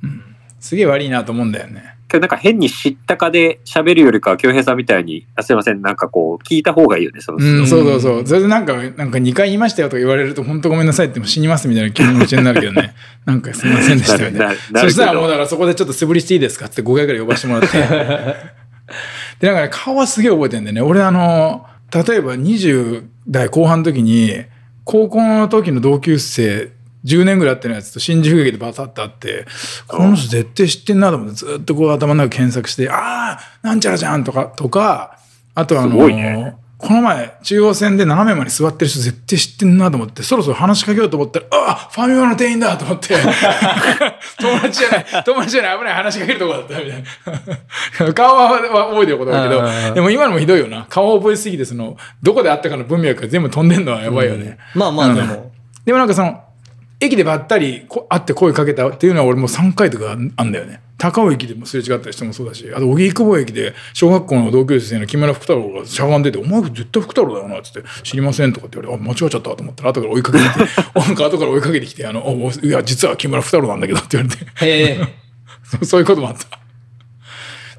Speaker 2: うん。すげえ悪いなと思うんだよね。
Speaker 1: 今日なんか変に知ったかで喋るよりかは、京平さんみたいに、あすいません、なんかこう、聞いた方がいいよね、その、
Speaker 2: うん、そうそうそう。それでなんか、なんか2回言いましたよとか言われると、本当ごめんなさいってもう死にますみたいな気持ちになるけど ね。なんかすいませんでしたよね
Speaker 1: なる。なる
Speaker 2: そした
Speaker 1: なるけど
Speaker 2: らもうだからそこでちょっと素振りしていいですかって5回ぐらい呼ばせても らって。で、なんかね、顔はすげえ覚えてんだよね。俺あの、例えば20代後半の時に、高校の時の同級生、10年ぐらい会ってないやつと新宿駅でバタッと会って、この人絶対知ってんなと思って、ずっとこう頭の中検索して、ああ、なんちゃらじゃんとか、とか、あとあの、
Speaker 1: すごいね
Speaker 2: この前、中央線で斜めまで座ってる人絶対知ってんなと思って、そろそろ話しかけようと思ったら、ああファミマの店員だと思って、 友達じゃない、友達じゃない、危ない話しかけるとこだった、みたいな。顔はは覚えてることだ
Speaker 3: うん
Speaker 2: け
Speaker 3: うんう
Speaker 2: ど、
Speaker 3: ん
Speaker 2: でも今のもひどいよな。顔覚えすぎて、その、どこで会ったかの文脈が全部飛んでんのはやばいよね。
Speaker 3: まあまあ、で
Speaker 2: う
Speaker 3: も。
Speaker 2: でもなんかその、駅でばったりこ会って声かけたっていうのは俺もう3回とかあんだよね。高尾駅でもすれ違った人もそうだし、あと、荻窪駅で小学校の同級生の木村福太郎がしゃがんでて、お前絶対福太郎だよなってって、知りませんとかって言われて、あ、間違えちゃったと思ったら、後から追いかけてき て、なんか後から追いかけてきて、あの、あおいや、実は木村福太郎なんだけどって言われて、
Speaker 3: へえ。
Speaker 2: そうそういうこともあった。だか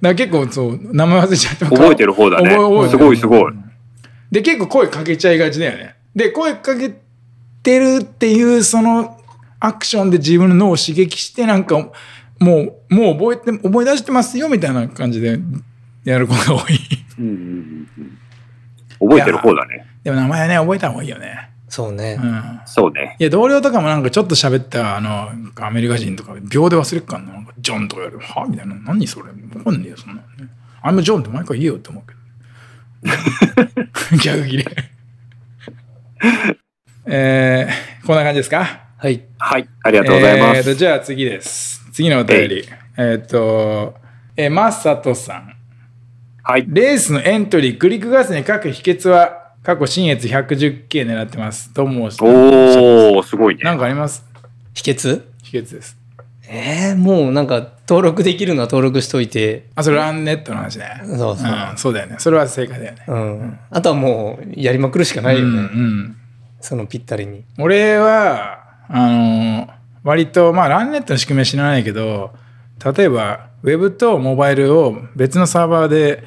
Speaker 2: ら結構、そう、名前忘れちゃっても
Speaker 1: 覚えてる方だね
Speaker 2: 覚え覚えて。る
Speaker 1: すごいすごい。
Speaker 2: で、結構声かけちゃいがちだよね。で、声かけてるっていう、その、アクションで自分の脳を刺激して、なんか、もう、もう覚えて、覚え出してますよ、みたいな感じで、やる子が多い。
Speaker 1: うんうんうんうん覚えてる方だね。
Speaker 2: でも名前はね、覚えた方がいいよね。
Speaker 3: そ
Speaker 2: う
Speaker 3: うね。
Speaker 2: ん。
Speaker 1: そうね。
Speaker 2: いや、同僚とかもなんかちょっと喋った、あの、なんかアメリカ人とか、秒で忘れっかんの。なんか、ジョンとか言われて、はみたいな。何それわかんねえよ、そんなのね。あんまジョンって毎回言えよって思うけど。 逆切れ。えー、こんな感じですか
Speaker 3: はい。
Speaker 1: はい、ありがとうございま
Speaker 2: えー
Speaker 1: す。
Speaker 2: と、じゃあ次です。次のお便り。えっ、と、えー、まさとさん。
Speaker 1: はい、
Speaker 2: レースのエントリー、グリックガスに書く秘訣は、過去新越 110K 狙ってます。と申して。
Speaker 1: おー、すごい
Speaker 2: な
Speaker 1: ね。
Speaker 2: んかあります
Speaker 3: 秘訣
Speaker 2: 秘訣です。
Speaker 3: ええ、もうなんか、登録できるのは登録しといて。
Speaker 2: あ、それランネットの話ね。
Speaker 3: そうそう
Speaker 2: うん、そうだよね。それは正解だよね。
Speaker 3: うん。あとはもう、やりまくるしかないよ
Speaker 2: うん、う
Speaker 3: ね。
Speaker 2: ん。
Speaker 3: そのぴったりに。
Speaker 2: 俺は、あの、割と、まあ、ランネットの仕組みは知らないけど、例えば、ウェブとモバイルを別のサーバーで、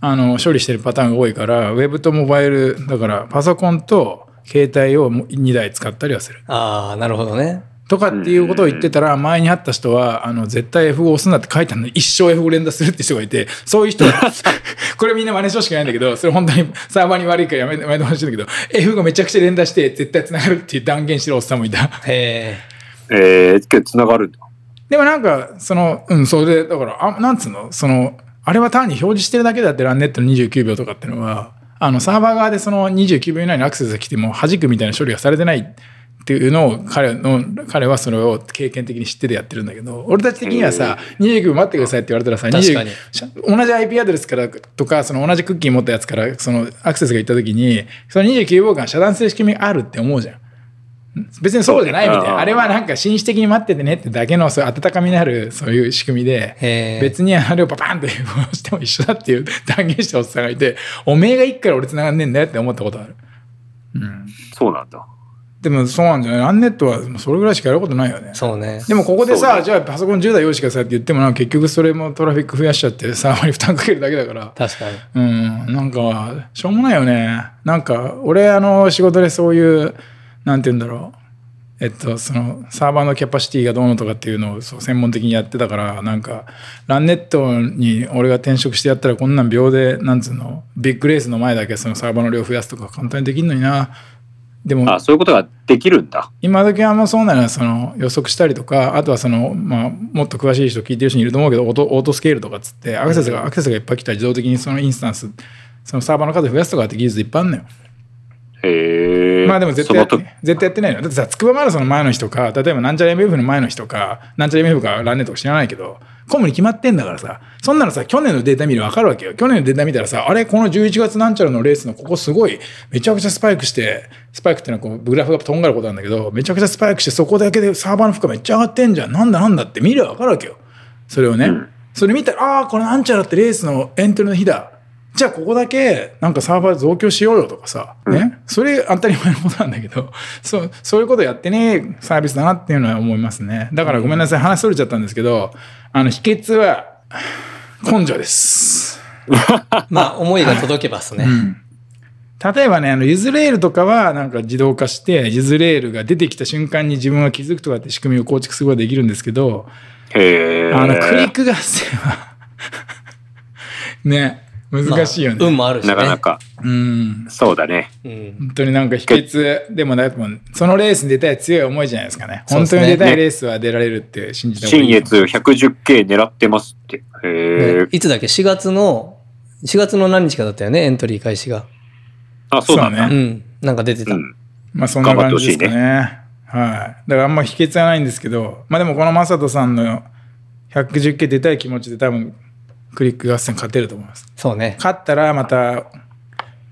Speaker 2: あの、処理してるパターンが多いから、ウェブとモバイル、だから、パソコンと携帯を2台使ったりはする。
Speaker 3: ああ、なるほどね。
Speaker 2: とかっていうことを言ってたら、前に会った人は、あの、絶対 F5 押すなって書いたのに、一生 F5 連打するって人がいて、そういう人 は、これみんな真似してほしくないんだけど、それ本当にサーバーに悪いからやめて、やめてほしいんだけど、F5 めちゃくちゃ連打して、絶対繋がるっていう断言してるおっさんもいた。
Speaker 3: へえ。
Speaker 1: えー、今日繋がるんだ。
Speaker 2: でもなんか、その、うん、それで、だから、あなんつうのその、あれは単に表示してるだけだって、ランネットの29秒とかってのは、あの、サーバー側でその29秒以内にアクセスが来ても弾くみたいな処理がされてないっていうのを彼の、彼はそれを経験的に知っててやってるんだけど、俺たち的にはさ、29秒待ってくださいって言われたらさ、
Speaker 3: 確かに
Speaker 2: 20同じ IP アドレスからとか、その同じクッキー持ったやつから、そのアクセスが行った時に、その29秒間遮断する仕組みがあるって思うじゃん。別にそうじゃないみ
Speaker 1: う
Speaker 2: たい
Speaker 1: ん
Speaker 2: な。あれはなんか紳士的に待っててねってだけの、そういう温かみのある、そういう仕組みで、
Speaker 3: へー
Speaker 2: 別にあれをパパンってしても一緒だっていう 断言したおっさんがいて、おめえがいっから俺繋がんねえんだよって思ったことある。うん。
Speaker 1: そうなんだ。
Speaker 2: でもそうなんじゃないアンネットはそれぐらいしかやることないよね。
Speaker 3: そうね。
Speaker 2: でもここで
Speaker 1: そう
Speaker 2: さ、じゃあパソコン10台用意してくださいって言ってもなんか結局それもトラフィック増やしちゃってサーバーに負担かけるだけだから。
Speaker 3: 確かに。
Speaker 2: うん、なんか、しょうもないよね。なんか、俺、あの、仕事でそういう、なんて言うんだろう。えっと、その、サーバーのキャパシティがどうのとかっていうのをそう専門的にやってたから、なんか、ランネットに俺が転職してやったら、こんなん秒で、なんつうの、ビッグレースの前だけそのサーバーの量増やすとか簡単にできるのにな。でも、
Speaker 1: あ、そういうことができるんだ。
Speaker 2: 今時はもうそうならその予測したりとかあとはその、まあ、もっと詳しい人聞いてる人いると思うけどオートオートスケールとかっつってアクセスがアクセスがいっぱい来たら自動的にそのインスタンスそのサーバーの数増やすとかって技術いっぱいあんのよ。
Speaker 1: へえ。
Speaker 2: まあでも絶
Speaker 1: そ
Speaker 2: 対や
Speaker 1: の
Speaker 2: って
Speaker 1: 時、
Speaker 2: 絶対やってないのよ。だってさ、筑波マラソンの前の日とか、例えばなんちゃら MF の前の日とか、なんちゃら MF かランネットか知らないけど、コムに決まってんだからさ、そんなのさ、去年のデータ見るわかるわけよ。去年のデータ見たらさ、あれ、この11月なんちゃらのレースのここすごい、めちゃくちゃスパイクして、スパイクっていうのはこう、グラフがとんがることなんだけど、めちゃくちゃスパイクして、そこだけでサーバーの負荷めっちゃ上がってんじゃん。なんだなんだって見ればわかるわけよ。それをね。それ見たら、ああー、これなんちゃらってレースのエントリーの日だ。じゃあここだけなんかサーバー増強しようよとかさ、ね。それ当たり前のことなんだけど、 そう、そういうことやってねえサービスだなっていうのは思いますね。だからごめんなさい、話それちゃったんですけど、あの、秘訣は、根性です。
Speaker 3: まあ、思いが届けばっすね。
Speaker 2: 例えばね、あの、ユズレールとかはなんか自動化して、ユズレールが出てきた瞬間に自分が気づくとかって仕組みを構築することができるんですけど、
Speaker 1: へえ。
Speaker 2: あの、クリック合戦は、 ね、難しいよ
Speaker 3: まあ
Speaker 2: ね。
Speaker 3: 運もあるしね。
Speaker 1: なかなか、
Speaker 2: うん。
Speaker 1: そうだね。
Speaker 3: うん。
Speaker 2: 本当になんか秘訣でもだいぶそのレースに出たい強い思いじゃないですかね。
Speaker 3: そうで
Speaker 2: 本当
Speaker 3: すね
Speaker 2: に出たいレースは出られるって信じた方がい
Speaker 1: 新
Speaker 2: いです
Speaker 1: 越 110K 狙ってますって。へえ
Speaker 3: ね。いつだっけ ?4 月の、4月の何日かだったよね、エントリー開始が。
Speaker 1: あ、そうだ
Speaker 2: そう
Speaker 3: う
Speaker 1: ね。
Speaker 3: ん。なんか出てた。
Speaker 1: うん。
Speaker 2: まあそんな感じですかね。はい。だからあんま秘訣はないんですけど、まあでもこのマサトさんの 110K 出たい気持ちで多分クリック合戦勝てると思います。
Speaker 3: そうね。
Speaker 2: 勝ったらまた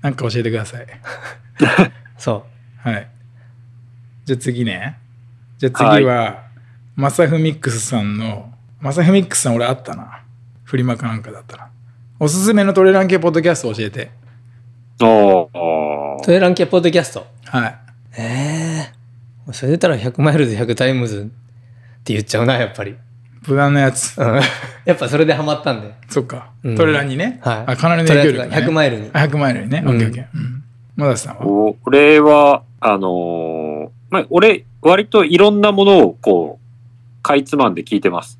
Speaker 2: なんか教えてください。
Speaker 3: そ
Speaker 2: はい。じゃあ次ね。じゃあ次は、マサフミックスさんの、マサフミックスさん俺あったな。フリマかなんかだったな。おすすめのトレラン系ポッドキャスト教えて。
Speaker 1: おお
Speaker 3: う。。トレランキャポッドキャスト。
Speaker 2: はい。
Speaker 3: ええそれ出たら100マイルで100タイムズって言っちゃうな、やっぱり。
Speaker 2: 無難なやつ。
Speaker 3: うん。やっぱそれでハマったんで。
Speaker 2: そっか。
Speaker 3: うん
Speaker 2: トレランにね。
Speaker 3: はい
Speaker 2: あ、かなりの影響力、
Speaker 3: トレランが100マイルに
Speaker 2: あ100マイルにね。
Speaker 3: う
Speaker 2: オ
Speaker 3: ん
Speaker 2: ッケーオッケー。うん。マダスさんは
Speaker 1: 俺は、あのーまあ、俺、割といろんなものをこう、かいつまんで聞いてます。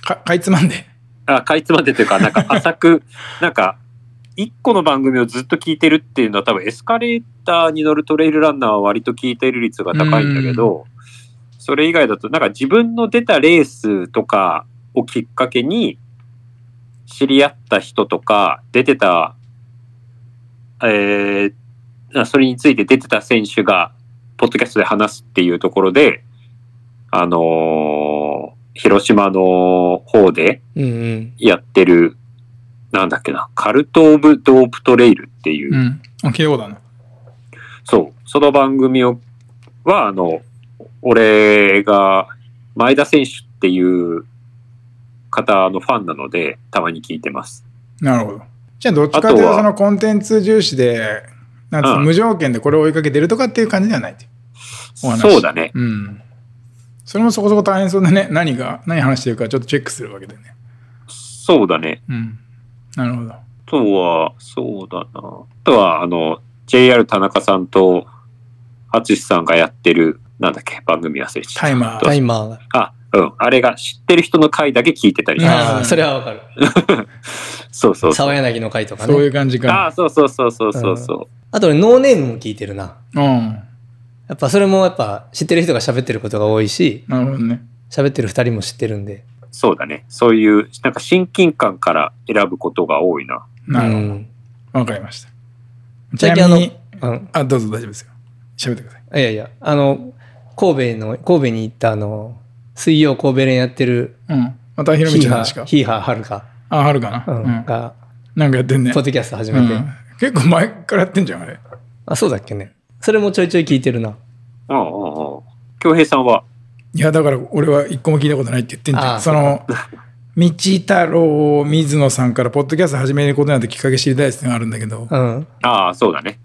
Speaker 2: かかいつまんで。
Speaker 1: あ、かいつまんでというか、なんか浅く、なんか、一個の番組をずっと聞いてるっていうのは多分エスカレーターに乗るトレイルランナーは割と聞いてる率が高いんだけど、それ以外だとなんか自分の出たレースとかをきっかけに知り合った人とか出てた、えーあそれについて出てた選手がポッドキャストで話すっていうところで、あのー広島の方で、
Speaker 3: うんうん。
Speaker 1: やってる、なんだっけな、カルト・オブ・ドープ・トレイルっていう、
Speaker 2: うん。あ聞いたことあるな。
Speaker 1: そう、その番組を、は、あの、俺が、前田選手っていう方のファンなので、たまに聞いてます。
Speaker 2: なるほど。じゃあどっちかという
Speaker 1: あと
Speaker 2: と
Speaker 1: は
Speaker 2: そのコンテンツ重視で、なんつうの
Speaker 1: うん
Speaker 2: 無条件でこれを追いかけてるとかっていう感じではないというお話
Speaker 1: そうだね。
Speaker 2: うん。それもそこそこ大変そうだね。何が、何話してるかちょっとチェックするわけだよね。
Speaker 1: そうだね。
Speaker 2: うん。なるほど。
Speaker 1: あとは、そうだな。あとは、あの、JR 田中さんと、淳さんがやってる、なんだっけ、番組忘れちゃ
Speaker 2: タイマー。
Speaker 1: どう
Speaker 3: タ
Speaker 1: ぞ
Speaker 3: イマーが。
Speaker 1: った。あ、うん。あれが知ってる人の回だけ聞いてたりしま
Speaker 3: あ
Speaker 2: う
Speaker 3: あ、
Speaker 2: ん
Speaker 3: それはわかる。
Speaker 1: す。そうそうそう。
Speaker 3: 沢柳の回とか
Speaker 2: そうい
Speaker 3: ね。
Speaker 2: う感じ
Speaker 1: あ
Speaker 2: か。
Speaker 1: あ、そうそうそうそうそうそう。
Speaker 3: あと俺、ノーネームも聞いてるな。
Speaker 2: うん。
Speaker 3: やっぱそれもやっぱ知ってる人が喋ってることが多いし、
Speaker 2: なるほどね。
Speaker 3: 喋ってる二人も知ってるんで。
Speaker 1: そうだね。そういう、なんか親近感から選ぶことが多いな。
Speaker 2: なるほ
Speaker 3: う
Speaker 2: ど。
Speaker 3: ん
Speaker 2: わ、かりました。ちな
Speaker 3: あ
Speaker 2: み
Speaker 3: の
Speaker 2: に、
Speaker 3: うん
Speaker 2: あ、どうぞ大丈夫ですよ。喋ってください。
Speaker 3: いやいや、あの、神戸の、神戸に行ったあの、水曜神戸連やってる、
Speaker 2: うん。またひろみ
Speaker 3: ヒ
Speaker 2: ち
Speaker 3: ー
Speaker 2: ゃんの
Speaker 3: ハ
Speaker 2: 話
Speaker 3: ー、
Speaker 2: か。
Speaker 3: ヒーハーはるか、
Speaker 2: あ、はるかな。
Speaker 3: う
Speaker 2: うんん。
Speaker 3: が、
Speaker 2: なんかやってんね。
Speaker 3: ポッドキャスト始
Speaker 2: う
Speaker 3: めて、
Speaker 2: ん結構前からやってんじゃん、あれ。
Speaker 3: あ、そうだっけね。それもちょいちょい聞いてるな。
Speaker 1: うんうんうん。京平さんはい
Speaker 2: や、だから俺は一個も聞いたことないって言ってんじゃ
Speaker 3: あ
Speaker 2: ん。その、道太郎水野さんからポッドキャスト始めることなんてきっかけ知りたいですってのがあるんだけど、
Speaker 3: うん。
Speaker 1: ああ、そうだね。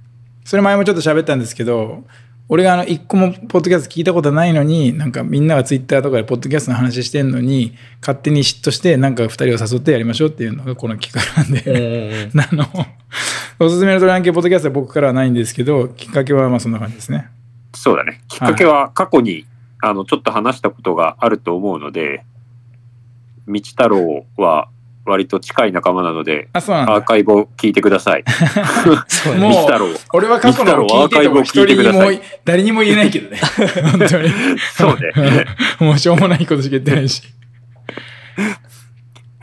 Speaker 2: それ前もちょっと喋ったんですけど、俺があの一個もポッドキャスト聞いたことないのに、なんかみんながツイッターとかでポッドキャストの話してんのに、勝手に嫉妬して、なんか二人を誘ってやりましょうっていうのがこの企画なんで、
Speaker 3: うん。
Speaker 2: あの、おすすめのトラン系ポッドキャストは僕からはないんですけど、きっかけはまあそんな感じですね。
Speaker 1: そうだね。きっかけは過去に、あの、ちょっと話したことがあると思うので、道太郎は割と近い仲間なので、
Speaker 2: あ、そうなん
Speaker 1: アー
Speaker 2: だ。
Speaker 1: カイブを聞いてください。
Speaker 3: そう
Speaker 1: 道
Speaker 2: も
Speaker 3: ね。
Speaker 2: う
Speaker 1: 太郎。
Speaker 2: 俺は過去のを聞いてても一人にも誰にも言えない けどね。本当に。
Speaker 1: そうね。
Speaker 2: もうしょうもないことしか言ってないし。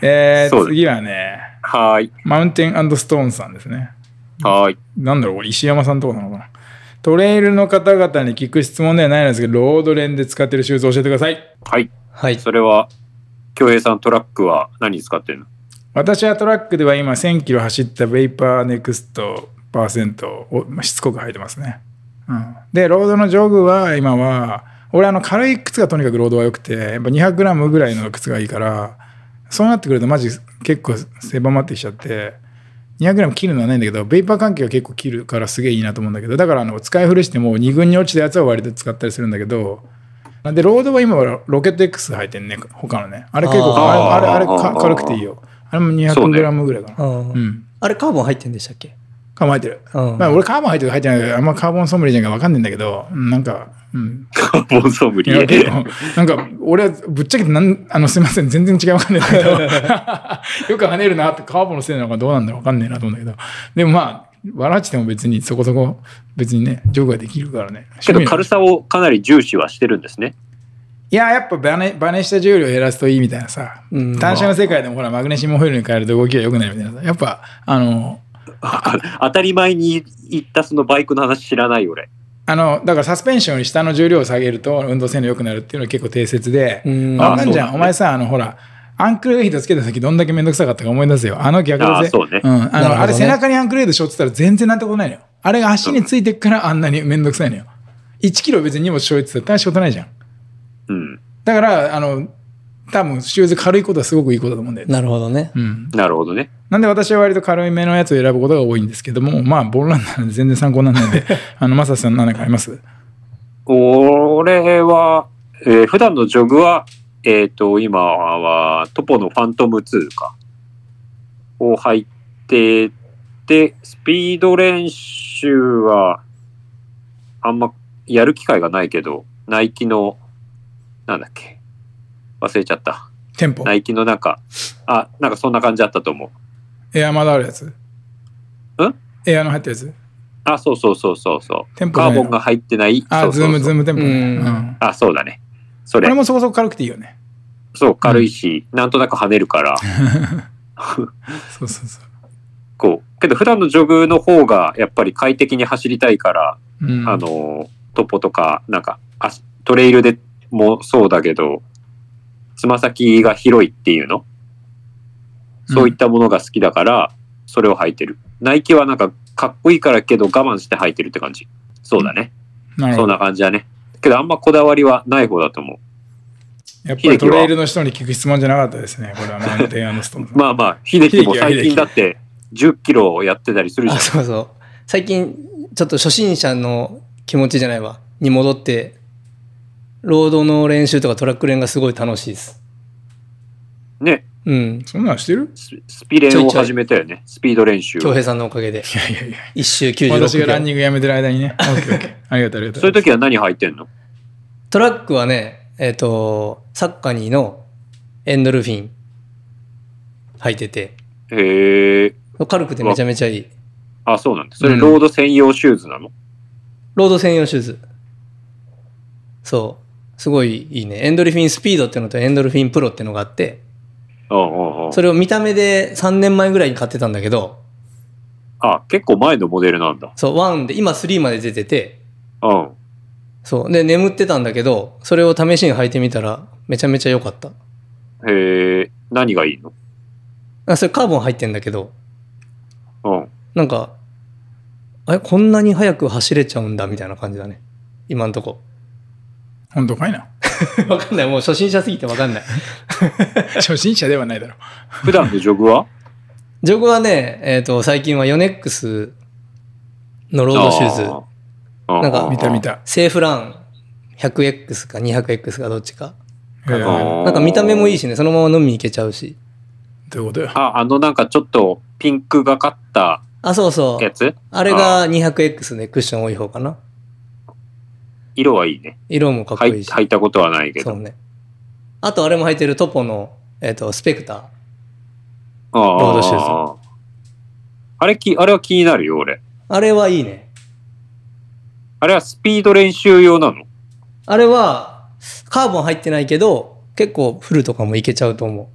Speaker 2: え
Speaker 1: そ
Speaker 2: ー、
Speaker 1: うです
Speaker 2: 次はね、
Speaker 1: はーい。
Speaker 2: マウンテンストーンさんですね。
Speaker 1: はーい。
Speaker 2: なんだろう、これ石山さんとかなのかな。トレイルの方々に聞く質問ではないんですけど、ロードレンで使ってるシューズ教えてください。
Speaker 1: はい。
Speaker 3: はい。
Speaker 1: それは、京平さんトラックは何使ってるの
Speaker 2: 私はトラックでは今1000キロ走ったベイパーネクストパーセントをまあしつこく履いてますね。うん、で、ロードのジョグは今は、俺あの軽い靴がとにかくロードは良くて、やっぱ 200g ぐらいの靴がいいから、そうなってくるとマジ結構狭まってきちゃって、200g 切るのはないんだけど、ベイパー関係は結構切るからすげえいいなと思うんだけど、だからあの使い古しても2軍に落ちたやつは割と使ったりするんだけど、で、ロードは今はロケット X 履いてんね、他のね。あれ結構、あ
Speaker 1: あ
Speaker 2: れ、
Speaker 1: ー
Speaker 2: あれ、あれか軽くていいよ。あれも
Speaker 1: そうね
Speaker 2: 200g ぐらいかな。
Speaker 3: うん
Speaker 2: うん。
Speaker 3: あれカーボン入ってんでしたっけ
Speaker 2: 構えてる。
Speaker 3: うん。
Speaker 2: まあ、俺カーボン入ってるか入ってないからあんまカーボンソムリエじゃんから分かんないんだけど、うんなんか、うん。
Speaker 1: カーボンソム
Speaker 2: い
Speaker 1: リ
Speaker 2: や
Speaker 1: エ。
Speaker 2: 結構なんか、俺はぶっちゃけてなん、あの、すいません、全然違う分かんないんだけど、 よく跳ねるなって、カーボンのせいなのかどうなんだろう分かんないなと思うんだけど、でもまあ、笑っちても別にそこそこ、別にね、ジョグができるからね。
Speaker 1: けど
Speaker 2: 趣味なん
Speaker 1: 軽
Speaker 2: で
Speaker 1: さをかなり重視はしてるんですね。
Speaker 2: いや、やっぱバネ、バネした重量を減らすといいみたいなさ、
Speaker 3: うん
Speaker 2: 単車の世界でもほら、マグネシウムホイールに変えると動きが良くなるみたいなさ、やっぱ、あの、
Speaker 1: 当たり前に言ったそのバイクの話知らない俺。
Speaker 2: あの、だからサスペンションより下の重量を下げると運動性能良くなるっていうのは結構定説で、
Speaker 3: うん
Speaker 2: わか
Speaker 1: あそ
Speaker 2: んじ
Speaker 1: う
Speaker 2: ゃ
Speaker 1: だ
Speaker 2: ん、
Speaker 1: ね
Speaker 2: お前さ、あの、ほら、アンクルエイドつけた時どんだけめんどくさかったか思い出せよ。あの逆
Speaker 1: あ
Speaker 2: だ
Speaker 1: あ、
Speaker 2: ぜ。
Speaker 1: そうね
Speaker 2: う。ん。あ
Speaker 3: なるほど
Speaker 2: の、
Speaker 3: ね
Speaker 2: あれ背中にアンクルエイドしょってたら全然なんてことないのよ。あれが足についてくからあんなにめんどくさいのよ。1キロ別に荷物しょってたら大したことないじゃん。
Speaker 1: うん。
Speaker 2: だから、あの、多分、シューズ軽いことはすごくいいことだと思うんだよね。
Speaker 3: なるほどね。
Speaker 2: うん。
Speaker 1: なるほどね。
Speaker 2: なんで私は割と軽いめのやつを選ぶことが多いんですけども、まあ、ボールランなんで全然参考にならないので、あの、マサさん何かあります
Speaker 1: 俺は、えー普段のジョグは、えっ、と、今はトポのファントム2か。を履いてて、スピード練習は、あんまやる機会がないけど、ナイキの、なんだっけ。忘れちゃった。
Speaker 2: テンポ
Speaker 1: ナ。イキのなんか、あ、なんかそんな感じだったと思う。
Speaker 2: エアーまだあるやつ。んエアーの入ったやつ。
Speaker 1: あ、そうそうそうそうそう。
Speaker 2: テンポじ
Speaker 1: カ
Speaker 2: ゃ
Speaker 1: ー
Speaker 2: ない
Speaker 1: ボ
Speaker 2: の
Speaker 1: ンが入ってない。
Speaker 2: あ、
Speaker 1: そうそうそう
Speaker 2: ズーム、ズームテンポね。
Speaker 3: うん
Speaker 2: うん
Speaker 1: あ、そうだね。そ
Speaker 2: こ
Speaker 1: れ
Speaker 2: れ、もそこそこ軽くていいよね。
Speaker 1: そう、軽いし、なんとなく跳ねるから、
Speaker 2: そうそうそう。
Speaker 1: こう、けど普段のジョグの方が、やっぱり快適に走りたいから、
Speaker 2: うん
Speaker 1: あの、トポとか、なんか、あトレイルでもそうだけど、つま先が広いっていうのそういったものが好きだから、それを履いてる。ナイキはなんか、かっこいいからけど我慢して履いてるって感じ。そうだね。
Speaker 2: なる
Speaker 1: そ
Speaker 2: ほ
Speaker 1: ん
Speaker 2: ど。
Speaker 1: な感じだね。けどあんまこだわりはない方だと思う。
Speaker 2: やっぱりトレイルの人に聞く質問じゃなかったですね。これはマウンテンアンドストーン
Speaker 1: まあまあ、秀樹も
Speaker 2: 秀樹は秀
Speaker 1: 最
Speaker 2: 樹
Speaker 1: 近だって、10キロをやってたりするじゃん。
Speaker 3: あ、そうそう。最近、ちょっと初心者の気持ちじゃないわ。に戻って、ロードの練習とかトラック練がすごい楽しいです。
Speaker 1: ね、
Speaker 3: うん。
Speaker 2: そんなのしてる
Speaker 1: ススピレ
Speaker 3: ちょ
Speaker 1: ン
Speaker 3: い
Speaker 1: を
Speaker 3: ちょい
Speaker 1: 始めたよね。スピード練習を。
Speaker 3: 京平さんのおかげで。
Speaker 2: いやいやいや。
Speaker 3: 一周96秒。
Speaker 2: 私がランニングやめてる間にね。オッケーオッケーありがとうありがとう。
Speaker 1: そういう時は何入ってんの
Speaker 3: トラックはね、えっ、と、サッカニーのエンドルフィン履いてて、
Speaker 1: へえ。
Speaker 3: 軽くてめちゃめちゃいい。
Speaker 1: あ、そうなんだ。それ
Speaker 2: うん
Speaker 1: ロード専用シューズなの、
Speaker 3: ロード専用シューズ。そう。すごいいいね。エンドルフィンスピードっていうのとエンドルフィンプロっていうのがあって、
Speaker 1: うん、うんうんうん
Speaker 3: それを見た目で3年前ぐらいに買ってたんだけど、
Speaker 1: あ、結構前のモデルなんだ。
Speaker 3: そう、1で、今3まで出てて、
Speaker 1: うん。
Speaker 3: そう。で、眠ってたんだけど、それを試しに履いてみたら、めちゃめちゃ良かった。
Speaker 1: へえ、何がいいの
Speaker 3: あ、それカーボン入ってんだけど、
Speaker 1: うん。
Speaker 3: なんか、あれ、こんなに速く走れちゃうんだ、みたいな感じだね。今んとこ。
Speaker 2: 本当かいな。
Speaker 3: わかんない。もう初心者すぎてわかんない。
Speaker 2: 初心者ではないだろう。
Speaker 1: 普段のジョグは
Speaker 3: ジョグはね、えっ、と、最近はヨネックスの ロードシューズ。
Speaker 1: あー。
Speaker 3: なんか
Speaker 2: 見た見。た。
Speaker 3: セーフラン 100X か 200X かどっちか。
Speaker 2: えー
Speaker 1: あー
Speaker 3: なんか見た目もいいしね、そのまま飲みに行けちゃうし。
Speaker 2: どういうことよ。
Speaker 1: あ、あのなんかちょっとピンクがかった
Speaker 3: あ、そうそ
Speaker 1: や
Speaker 3: う。
Speaker 1: つ
Speaker 3: あれが 200X でクッション多い方かな。
Speaker 1: 色はいいね。
Speaker 3: 色もかっこい
Speaker 1: はい
Speaker 3: いし。
Speaker 1: 履いたことはないけ
Speaker 3: そ
Speaker 1: ど。
Speaker 3: うね。あとあれも履いてるトポの、えっ、と、スペクター。
Speaker 1: ああ
Speaker 3: ロードシュ
Speaker 1: ーズ。あれき、あれは気になるよ、俺。
Speaker 3: あれはいいね。
Speaker 1: あれはスピード練習用なの
Speaker 3: あれは、カーボン入ってないけど、結構フルとかもいけちゃうと思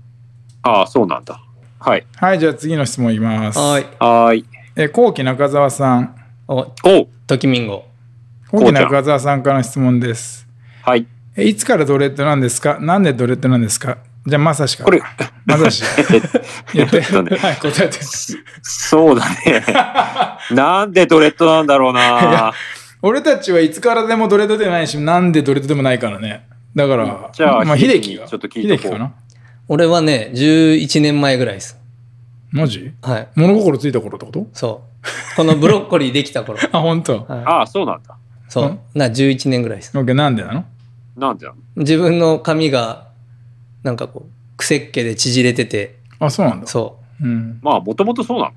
Speaker 1: ああ、そうなんだ。はい。
Speaker 2: はい、じゃあ次の質問いきま
Speaker 3: う。
Speaker 2: す。
Speaker 3: はーい。
Speaker 1: はーい。
Speaker 2: えー、後期中澤さん。
Speaker 3: お、
Speaker 1: おう
Speaker 3: ときみんご。
Speaker 2: 後期中澤さんからの質問です。
Speaker 1: はい。
Speaker 2: えー、いつからドレッドなんですかなんでドレッドなんですかじゃあ、まさしから。
Speaker 1: これ、
Speaker 2: ま さし。言って。
Speaker 1: そうね
Speaker 2: はい、答えて。
Speaker 1: そうだ ね。なんでドレッドなんだろうな。
Speaker 2: 俺たちはいつからでもドレッドでないし、なんでドレッドでもないからね。だか
Speaker 1: うん
Speaker 2: ら、
Speaker 1: じゃあ
Speaker 2: まあ、
Speaker 1: 秀
Speaker 2: 秀
Speaker 1: 樹
Speaker 2: 樹
Speaker 1: に
Speaker 2: が。
Speaker 1: ちょっと聞いとこう
Speaker 2: 秀樹かな
Speaker 3: 俺はね、11年前ぐらいです。
Speaker 2: マジ
Speaker 3: はい。
Speaker 2: 物心ついた頃ってこと
Speaker 3: そう。このブロッコリーできた頃。
Speaker 2: あ、本当。。
Speaker 3: は
Speaker 1: ああ、そうなんだ。
Speaker 3: い、そううんな、11年ぐらいです。
Speaker 2: オッケー、なんでなの
Speaker 1: なんでなの
Speaker 3: 自分の髪が、なんかこう、くせっ毛で縮れてて、
Speaker 2: あ、そうなんだ。
Speaker 3: そう。
Speaker 2: うん。
Speaker 1: まあ、もともとそうなの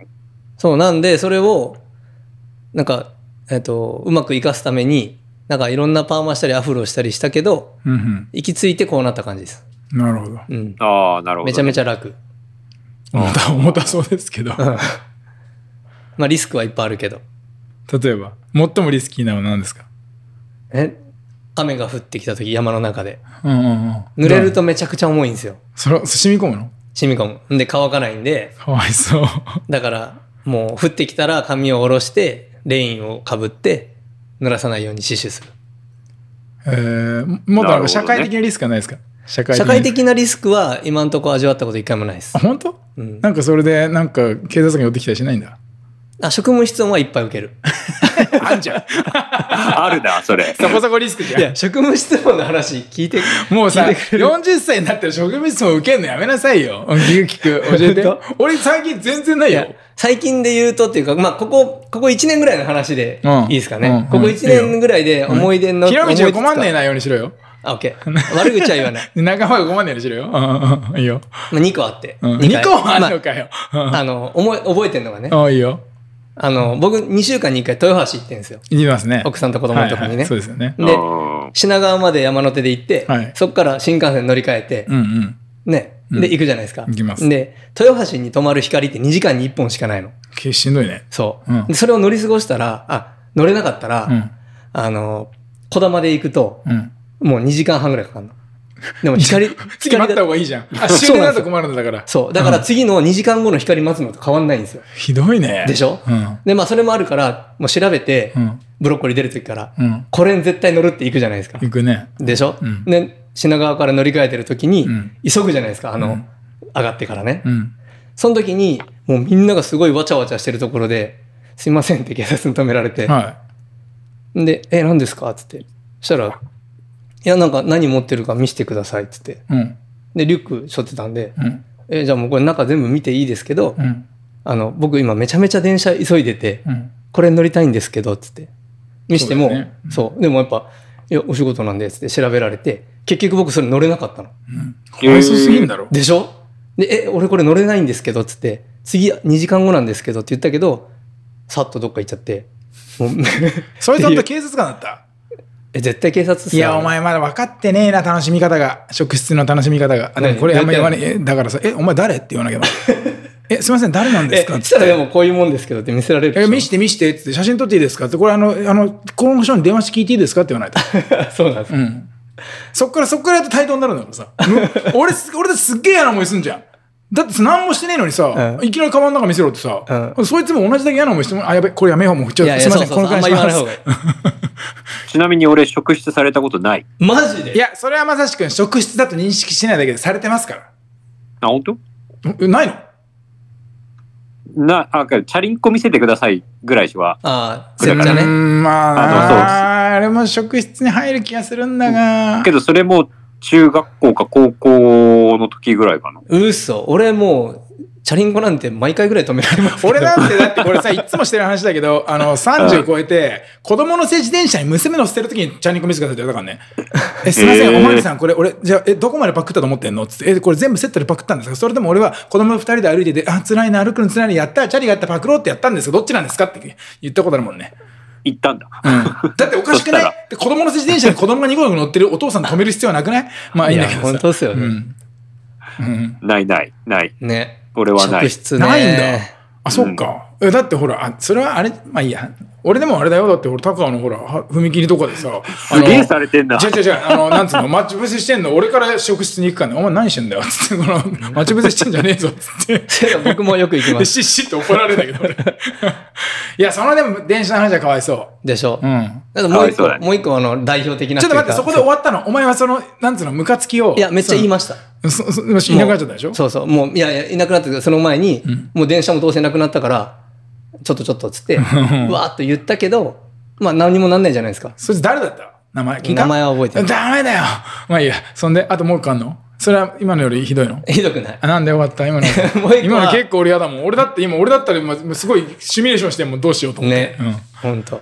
Speaker 3: そう、なんで、それを、なんか、えっ、と、うまく活かすために、なんかいろんなパーマしたりアフロしたりしたけど、
Speaker 2: うん
Speaker 3: 行き着いてこうなった感じです。
Speaker 2: うん。なるほど。
Speaker 3: うん。
Speaker 1: ああ、なるほど。
Speaker 3: めちゃめ
Speaker 1: ち
Speaker 3: ち ゃ楽。
Speaker 2: 重た、重たそうですけど。
Speaker 3: まあ、リスクはいっぱいあるけど。
Speaker 2: 例えば、最もリスキーなのは何ですか
Speaker 3: え雨が降ってきた時、山の中で。
Speaker 2: うんうんうん。
Speaker 3: 濡れる
Speaker 2: と。
Speaker 3: とめちゃくちゃ重いんですよ。
Speaker 2: それ、染み込むの
Speaker 3: 染み込む。んで、乾かないんで、
Speaker 2: かわいそう。
Speaker 3: だから、もう降ってきたら髪を下ろして、レインをかぶって、濡らさないように死守する。
Speaker 2: えー、もっと
Speaker 1: なるほ
Speaker 2: なん
Speaker 1: どね
Speaker 2: か社会的なリスクはないですか社会的
Speaker 3: 社
Speaker 2: な
Speaker 3: 会的なリスクは今んとこ味わったこと一回もないです
Speaker 2: あ、。本当？
Speaker 3: うん
Speaker 2: なんかそれで、なんか警察官寄ってきたりしないんだ。
Speaker 3: あ職務質問はいっぱい受ける。
Speaker 2: あんじゃん。
Speaker 1: ゃ。あるな、そ れ。
Speaker 2: そこそこリスクじ
Speaker 3: い
Speaker 2: ゃ
Speaker 3: や、職務質問の話聞いて。
Speaker 2: ん。もうさ、
Speaker 3: 聞いてくれる
Speaker 2: 40歳になって職務質問受けるのやめなさいよ。うん聞く聞く。教え
Speaker 3: 本
Speaker 2: て。俺最近全然ないい
Speaker 3: や
Speaker 2: よ。、
Speaker 3: 最近で言うとっていうか、まあ、ここ、ここ1年ぐらいの話で
Speaker 2: うん
Speaker 3: いいですかね。
Speaker 2: うんうん
Speaker 3: ここ1年ぐらいで思い出の。
Speaker 2: ひろみちゃん困んねえ
Speaker 3: な。
Speaker 2: なようにしろよ。
Speaker 3: あ、オッケー。悪口は言わ ない。
Speaker 2: 仲間が困んねえようにしろよ。うんうんうん。いいよ。
Speaker 3: まあ、2個あって。
Speaker 2: うん
Speaker 3: 二回
Speaker 2: 2個もあんの
Speaker 3: ま
Speaker 2: かよ。
Speaker 3: ああの、思い、覚えてるのがね
Speaker 2: う。ん。あ、いいよ。
Speaker 3: あの、僕2週間に1回豊橋行ってんですよ。
Speaker 2: いきますね。
Speaker 3: 奥さんと子供とか
Speaker 2: はいは
Speaker 3: にね
Speaker 2: い。そうですよね。
Speaker 1: う
Speaker 3: で、
Speaker 1: ん
Speaker 3: 品川まで山手で行って、
Speaker 2: はい
Speaker 3: そっから新幹線乗り換えて、
Speaker 2: うんうん。
Speaker 3: ね。
Speaker 2: うん
Speaker 3: で、行くじゃないですか。
Speaker 2: 行きます
Speaker 3: で、豊橋に泊まる光って2時間に1本しかないの。
Speaker 2: けしんどいね。
Speaker 3: そう、
Speaker 2: うん
Speaker 3: でそれを乗り過ごしたら、あ、乗れなかったら、
Speaker 2: うん。
Speaker 3: あの、小玉で行くと、
Speaker 2: うん。
Speaker 3: もう2時間半ぐらいかかるの。でも光、
Speaker 2: 次待
Speaker 3: 光
Speaker 2: った
Speaker 3: だ
Speaker 2: 方がいいじゃん。あ、
Speaker 3: そ
Speaker 2: 終
Speaker 3: う
Speaker 2: 電
Speaker 3: な
Speaker 2: だ
Speaker 3: んですよ
Speaker 2: と困るんだから。
Speaker 3: そう。だから次の2時間後の光待つのと変わんないんですよ。
Speaker 2: ひどいね。
Speaker 3: でしょ
Speaker 2: うん。
Speaker 3: で、まあそれもあるから、もう調べて、
Speaker 2: うん。
Speaker 3: ブロッコリー出る時から、
Speaker 2: うん。
Speaker 3: これに絶対乗るって行くじゃないですか。
Speaker 2: 行くね。
Speaker 3: でしょ、
Speaker 2: うん
Speaker 3: で、品川から乗り換えてる時に
Speaker 2: うん、
Speaker 3: 急ぐじゃないですか、あの、
Speaker 2: うん
Speaker 3: 上がってからね。
Speaker 2: うん。
Speaker 3: その時に、もうみんながすごいわちゃわちゃしてるところで、すいませんって警察に止められて、
Speaker 2: は
Speaker 3: で、え、何ですかつって。そしたら、いや、なんか何持ってるか見せてください。つって。
Speaker 2: い。うん。
Speaker 3: で、リュック背負ってたんで、
Speaker 2: うん。
Speaker 3: え、じゃあもうこれ中全部見ていいですけど
Speaker 2: う、ん。
Speaker 3: あの、僕今めちゃめちゃ電車急いでて、
Speaker 2: うん。
Speaker 3: これ乗りたいんですけど、つって。見しても、
Speaker 2: そ
Speaker 3: そうう,、
Speaker 2: だよねうん
Speaker 3: でもやっぱ、いや、お仕事なんで、つって調べられて、結局僕それ乗れなかったの。
Speaker 2: うん。かわいそうすぎんだろ。
Speaker 3: でしょで、え、俺これ乗れないんですけど、つって、次2時間後なんですけどって言ったけど、さっとどっか行っちゃって、もう、
Speaker 2: それとった警察官だった。
Speaker 3: え、絶対警察っす
Speaker 2: い
Speaker 3: よ
Speaker 2: や、お前まだ分かってねえな、楽しみ方が。職質の楽しみ方が。あ、でもこれあんま言わねえ。えだからさ、え、お前誰って言わなきゃな。え、すいません、誰なんで
Speaker 3: え
Speaker 2: すかっ
Speaker 3: した
Speaker 2: て
Speaker 3: らでもこういうもんですけどって見せられるでし
Speaker 2: え、
Speaker 3: ょ
Speaker 2: 見して見してっつって、写真撮っていいですかって、これあの、あの、この人に電話して聞いていいですかって言わないと。
Speaker 3: そうなんです
Speaker 2: う。 ん。そっから、そっからやって対等になるんだからさ。む俺す、俺ですっげえ嫌な思いすんじゃん。だってさ、何もしてねえのにさ、
Speaker 3: うん
Speaker 2: いきなりカバンの中見せろってさ、そいつも同じだけ嫌な思いしても、あ、やべ、これやめよう、もう、ちょっ
Speaker 3: いや
Speaker 2: と、
Speaker 3: い
Speaker 2: す
Speaker 3: や、
Speaker 2: いま
Speaker 3: そ
Speaker 2: せ、
Speaker 3: うんそう
Speaker 2: この
Speaker 3: そう、あん
Speaker 2: 会社
Speaker 3: ま言わない方がいい。
Speaker 1: ちなみに俺、職質されたことない。
Speaker 3: マジで
Speaker 2: いや、それはまさしくん、職質だと認識してないだけでされてますか
Speaker 1: あ、本当
Speaker 2: ら。んないの
Speaker 1: な、あ、チャリンコ見せてくださいぐらいしは。
Speaker 3: ああ、せっちゃ
Speaker 2: うー
Speaker 3: ね。
Speaker 2: んまあ
Speaker 1: あのそうです
Speaker 2: あーあれも職質に入る気がするんだが。
Speaker 1: けど、それも中学校か高校の時ぐらいかな。
Speaker 3: 嘘。俺もう、チャリンコなんて毎回ぐらい止められますけど。
Speaker 2: 俺なんてだってこれさ、いつもしてる話だけど、あの、30超えて、子供乗せ自転車に娘乗せてる時にチャリンコ見せてくださいって言われたからね。え、すいません、
Speaker 1: えー
Speaker 2: おまわりさん、これ俺、じゃあ、え、どこまでパクったと思ってんのつって、え、これ全部セットでパクったんですかそれでも俺は子供2人で歩いてて、あ、辛いな、歩くの辛いな、やったらチャリがあったらパクろうってやったんですけど、どっちなんですかって言ったことあるもんね。
Speaker 1: 行ったんだ。
Speaker 2: うんだっておかしくない
Speaker 1: そした
Speaker 2: で子供の自転車に子供がニコニコ乗ってるお父さん止める必要はなくないまあいいんだけどさ。
Speaker 3: いや本当っすよね
Speaker 2: うんうん
Speaker 1: ないない、ない。
Speaker 3: ね。
Speaker 1: 俺はない
Speaker 3: 職。質ね。
Speaker 2: ないんだ。あ、そっか。えだってほら、あそれはあれ、まあいいや。俺でもあれだよ。だって俺、高尾のほら、は踏切とかで さ。あ
Speaker 1: す
Speaker 2: の
Speaker 1: げえされてんな。
Speaker 2: 違う違う違う、あの、なんつうの、待ち伏せしてんの、俺から職質に行くからね、お前何して んだよ、つって、この、待ち伏せしてんじゃねえぞ、つって。
Speaker 3: そういうの僕もよく行きま
Speaker 2: で、
Speaker 3: す。
Speaker 2: しっしって怒られるんだけ ど、俺。いや、そのでも、電車の話はかわいそ
Speaker 3: でしょ
Speaker 2: う。う。ん。
Speaker 3: だってもう一
Speaker 1: かわいそうだ、
Speaker 3: 個
Speaker 1: ね
Speaker 3: もう一個あの、代表的な
Speaker 2: ちょっと待って、
Speaker 3: い
Speaker 2: そうこ
Speaker 3: か
Speaker 2: で終わったの。お前はその、なんつうの、ムカつきを。
Speaker 3: いや、めっちゃ言いました。
Speaker 2: す。そそ今いなくなっちゃったでしょ
Speaker 3: そうそう。もう、いやいや、いなくなったけど、その前に、もう電車もどうせなくなったから、ちょっとちょっとっつって、うわーっと言ったけど、まあ何にもなんないじゃないですか。
Speaker 2: そいつ誰だった名前聞いた
Speaker 3: 名前は覚えてない
Speaker 2: ダメだよまあいいや。そんで、あともう一個あんのそれは今のよりひどいの
Speaker 3: ひどくない。
Speaker 2: あなんでよかった今の
Speaker 3: もう一個は
Speaker 2: 今の結構俺嫌だもん。俺だって今、俺だったら今すごいシミュレーションしてもうどうしようと思って。
Speaker 3: ね。ほんと。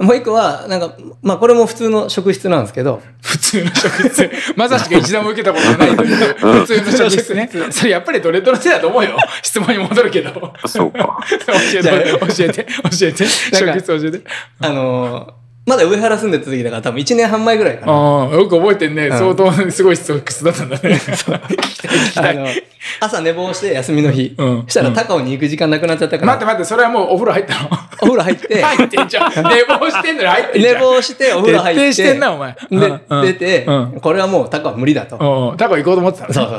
Speaker 3: もう一個は、なんか、まあこれも普通の職質なんですけど、
Speaker 2: 普通の職 質。まさしく一度も受けたことがないという普通の職質ね。それやっぱりドレッドのせいだと思うよ。質問に戻るけど。教
Speaker 1: そうか。
Speaker 2: えて、
Speaker 3: じゃあ
Speaker 2: 教えて、教えて。
Speaker 3: なん
Speaker 2: 職
Speaker 3: か
Speaker 2: 質教えて。
Speaker 3: あのーまだ上原住んでた時だから多分1年半前ぐらいかな。
Speaker 2: ああ、よく覚えてんね。
Speaker 3: ん
Speaker 2: 相当すごい質質だったんだね。
Speaker 3: あの朝寝坊して休みの日、
Speaker 2: うん
Speaker 3: したら高尾に行く時間なくなっちゃったから、
Speaker 2: 待って待って、それはもうお風呂入ったの
Speaker 3: お風呂入って、
Speaker 2: 入ってんじゃん。 寝坊してんのに入ってんじゃ
Speaker 3: 寝
Speaker 2: ん。
Speaker 3: 坊してお風呂入って
Speaker 2: 徹底してんなお前
Speaker 3: で、
Speaker 2: うんうん
Speaker 3: 出て、
Speaker 2: うん
Speaker 3: これはもう高尾は無理だと、
Speaker 2: おうタコ行こうと思ってたのね。
Speaker 3: そうそ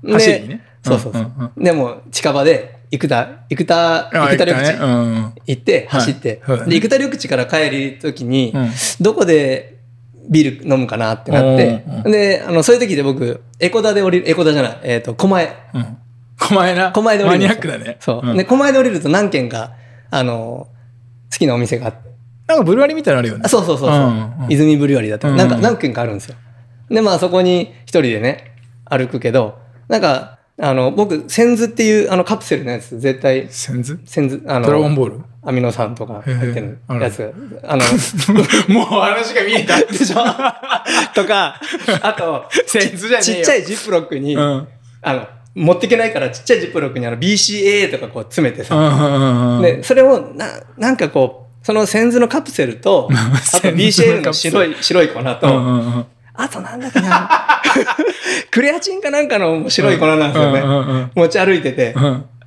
Speaker 3: うそうんで
Speaker 2: ん走りにね。
Speaker 3: そうそうそう、
Speaker 2: んんん
Speaker 3: でもう近場で生田生田
Speaker 2: あ
Speaker 3: 生田緑
Speaker 2: 行
Speaker 3: 地、
Speaker 2: ったねうん
Speaker 3: 行って走って、
Speaker 2: はいそうだね
Speaker 3: で生田緑地から帰る時に、
Speaker 2: うん
Speaker 3: どこでビール飲むかなってなって
Speaker 2: おー、
Speaker 3: であのそういう時で僕エコダで降りるエコダじゃないえっ、と狛江
Speaker 2: うん。狛江な。
Speaker 3: 狛江で降
Speaker 2: マ
Speaker 3: りる
Speaker 2: ニ
Speaker 3: んですよ
Speaker 2: アックだね。
Speaker 3: そう。
Speaker 2: ん
Speaker 3: で、狛江で降りると何軒か、あの、好きなお店があって。
Speaker 2: なんかブルワリーみたいなのあるよね
Speaker 3: あ。そうそうそうそう、
Speaker 2: うんうん
Speaker 3: 泉ブリュワリーだった
Speaker 2: う
Speaker 3: ら、
Speaker 2: ん
Speaker 3: なんか何軒かあるんですよ。で、まあそこに一人でね、歩くけど、なんか、あの、僕、千ズっていうあのカプセルのやつ、絶対、
Speaker 2: センズ
Speaker 3: 千ズ、あの、
Speaker 2: ドラゴンボール
Speaker 3: アミノ酸とか入ってるやつ、あの、
Speaker 2: もう話が見えた。
Speaker 3: でしょ とか、あと、
Speaker 2: センズじゃねえ
Speaker 3: ち
Speaker 2: よ
Speaker 3: っちゃいジップロックに、
Speaker 2: うん。
Speaker 3: あの、持ってけないからちっちゃいジップロックにあの BCAA とかこう詰めてさ、
Speaker 2: うんうんうんうん。
Speaker 3: で、それをな、なんかこう、そのセンズのカプセル と、あと BCL の白い、白い粉
Speaker 2: う
Speaker 3: と、
Speaker 2: んうんうん。
Speaker 3: あとなんだっけな、 クレアチンかなんかの白い粉なんですよね。
Speaker 2: うんうんうん
Speaker 3: 持ち歩いてて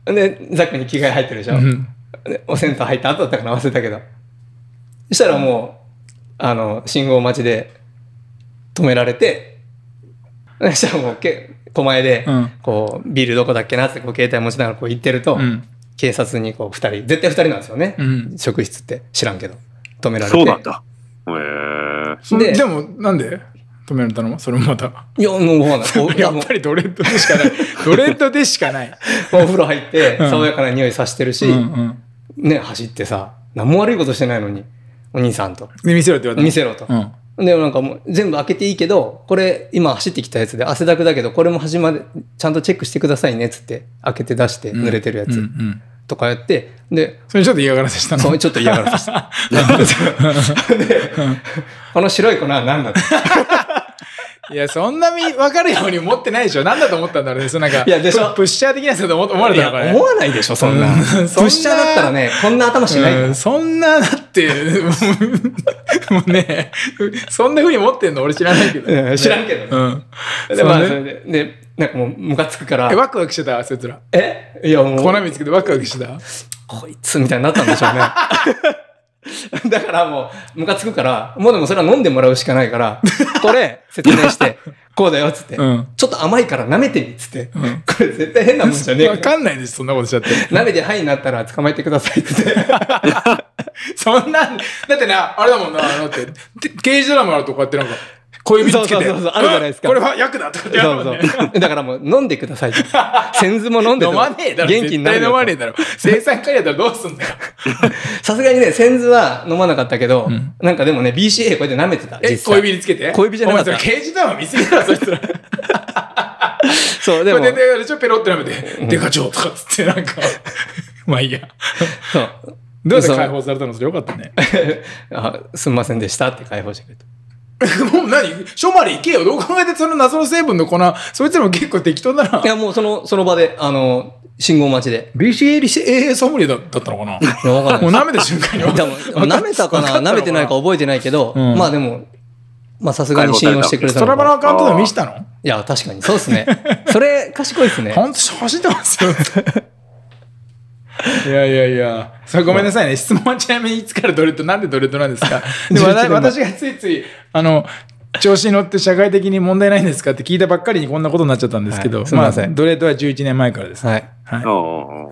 Speaker 2: う、ん
Speaker 3: で、ザックに着替え入ってるでしょ。
Speaker 2: うん。
Speaker 3: でお銭湯入った後だったかな忘れたけど。そしたらもう、あの、信号待ちで止められて、そしたらもう、け狛江で
Speaker 2: うん、
Speaker 3: こう、ビールどこだっけなって、こう、携帯持ちながらこう行ってると、
Speaker 2: うん
Speaker 3: 警察にこう、二人、絶対二人なんですよね。
Speaker 2: うん
Speaker 3: 職質って知らんけど、止められて。
Speaker 1: そうなんだ。へえ。
Speaker 3: で
Speaker 2: でも、なんで止められたのそれもまた。
Speaker 3: いや、も うわかんない、
Speaker 2: や
Speaker 3: もう
Speaker 2: っぱりドレッドでしかない。ドレッドでしかない。
Speaker 3: もうお風呂入って、
Speaker 2: うん
Speaker 3: 爽やかな匂いさしてる し、
Speaker 2: うんうん。
Speaker 3: ね、走ってさ、何も悪いことしてないのに、お兄さんと、
Speaker 2: で、見せろって言われたの。
Speaker 3: 見せろと。
Speaker 2: うん。
Speaker 3: で、なんかもう全部開けていいけど、これ今走ってきたやつで汗だくだけど、これも端までちゃんとチェックしてくださいねっつって、開けて出して濡れてるや
Speaker 2: うんう
Speaker 3: つ
Speaker 2: ん。
Speaker 3: とかやって、で、
Speaker 2: それちょっと嫌がらせしたの。
Speaker 3: そうちょっと嫌がらせした。で、この白い粉は何だって。
Speaker 2: いや、そんなに分かるように思ってないでしょ。なんだと思ったんだろうね。そのなんか、
Speaker 3: いやでしょ
Speaker 2: ププッシャー的なやつだと思思われ
Speaker 3: い
Speaker 2: たの
Speaker 3: や
Speaker 2: かね。
Speaker 3: 思わないでしょ、そんな。
Speaker 2: うん
Speaker 3: プッシャーだったらね、こんな頭しないよ
Speaker 2: うんそんな、だって、 もうもうね、そんなふうに思ってんの俺知らないけ
Speaker 3: う
Speaker 2: ど。
Speaker 3: ん知らんけどね
Speaker 2: うん。
Speaker 3: で、まあ、
Speaker 2: そう
Speaker 3: そ
Speaker 2: ね
Speaker 3: れで、で、なんかもう、ムカつくから
Speaker 2: え、、ワクワクしてたそいつら。
Speaker 3: えいや、も
Speaker 2: 粉
Speaker 3: う、
Speaker 2: 見つけてワクワクしてた
Speaker 3: こいつみたいになったんでしょうね。 だからもう、ムカつくから、もうでもそれは飲んでもらうしかないから、これ、説明 して、こうだよ、つって、
Speaker 2: うん
Speaker 3: ちょっと甘いから舐めてみ、つって。
Speaker 2: うん
Speaker 3: これ絶対変なもんじゃねえ
Speaker 2: わ
Speaker 3: から。
Speaker 2: かんないです、そんなことしちゃって。
Speaker 3: 舐めて、はいになったら捕まえてください、つ って。
Speaker 2: そんなん、だってな、あれだもんな、あのだって、て刑事ドラマあるとこうやってなんか、小指つけて。
Speaker 3: そうそうそうそうあるじゃないですか
Speaker 2: うんこれは役だとかってやる
Speaker 3: そ
Speaker 2: も
Speaker 3: うんそ
Speaker 2: ね
Speaker 3: う。だからもう飲んでくださいと。センズも飲んでと
Speaker 2: 飲まねえ だろ。
Speaker 3: 元気になる
Speaker 2: 絶対
Speaker 3: よと
Speaker 2: 飲まねえだろ。生産管理だったらどうすんだよ。
Speaker 3: さすがにね、センズは飲まなかったけど、
Speaker 2: ん
Speaker 3: なんかでもね、BCA こうやって舐めてた。
Speaker 2: え、
Speaker 3: 実
Speaker 2: 小
Speaker 3: 際
Speaker 2: 指につけて
Speaker 3: 小指じゃなかった
Speaker 2: お前それ刑事ドラマ見すぎ だろ、そいつら。こ
Speaker 3: そう、で
Speaker 2: れ
Speaker 3: も、
Speaker 2: で、で、あれちょ、ペロって舐めて、デカ長とかっつって、なんか、 まあいいや。
Speaker 3: そう。
Speaker 2: どうやっ
Speaker 3: そ
Speaker 2: て
Speaker 3: う
Speaker 2: 解放されたのそれよかったね。
Speaker 3: あすんませんでしたって解放してくれた。。
Speaker 2: もう何署まで行けよ。どう考えてその謎の成分の粉、そいつらも結構適当だない
Speaker 3: や、もうその、その場で、あの、信号待ちで。
Speaker 2: BCA リシ AA ソムリエだったのかない
Speaker 3: やわかんない
Speaker 2: もう舐めた瞬間に
Speaker 3: でも舐めたかな舐めてないか覚えてないけど、
Speaker 2: うん
Speaker 3: まあでも、まあさすがに信用してくれ
Speaker 2: ス
Speaker 3: た
Speaker 2: ト
Speaker 3: の
Speaker 2: ラ
Speaker 3: か
Speaker 2: バの
Speaker 3: な
Speaker 2: アカウントでも見せたの
Speaker 3: いや、確かに。そうですね。それ、賢いですね。
Speaker 2: ほんと走ってますよ。いやいやいや。それごめんなさいね。質問はちなみにいつからドレッド、なんでドレッドなんです かでも
Speaker 3: 11年前
Speaker 2: 私がついつい、あの、調子に乗って社会的に問題ないんですかって聞いたばっかりにこんなことになっちゃったんですけど、
Speaker 3: はいすいません
Speaker 2: あ、ドレッドは11年前からです。
Speaker 3: はい。
Speaker 2: はい。
Speaker 1: うんうんうん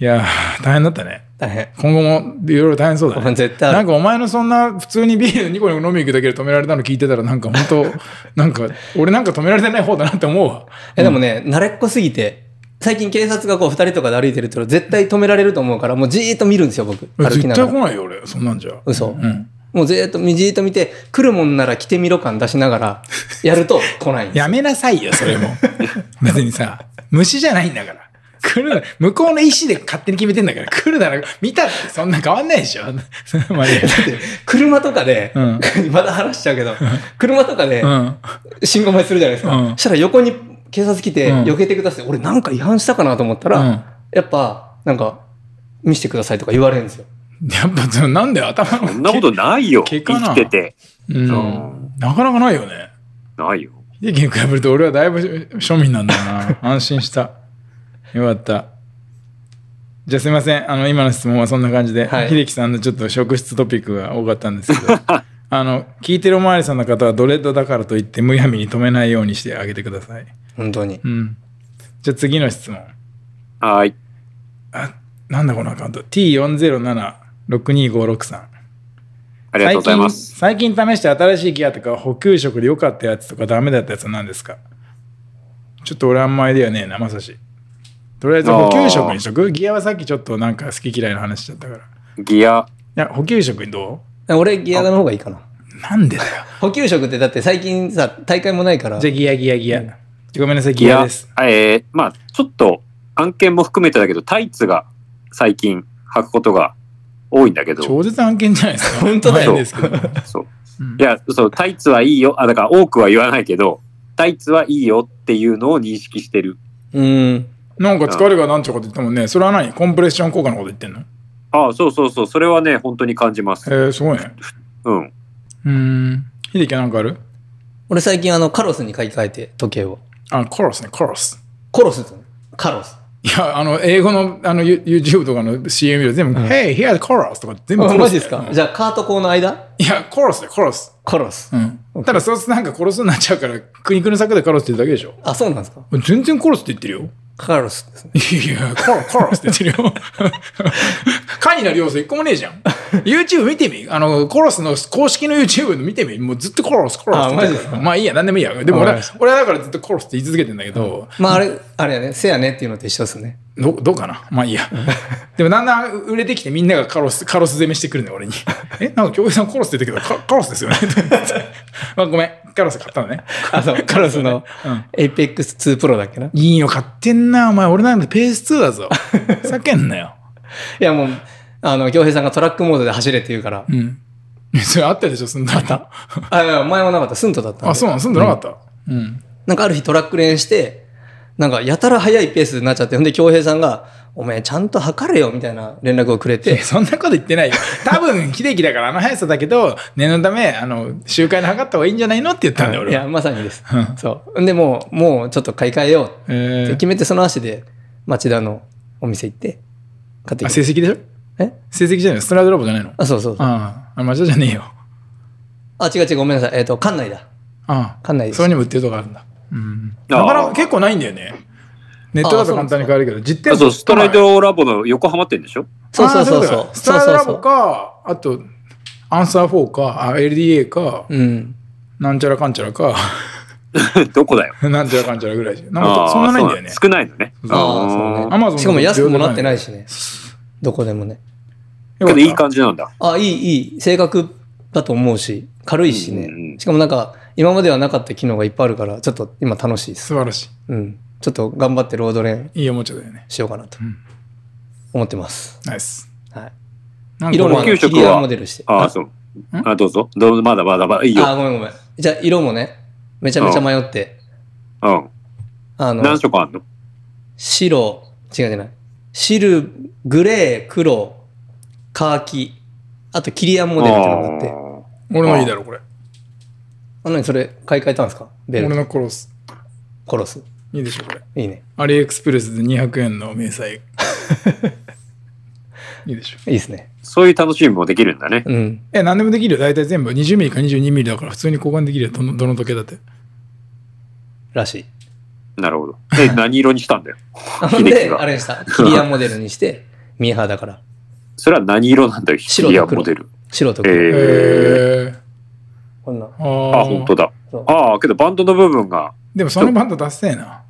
Speaker 2: いやー、大変だったね。
Speaker 3: 大変。
Speaker 2: 今後もいろいろ大変そうだね。
Speaker 3: 絶対ある
Speaker 2: なんかお前のそんな普通にビール2個に飲み行くだけで止められたの聞いてたらなんか本当なんか俺なんか止められてない方だなって思うわ。
Speaker 3: え、でもね、慣れっこすぎて、最近警察がこう二人とかで歩いてると絶対止められると思うから、もうじーっと見るんですよ、僕。 歩き
Speaker 2: 絶
Speaker 3: な
Speaker 2: 対
Speaker 3: が
Speaker 2: 来
Speaker 3: ら。
Speaker 2: ないよ俺、そんなんじゃ。
Speaker 3: 嘘。
Speaker 2: うん。
Speaker 3: もうずーっと、じーっと見て、来るもんなら来てみろ感出しながら、やると来ないんです
Speaker 2: やめなさいよ、それも。 別にさ、虫じゃないんだから。来るな、向こうの意思で勝手に決めてんだから、来るなら、見たってそんな変わんないでしょ。それまで。
Speaker 3: だって車とかで、
Speaker 2: うん
Speaker 3: まだ話しちゃうけど、車とかで
Speaker 2: う、ん。
Speaker 3: 信号待ちするじゃないですか。
Speaker 2: うん
Speaker 3: したら横に警察来て、
Speaker 2: うん
Speaker 3: 避けてください。俺なんか違反したかなと思ったら、
Speaker 2: うん
Speaker 3: やっぱ、なんか、見せてくださいとか言われるんですよ。
Speaker 2: やっぱその、なんで頭の。
Speaker 1: そんなことないよ。
Speaker 2: 毛
Speaker 1: 生
Speaker 2: かな
Speaker 1: きてて。
Speaker 2: うん。なかなかないよね。
Speaker 1: ないよ。
Speaker 2: 秀樹に比べると俺はだいぶ庶民なんだな安心したよかったじゃあすいませんあの今の質問はそんな感じで、
Speaker 3: はい
Speaker 2: 秀樹さんのちょっと職質トピックが多かったんですけど あの聞いてるおまわりさんの方はドレッドだからといってむやみに止めないようにしてあげてください
Speaker 3: 本当に。
Speaker 2: うんじゃあ次の質問
Speaker 1: はーい。
Speaker 2: あなんだこのアカウント T40762563 さん
Speaker 1: ありがとうございます。
Speaker 2: 最近最近試して新しいギアとか補給食で良かったやつとかダメだったやつは何ですかちょっと俺あんまアイデアねえなまさしとりあえず補給食にしとくギアはさっきちょっとなんか好き嫌いの話しちゃったからい
Speaker 1: ギア。
Speaker 2: や補給食にど
Speaker 3: 俺、ギアの方がいいかな。
Speaker 2: うなんでだよ
Speaker 3: 補給食ってだって最近さ、大会もないから。
Speaker 2: じゃあギアギアギア、ごめんなさいギ
Speaker 1: ギ
Speaker 2: ア
Speaker 1: ア
Speaker 2: です。
Speaker 1: えー、まあ、ちょっと案件も含めてだけど、タイツが最近履くことが多いんだけど。
Speaker 2: 超絶案件じゃないですか
Speaker 3: 本当だ
Speaker 1: よ
Speaker 2: 前ですけど
Speaker 1: そう
Speaker 2: うん。
Speaker 1: いや、そう、タイツはいいよ。あ、だから多くは言わないけど、タイツはいいよっていうのを認識してる。
Speaker 3: うん。
Speaker 2: なんか疲れがなんちゃかって言ったもんねそれは何コンプレッション効果のこと言ってんの
Speaker 1: ああ、そうそうそう。それはね、本当に感じま
Speaker 2: え
Speaker 1: す。
Speaker 2: ー、すごいね
Speaker 1: うん。
Speaker 2: うーん秀樹はなんかある
Speaker 3: 俺最近あの、カロスに買い替えて、時計を。
Speaker 2: あコロスねコロス
Speaker 3: コロスって言うのカロス。
Speaker 2: いや、あの、英語の、あの、You- YouTube とかの CM で全部、Hey, here's chorus とか全部
Speaker 3: あ
Speaker 2: コロスだよ。
Speaker 3: マジですか
Speaker 2: うん
Speaker 3: じゃあ、カーとコーの間
Speaker 2: いや、コロスだよ、コロス。
Speaker 3: コロス
Speaker 2: う。ん。ただ、そうするとなんかコロスになっちゃうから、苦肉の策でコロスって言うだけでしょ。
Speaker 3: あ、そうなんですか
Speaker 2: 全然コロスって言ってるよ。
Speaker 3: カロスですね。
Speaker 2: いや、コロ、コロスって言ってるよ。カになる要素一個もねえじゃん。YouTube 見てみあの、コロスの公式の YouTube の見てみもうずっとコロス、コロスって言ってる
Speaker 3: あマジです
Speaker 2: からまあいいや、なんでもいいや。でも
Speaker 3: わ
Speaker 2: 俺
Speaker 3: かり
Speaker 2: は
Speaker 3: まし、
Speaker 2: 俺はだからずっとコロスって言い続けてんだけど、
Speaker 3: まあ、あれ、あれやね、せやねっていうのと一緒ですね。
Speaker 2: どどうかなまあいいや。でもだんだん売れてきてみんながカロス、カロス攻めしてくるね、俺 に。えなんか京平さんコロスって言ったけど、カカロスですよね まあごめん、カロス買ったのね。
Speaker 3: あ、そう、カロスの
Speaker 2: うん、
Speaker 3: エイペックス2プロだっけな。い
Speaker 2: いいの買ってんな、お前。俺なんてペース2だぞ。 叫んなよ。
Speaker 3: や、もう、あの、京平さんがトラックモードで走れって言うから
Speaker 2: う。ん。それあったでしょ、住んだった。
Speaker 3: あ、いや、前はなかった。スントだったんで。
Speaker 2: あ、そうなの住んでなかった。うん。
Speaker 3: なんかある日トラック練して、なんかやたら速いペースになっちゃって、ほんで京平さんが、お前ちゃんと測れよみたいな連絡をくれ
Speaker 2: え
Speaker 3: て、
Speaker 2: そんなこと言ってないよ。多分、秀樹だからあの速さだけど、念のため、あの、周回で測った方がいいんじゃないのって言ったんだよ、
Speaker 3: い
Speaker 2: 俺は。
Speaker 3: や、まさにです
Speaker 2: う。
Speaker 3: そう。んで、もう、もうちょっと買い替えよう
Speaker 2: え
Speaker 3: っ
Speaker 2: ー
Speaker 3: て決めて、その足で町田のお店行って、買って
Speaker 2: あ
Speaker 3: きて。
Speaker 2: 成績でしょ
Speaker 3: え
Speaker 2: 成績じゃないのストライドラボじゃないのあ
Speaker 3: あ、そうそうそう。
Speaker 2: あ、あれ町田じゃねえよ。
Speaker 3: あ、違う違う、ごめんなさい。えっ、と、館内だ。
Speaker 2: ああ、
Speaker 3: 館内です。
Speaker 2: それにも売ってるとこあるんだ。うん。
Speaker 1: あ
Speaker 2: な
Speaker 1: あ
Speaker 2: かなか結構ないんだよね。ネットだと簡単に買えるけど、実店
Speaker 1: あ
Speaker 2: 舗
Speaker 1: そう、ストライドラボの横浜店でしょ
Speaker 3: そうそうそう
Speaker 2: ああい
Speaker 3: そ
Speaker 2: こと
Speaker 3: う。
Speaker 2: かストライドラボ
Speaker 3: そうそうそ
Speaker 2: か、あと、アンサー4か、あ LDA か、
Speaker 3: う。うん。
Speaker 2: なんちゃらかんちゃらか、
Speaker 1: どこだよ。
Speaker 2: なんちゃらかんちゃらぐらいじゃ。なん
Speaker 1: あ
Speaker 2: か
Speaker 1: ー
Speaker 2: そんなないんだよね。
Speaker 1: そうなの少ないのね。
Speaker 3: あ
Speaker 2: ア
Speaker 3: あ、
Speaker 2: マ
Speaker 3: そ
Speaker 2: ゾ
Speaker 3: う
Speaker 2: ン
Speaker 3: ね。
Speaker 2: の
Speaker 3: しかも安くもなってないしね。どこでもね。
Speaker 1: け
Speaker 2: よかっ
Speaker 1: ど
Speaker 2: た
Speaker 1: いい感じなんだ。
Speaker 3: あ、いい、いい。性格だと思うし、軽いし
Speaker 1: うんうんう
Speaker 3: ね。
Speaker 1: ん
Speaker 3: しかもなんか、今まではなかった機能がいっぱいあるから、ちょっと今楽しいです。
Speaker 2: 素晴らし
Speaker 3: うん。ちょっと頑張ってロードレン
Speaker 2: い。いいおもちゃだよね。
Speaker 3: しようかなと
Speaker 2: うん
Speaker 3: 思ってます。
Speaker 2: ナイス。
Speaker 3: はい。
Speaker 2: なん
Speaker 3: 色
Speaker 2: か
Speaker 3: も
Speaker 2: こ
Speaker 3: あ
Speaker 2: れ
Speaker 1: 給
Speaker 3: の
Speaker 1: 食は
Speaker 3: キリアンモデルして。
Speaker 1: あ
Speaker 3: あ
Speaker 1: あ、そう。あどうぞ。どうぞまだまだまだ。いい
Speaker 3: あ、
Speaker 1: よ。
Speaker 3: ごめんごめん。じゃあ、色もね、めちゃめちゃ迷って、
Speaker 1: うん。
Speaker 3: あの、
Speaker 1: 何色あんの
Speaker 3: 白、違うじゃない。シル、グレー、黒、カーキ、あとキリアンモデルってのがあって。
Speaker 2: 俺のいいだろ、これ。
Speaker 3: あ、なにそれ買い替えたんですかベ
Speaker 2: 俺
Speaker 3: ルト。
Speaker 2: のコロス。
Speaker 3: コロス。
Speaker 2: いいでしょ、これ。
Speaker 3: いいね。
Speaker 2: アリエクスプレスで200円の明 細。いいでしょ。
Speaker 3: いいですね。
Speaker 1: そういう楽しみもできるんだね。
Speaker 3: うん。
Speaker 2: え、何でもできるよ。大体全部20ミリか22ミリだから普通に交換できるよ。どのどの時計だって。
Speaker 3: らしい。
Speaker 1: なるほど。で、何色にしたんだよ。
Speaker 3: なの
Speaker 1: 秀樹
Speaker 3: で、
Speaker 1: が
Speaker 3: あれにした。キリアンモデルにして、ミーハーだから。
Speaker 1: それは何色なんだよ、
Speaker 3: 白
Speaker 1: い
Speaker 3: と
Speaker 1: や、
Speaker 3: 黒
Speaker 1: モデル。
Speaker 3: 白と黒。
Speaker 1: えー。
Speaker 2: え
Speaker 3: こんな。
Speaker 2: ー。あ
Speaker 1: あ、
Speaker 2: あ
Speaker 1: 本当だ
Speaker 3: そう。
Speaker 1: ああ、けどバンドの部分が
Speaker 2: でもそのバンド出せえな。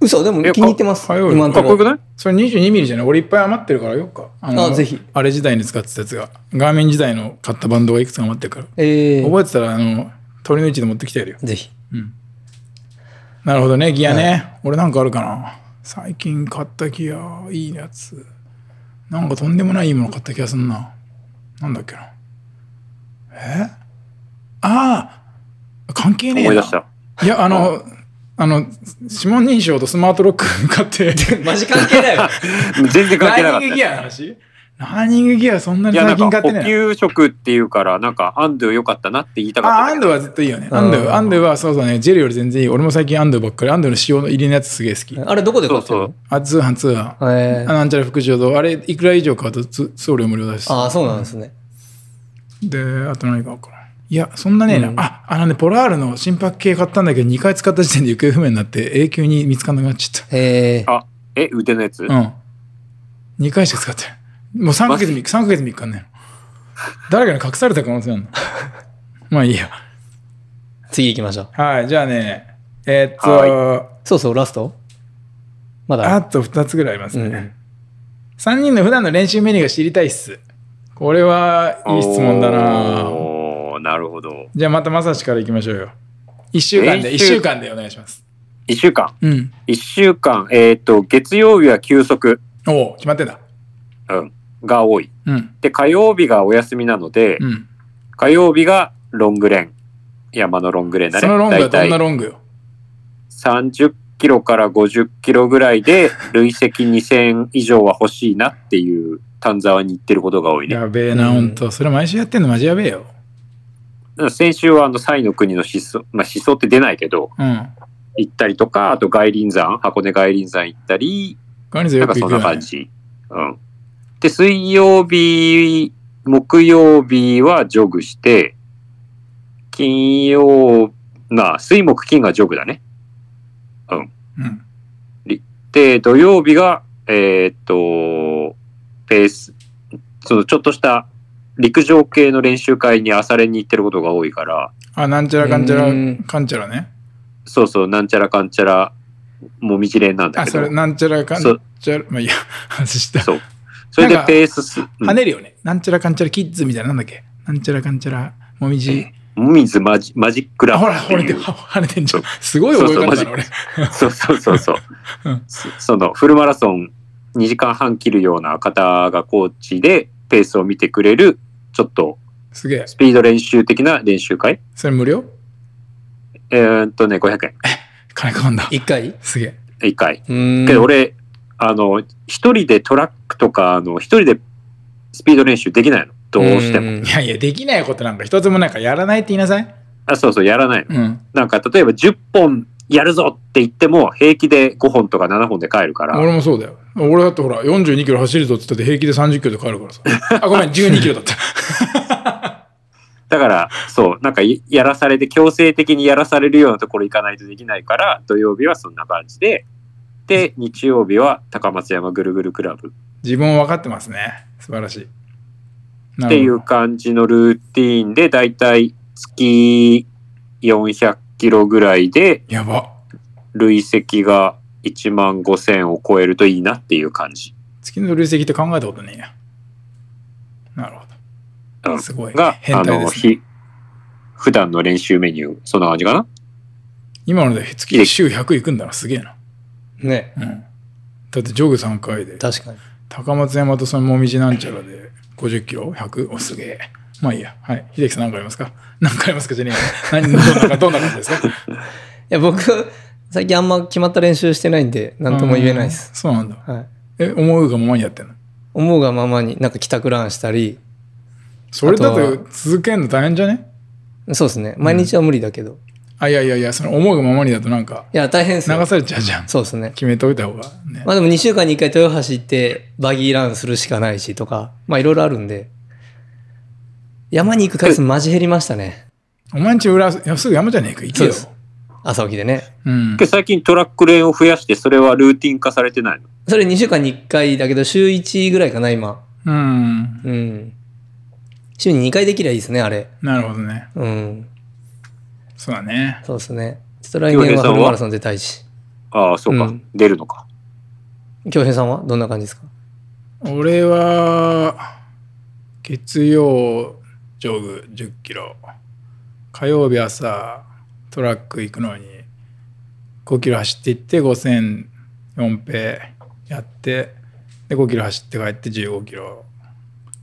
Speaker 3: 嘘、でも
Speaker 1: え
Speaker 3: 気に入ってます。
Speaker 2: かか
Speaker 3: 今の
Speaker 1: か
Speaker 3: と
Speaker 1: っこよ
Speaker 3: こ
Speaker 1: く
Speaker 3: ろ。
Speaker 1: ない
Speaker 2: それ22ミリじゃない俺いっぱい余ってるからよっか。あ
Speaker 3: あぜひ。
Speaker 2: あれ時代に使ってたやつが。画面時代の買ったバンドがいくつか余ってるから。
Speaker 3: えー
Speaker 2: 覚えてたら、あの、鳥の位置で持ってきてやるよ。
Speaker 3: ぜひ。
Speaker 2: うん。なるほどね、ギアね。俺なんかあるかな。最近買ったギア、いいやつ。なんかとんでもないいいもの買った気がすんな。なんだっけな。えああ関係ねえな。
Speaker 1: 思い出した。
Speaker 2: いや、あの、あの、指紋認証とスマートロック 買って、
Speaker 3: マジ関係ないよ。
Speaker 1: 全然関係なか
Speaker 2: ラ
Speaker 1: っ
Speaker 2: ンニン
Speaker 1: た
Speaker 2: グ。ギアの話ランニングギアそんないに
Speaker 1: や、な
Speaker 2: 最
Speaker 1: んか
Speaker 2: 近買っ
Speaker 1: 補
Speaker 2: てねえ
Speaker 1: 給
Speaker 2: な。
Speaker 1: 食っていうから、なんか、アンドゥ良かったなって言いたか
Speaker 2: あ、
Speaker 1: った
Speaker 2: ア
Speaker 1: ん
Speaker 2: ン
Speaker 1: だけ
Speaker 2: ド
Speaker 1: ど。
Speaker 2: はずっといいよね。アンド
Speaker 3: うん
Speaker 2: ゥ、アンドゥはそうだね、ジェルより全然いい。俺も最近アンドゥばっかり。アンドゥの塩の入りのやつすげえ好き。
Speaker 3: あれどこで
Speaker 1: そう
Speaker 3: 買ってる
Speaker 1: そ
Speaker 3: の
Speaker 1: う。
Speaker 2: あ、通販通販。
Speaker 3: え
Speaker 2: あ
Speaker 3: ー
Speaker 2: なんちゃら副上堂あれいくら以上買うとつ送料無料だし
Speaker 3: ああ、そうなんですね。
Speaker 2: であと何買おうかないやそんなねえな、
Speaker 3: うん
Speaker 2: ああのねポラールの心拍計買ったんだけど2回使った時点で行方不明になって永久に見つかんなくなっちゃっ
Speaker 3: えー
Speaker 1: あ、え、腕のやつ
Speaker 2: たうん2回しか使ってないもう3ヶ月3ヶ月3日ね誰かに隠された可能性あ るのまあいいや
Speaker 3: 次行きましょう。
Speaker 2: はいじゃあねえーっと
Speaker 1: は
Speaker 3: そうそう、ラストまだ
Speaker 2: あ
Speaker 3: ある。
Speaker 2: と2つぐらいありますね、
Speaker 3: うん。
Speaker 2: 3人の普段の練習メニューが知りたいっすこれはいい質問だな
Speaker 1: おーなるほど。
Speaker 2: じゃあまたまさしからいきましょうよ。1週間で、
Speaker 1: 練
Speaker 2: 一
Speaker 1: 習
Speaker 2: 週間でお願いします。
Speaker 1: 一週間。
Speaker 2: うん。
Speaker 1: 一週間。えっ、と、月曜日は休息、
Speaker 2: おお、決まってんだ。
Speaker 1: うん、が多い。
Speaker 2: うん。
Speaker 1: で、火曜日がお休みなので、
Speaker 2: うん。
Speaker 1: 火曜日がロングレン。山のロングレンだ
Speaker 2: そ
Speaker 1: ね。
Speaker 2: のロング
Speaker 1: だ
Speaker 2: はど
Speaker 1: い
Speaker 2: ん
Speaker 1: た
Speaker 2: ないロングよ。
Speaker 1: 30キロから50キロぐらいで、累積2000以上は欲しいなっていう、丹沢に行ってることが多いね。
Speaker 2: やべえな、
Speaker 3: うん
Speaker 2: ほんと。それ毎週やってんのマジやべえよ。
Speaker 1: 先週はあの、サイの国の思想、まあ思想って出ないけど、
Speaker 2: うん。
Speaker 1: 行ったりとか、あと外輪山、箱根外輪山行ったり、
Speaker 2: ガニズ
Speaker 1: な
Speaker 2: よ
Speaker 1: んか
Speaker 2: く行
Speaker 1: そん
Speaker 2: くよ、
Speaker 1: な
Speaker 2: ね。
Speaker 1: 感じ。うん。で、水曜日、木曜日はジョグして、金曜、まあ、水木金がジョグだね。
Speaker 2: うん。
Speaker 1: で、土曜日が、えーっと、ペース、そのちょっとした陸上系の練習会に朝練に行ってることが多いから、
Speaker 2: あ、なんちゃらかんちゃら
Speaker 3: うん、
Speaker 2: かんちゃらね。
Speaker 1: そうそう、なんちゃらかんちゃら、もみじ練なんだ
Speaker 2: あ、
Speaker 1: け
Speaker 2: そ
Speaker 1: ど
Speaker 2: れ、、なんちゃらかん
Speaker 1: そう
Speaker 2: ちゃら、まあいいや、 外した。
Speaker 1: そう。それで
Speaker 2: なんか
Speaker 1: ペースす、
Speaker 2: 跳ねるよね。なんちゃらかんちゃらキッズみたいな、なんだっけ。なんちゃらかんちゃら、もみじ。
Speaker 1: うんもみずマジマジックラ
Speaker 2: あ、
Speaker 1: ブ
Speaker 2: ほ
Speaker 1: っ
Speaker 2: ら、
Speaker 1: て
Speaker 2: 跳
Speaker 1: いう
Speaker 2: ねて、は跳ねてんじゃん。すごい覚え方だな、俺。
Speaker 1: そうそうそうそう
Speaker 2: うん。
Speaker 1: そそのフルマラソン2時間半切るような方がコーチでペースを見てくれる、ちょっと
Speaker 2: すげえ。
Speaker 1: スピード練習的な練習会
Speaker 2: それ無料
Speaker 1: えー、っとね、500円。
Speaker 2: 金かかんだ。
Speaker 3: 一回
Speaker 2: すげえ。
Speaker 1: 1回。
Speaker 3: うーん。
Speaker 1: けど俺、あの、一人でトラックとか、あの、一人でスピード練習できないの。どうしても。
Speaker 3: ん
Speaker 2: いやいや、できないことなんか一つもないからやらないって言いなさい。
Speaker 1: あ、そうそう、やらないの。
Speaker 2: うん。
Speaker 1: なんか、例えば10本やるぞって言っても、平気で5本とか7本で帰るから。
Speaker 2: 俺もそうだよ。俺だってほら、42キロ走るぞって言って平気で30キロで帰るからさ。あ、ごめん、12キロだった。
Speaker 1: だから、そう、なんかいやらされて、強制的にやらされるようなところ行かないとできないから、土曜日はそんな感じで、で、日曜日は高松山ぐるぐるクラブ
Speaker 2: 自分を分かってますね。素晴らしい。
Speaker 1: っ
Speaker 2: な
Speaker 1: てい
Speaker 2: るほ
Speaker 1: う
Speaker 2: ど。
Speaker 1: 感じのルーティーンで、だいたい月400キロぐらいで、
Speaker 2: やば。
Speaker 1: 累積が1万5000を超えるといいなっていう感じ
Speaker 2: 月の累積って考えたことねえや。なるほ
Speaker 1: う
Speaker 2: ど。
Speaker 1: ん
Speaker 2: すごい。
Speaker 1: が、
Speaker 2: 変
Speaker 1: あ
Speaker 2: 態で
Speaker 1: の、
Speaker 2: す、ね。
Speaker 1: ひ普段の練習メニュー、そんな感じかな
Speaker 2: 今ので月週100いくんだな。すげえな。
Speaker 3: ね
Speaker 2: うん。だって上下3回で、
Speaker 3: 確かに。
Speaker 2: 高松山とそのもみじなんちゃらで50キロ ?100? お、すげえ。まあいいや。はい。秀樹さん何かありますか何かありますかじゃねえよ。何、どんなか、どんな感じです か
Speaker 3: いや、僕、最近あんま決まった練習してないんで、なんとも言えないです。
Speaker 2: あーそうなんだ。
Speaker 3: はい。
Speaker 2: え、思うがままにやってんの
Speaker 3: 思うがままになんか帰宅ランしたり、
Speaker 2: それだ
Speaker 3: あ
Speaker 2: と続けんの大変じゃね
Speaker 3: そうですね。毎日は無理だけど。い
Speaker 2: あ、いやいやいや、その思うがままにだとなんか
Speaker 3: や、大変
Speaker 2: 流
Speaker 3: ですよ。
Speaker 2: されちゃうじゃん。
Speaker 3: そうですね。
Speaker 2: 決めといた方がね。
Speaker 3: まあでも2週間に1回豊橋行ってバギーランするしかないしとか、まあいろいろあるんで、山に行く回数マジ減りましたね。
Speaker 2: お前んち裏、いやすぐ山じゃねえか、行けよ。
Speaker 3: そう朝起きでね。
Speaker 2: うん。
Speaker 1: で最近トラックレーンを増やして、それはルーティン化されてないの
Speaker 3: それ2週間に1回だけど、週1ぐらいかな、今。
Speaker 2: うん。
Speaker 3: うん。週に2回できりゃいいですね、あれ。
Speaker 2: なるほどね。
Speaker 3: うん。
Speaker 2: そうだね。
Speaker 3: そうですね。ちょっと来年はフルマラソン出たいし。
Speaker 1: ああ、そうか、
Speaker 3: うん
Speaker 1: 出るのか。
Speaker 3: 京平さんはどんな感じですか
Speaker 2: 俺は、月曜、上具10キロ。火曜日朝、トラック行くのに、5キロ走って行って、5000、4ペやって、で、5キロ走って帰って15キロ。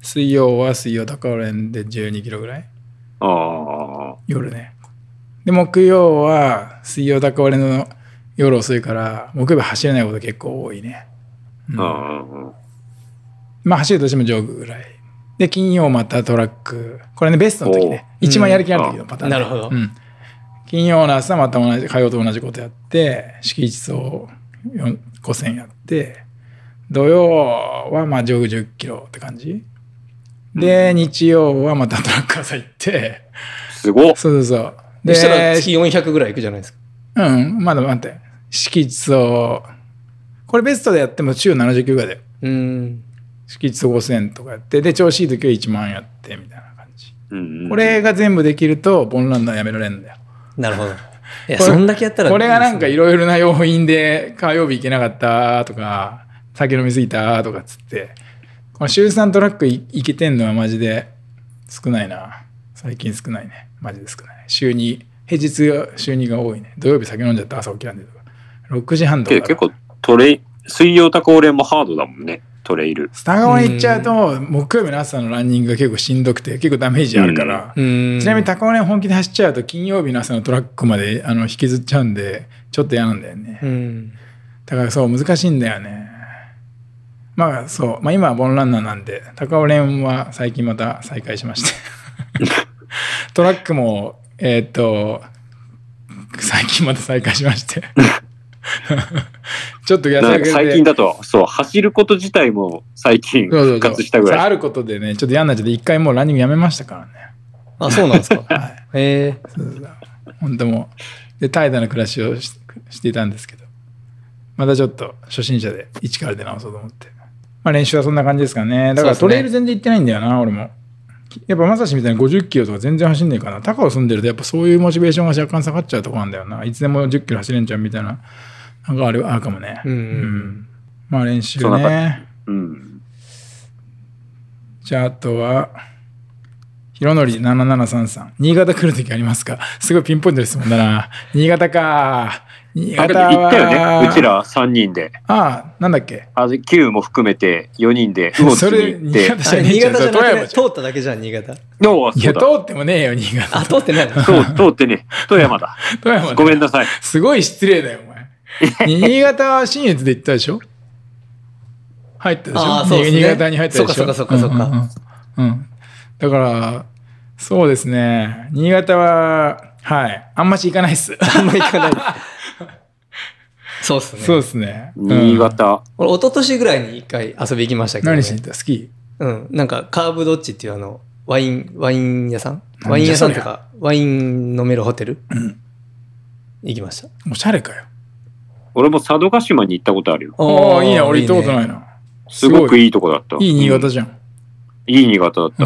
Speaker 2: 水曜は水曜高尾連で12キロぐらい
Speaker 1: ああ、
Speaker 2: 夜ね。で、木曜は水曜高尾連の夜遅いから、木曜日走れないこと結構多いね。うん
Speaker 1: うん、
Speaker 2: まあ走るとしてもジョグぐらい。で、金曜またトラック。これね、ベストの時ね。
Speaker 3: おう
Speaker 2: 一番やる気ある時のパターンね、
Speaker 3: うんなるほど
Speaker 2: うん。金曜の朝また同じ、火曜と同じことやって、敷地層4 5000やって、土曜はまあジョグ10キロって感じ。で、日曜はまたトラック朝行って、
Speaker 1: すごっ。
Speaker 2: そうそうそう。
Speaker 3: そ
Speaker 2: で、
Speaker 3: したら月400ぐらい行くじゃないですか。
Speaker 2: うん、まだ待って。敷地層、これベストでやっても中70キロぐらいだよ。
Speaker 3: うん。
Speaker 2: 敷地5000とかやってで調子いい時は1万やってみたいな感じ
Speaker 1: うんうん
Speaker 2: これが全部できるとボンランナーやめられんだよ
Speaker 3: なるほど。いや、
Speaker 2: これ
Speaker 3: そんだけやったら。
Speaker 2: これがなんか
Speaker 3: いい
Speaker 2: い
Speaker 3: で
Speaker 2: ろいろな要因で火曜日行けなかったとか酒飲みすぎたとかっつってこの週3トラックい行けてんのはマジで少ないな最近少ないねマジで少ない週2平日が週2が多いね土曜日酒飲んじゃった朝起きらんでとか6時半とか
Speaker 1: け
Speaker 2: だ
Speaker 1: 結構トレイ、水曜高尾連もハードだもんね、トレイル。
Speaker 2: スタガワに行っちゃうと木曜日の朝のランニングが結構しんどくて結構ダメージあるから、
Speaker 1: うん
Speaker 3: すねうん。
Speaker 2: ちなみに高尾連本気で走っちゃうと金曜日の朝のトラックまであの引きずっちゃうんでちょっと嫌なんだよね、
Speaker 3: うん。
Speaker 2: だからそう難しいんだよねまあそう、まあ、今はボンランナーなんで高尾連は最近また再開しま してトラックもえーっと最近また再開しまして ちょっと痩
Speaker 1: な
Speaker 2: せ
Speaker 1: ん
Speaker 2: て
Speaker 1: か最近だと、そう、走ること自体も最近
Speaker 2: そうそう
Speaker 1: 復
Speaker 2: そう
Speaker 1: 活したぐ
Speaker 2: そう
Speaker 1: ら
Speaker 2: あ
Speaker 1: い。
Speaker 2: ることでねちょっと嫌になっちゃって一回もうランニングやめましたからね
Speaker 3: あ、そうなんです か。へえ。
Speaker 2: 本当もうで怠惰な暮らしをししていたんですけどまたちょっと初心者で一から出直そうと思って、まあ、練習はそんな感じですかねだから
Speaker 3: そ
Speaker 2: ト
Speaker 3: うですね
Speaker 2: レイル全然行ってないんだよな、俺もやっぱまさしみたいに50キロとか全然走んねえから高尾住んでるとやっぱそういうモチベーションが若干下がっちゃうとこなんだよないつでも10キロ走れんちゃうみたいななんかあるあるかもね
Speaker 3: うん
Speaker 2: んまあ練習
Speaker 1: そうな
Speaker 2: ね
Speaker 1: うん。
Speaker 2: じゃあ、あとは、ひろのり7733。新潟来るときありますか すごいピンポイントですもんだな。新潟か。新
Speaker 1: だけ
Speaker 2: 潟
Speaker 1: ど
Speaker 2: は。
Speaker 1: 行ったよね、うち。ら3人で。
Speaker 2: ああ、なんだっけ。
Speaker 1: あれ、Q も含めて4人で魚津
Speaker 2: そ
Speaker 1: に
Speaker 2: れ、
Speaker 1: 行
Speaker 2: 新
Speaker 1: って。
Speaker 2: 潟じ
Speaker 3: あ
Speaker 2: ゃ
Speaker 3: れ
Speaker 2: ねえ
Speaker 3: 新
Speaker 2: じゃん。
Speaker 3: 潟じ
Speaker 2: そ
Speaker 3: ゃ
Speaker 2: れ
Speaker 3: な
Speaker 2: 富山
Speaker 3: く
Speaker 2: じ
Speaker 3: て、
Speaker 2: ゃ
Speaker 3: 通っただけじゃん、新潟。
Speaker 1: どうそ
Speaker 2: ん。いや、
Speaker 1: う
Speaker 2: 通
Speaker 1: だ。
Speaker 2: ってもねえよ、新潟。
Speaker 3: あ、通っ てないの
Speaker 1: そう通ってね、富山だ。
Speaker 2: 富山だ
Speaker 1: ごめんなさい。
Speaker 2: すごい失礼だよ、お前。 新潟は新越で行ったでしょ入ったでしょ
Speaker 3: ああそうですね
Speaker 2: 新潟に入ったでしょ
Speaker 3: そっかそっかそっかそっか
Speaker 2: うんうんうんうんだから、そうですね。新潟は、はい。あんまし行かないっす。
Speaker 3: あんま行かない。そうっすね。
Speaker 2: そうですね。
Speaker 1: 新潟。
Speaker 3: 俺、一昨年ぐらいに一回遊び行きました
Speaker 2: うん。
Speaker 3: けど、ね。
Speaker 2: 何しに行ったスキ
Speaker 3: うん。なんか、カーブドッジっていうあの、ワイン、ワイン屋さん
Speaker 2: なんじゃ
Speaker 3: ワイン屋さんとか、ワイン飲めるホテル
Speaker 2: ーうん。
Speaker 3: 行きました。
Speaker 2: おしゃれかよ。
Speaker 1: 俺も佐渡島に行ったことあるよ。
Speaker 2: ああ、いいな。俺行ったこと
Speaker 3: い。
Speaker 2: ないな。
Speaker 1: すごく
Speaker 2: い
Speaker 1: いいとこだった。
Speaker 2: い。いい新
Speaker 1: うん
Speaker 2: 潟 じゃん。
Speaker 1: いい新潟だった。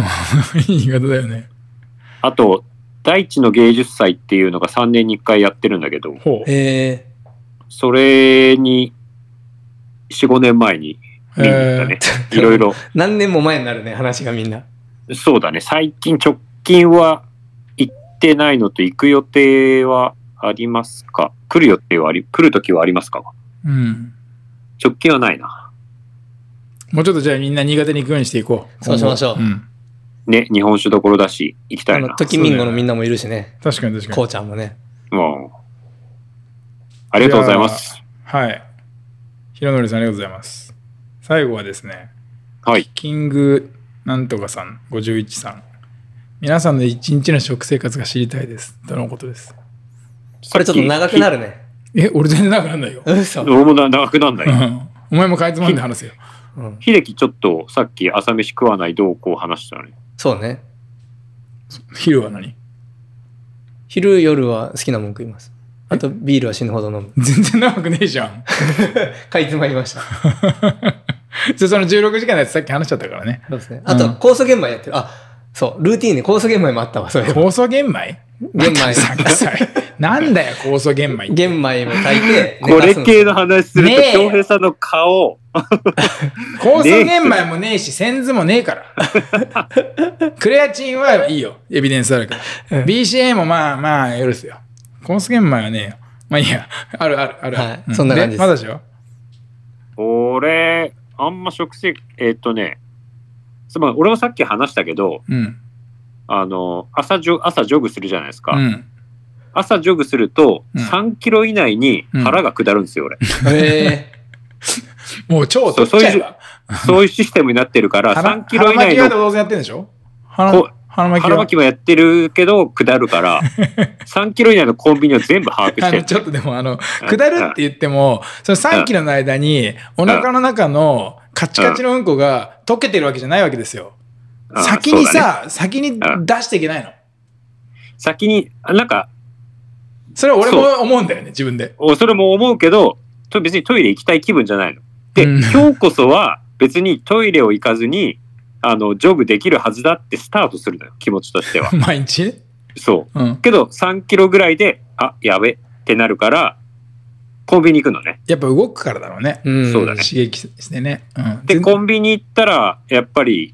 Speaker 2: いい新潟だよね。
Speaker 1: あと、大地の芸術祭っていうのが3年に1回やってるんだけど、
Speaker 2: ほう。
Speaker 3: え
Speaker 1: それに、4、5年前に見に行ったね。
Speaker 3: えー
Speaker 1: いろいろ。
Speaker 3: ー、何年も前になるね、話がみんな。
Speaker 1: そうだね。最近、直近は行ってないのと行く予定はありますか来る予定はあり、来るときはありますか
Speaker 2: うん。
Speaker 1: 直近はないな。
Speaker 2: もうちょっとじゃあみんな新潟に行くようにしていこう。
Speaker 3: そうしましょう
Speaker 2: 今後ん。
Speaker 1: ね、日本酒どころだし、行きた
Speaker 3: あ
Speaker 1: い
Speaker 3: の、
Speaker 1: な。
Speaker 3: ときみんごのみんなもいるしね、
Speaker 2: 確かに確か
Speaker 3: こ
Speaker 2: に。
Speaker 3: うちゃんもね。
Speaker 1: もう。ありがとうございます。
Speaker 2: はい。広則さんありがとうございます。最後はですね、
Speaker 1: はい。
Speaker 2: キングなんとかさん、51さん。皆さんの一日の食生活が知りたいです。とのことです。
Speaker 3: これちょっと長くなるね。
Speaker 2: え、俺全然長くなんないよ。
Speaker 3: 嘘。
Speaker 1: 俺もな長くなんな
Speaker 2: う
Speaker 1: い。
Speaker 2: んお前もかいつまんで話せよ。
Speaker 3: うん。
Speaker 1: 秀樹ちょっとさっき朝飯食わないどうこう話したね。
Speaker 3: そうね。
Speaker 2: 昼は何
Speaker 3: 昼、夜は好きなもん食います。あと、ビールは死ぬほど飲む。
Speaker 2: 全然長くねえじゃん。
Speaker 3: かいつまりました。
Speaker 2: そその16時間のやつさっき話しちゃったからね。
Speaker 3: そうですね。あと、
Speaker 2: うん
Speaker 3: 酵素玄米やってる。あ、そう、ルーティーンで酵素玄米もあったわ、それ。玄
Speaker 2: 酵素玄米
Speaker 3: 米。
Speaker 2: さっきさなんだよ、酵素玄米って。
Speaker 3: 玄米も炊いて、
Speaker 1: これ系の
Speaker 3: 話。
Speaker 1: 話すると、
Speaker 2: ねえ
Speaker 1: 恭平さんの顔、
Speaker 2: 酵素玄米もねえし、センズもねえ から。クレアチンはいいよ。エビデンスあるから。BCA もまあまあ、よろすよ。酵素玄米はねえよ。まあいいや、あるあるある。
Speaker 3: はい
Speaker 2: うん
Speaker 3: そんな感じです
Speaker 2: まだでしょ
Speaker 1: 俺、あんま食生、えっとね、つまり俺はさっき話したけど、
Speaker 2: うん。
Speaker 1: あの、朝ジョ朝ジョグするじゃないですか。
Speaker 2: うん。
Speaker 1: 朝ジョグすると、
Speaker 2: うん
Speaker 1: 3キロ以内に腹が下るんですよ、俺。
Speaker 3: え
Speaker 2: もう超取っちゃえば。
Speaker 1: そういうシステムになってるから、
Speaker 2: 腹
Speaker 1: 3キロ以
Speaker 2: 腹巻
Speaker 1: 内
Speaker 2: きは
Speaker 1: の
Speaker 2: 当然やってんでしょ
Speaker 1: こ
Speaker 2: 腹腹巻き
Speaker 1: 腹
Speaker 2: は
Speaker 1: 巻きもやってるけど、下る から、3キロ以内のコンビニを全部把握し
Speaker 2: あ
Speaker 1: て
Speaker 2: の
Speaker 1: る。
Speaker 2: ちょっとでもあの下るって言ってもその3キロの間にお腹の中のカチカチのうんこが溶けてるわけじゃないわけですよ
Speaker 1: うん
Speaker 2: 先に、
Speaker 1: そうだね
Speaker 2: さ先に出していけないの
Speaker 1: 先に、あなんか、
Speaker 2: それは俺も思うんだよね自分で
Speaker 1: おそれも思うけど、と別にトイレ行きたい気分じゃないの。で、
Speaker 2: うん。
Speaker 1: 今日こそは別にトイレを行かずに、あの、ジョグできるはずだってスタートするのよ、気持ちとしては
Speaker 2: 毎日ね
Speaker 1: そう。
Speaker 2: うん
Speaker 1: けど、3キロぐらいで、あ、やべってなるから、コンビニ行くのね。
Speaker 2: やっぱ動くからだろうね
Speaker 3: えん
Speaker 1: そうだね
Speaker 2: 刺激してねうん
Speaker 1: で、
Speaker 2: 全
Speaker 1: コンビニ行ったら、やっぱり、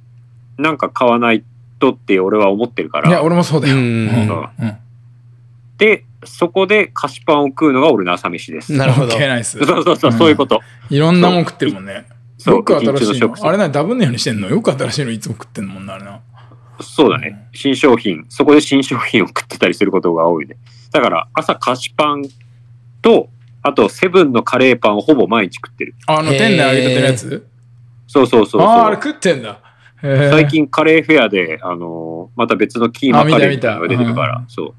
Speaker 1: なんか買わないとって俺は思ってるか
Speaker 2: いや
Speaker 1: ら。
Speaker 2: 俺もそうだよ
Speaker 3: う
Speaker 2: う
Speaker 3: ん
Speaker 2: んうん
Speaker 1: で、そこで菓子パンを食うのが俺の朝飯です。
Speaker 3: なるほど
Speaker 2: OK ナイス
Speaker 1: そうそうそう、そういうこと。
Speaker 2: いろんなもん食ってるもんね
Speaker 1: そう、
Speaker 2: よく新
Speaker 1: 一
Speaker 2: し
Speaker 1: 日
Speaker 2: い
Speaker 1: の
Speaker 2: の
Speaker 1: 食
Speaker 2: あ
Speaker 1: 生
Speaker 2: れなダブンのようにしてんのよく新しいのいつも食ってんのもんなあれな
Speaker 1: そうだね。新商品。そこで新商品を食ってたりすることが多いね。だから、朝菓子パンと、あと、セブンのカレーパンをほぼ毎日食ってる。
Speaker 2: あの
Speaker 3: へー
Speaker 2: 店内揚げたてのやつ
Speaker 1: そうそうそう
Speaker 2: あああれ
Speaker 1: そう。
Speaker 2: 食ってんだへー
Speaker 1: 最近カレーフェアで、あのーまた別のキーマカレーみたいなのが出てるか
Speaker 2: あ
Speaker 1: ら
Speaker 2: 見、
Speaker 1: そう。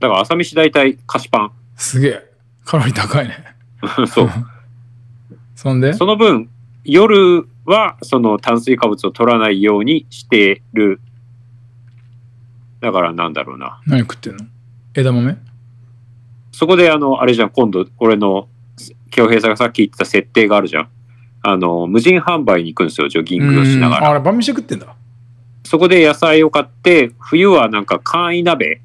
Speaker 1: だから朝飯大体菓子 パ
Speaker 2: すげえ。カロリー高いね。
Speaker 1: ン。そう。
Speaker 2: そんで
Speaker 1: その分、夜はその炭水化物を取らないようにしてる。だからなんだろうな。
Speaker 2: 何食ってんの枝豆
Speaker 1: そこであの、あれじゃん、今度、俺の、京平さんがさっき言ってた設定があるじゃん。あの、無人販売に行くんですよ、ジョギングをしなが
Speaker 2: うんあ
Speaker 1: ら。
Speaker 2: あれ晩飯食ってんだ。
Speaker 1: そこで野菜を買って、冬はなんか簡易鍋、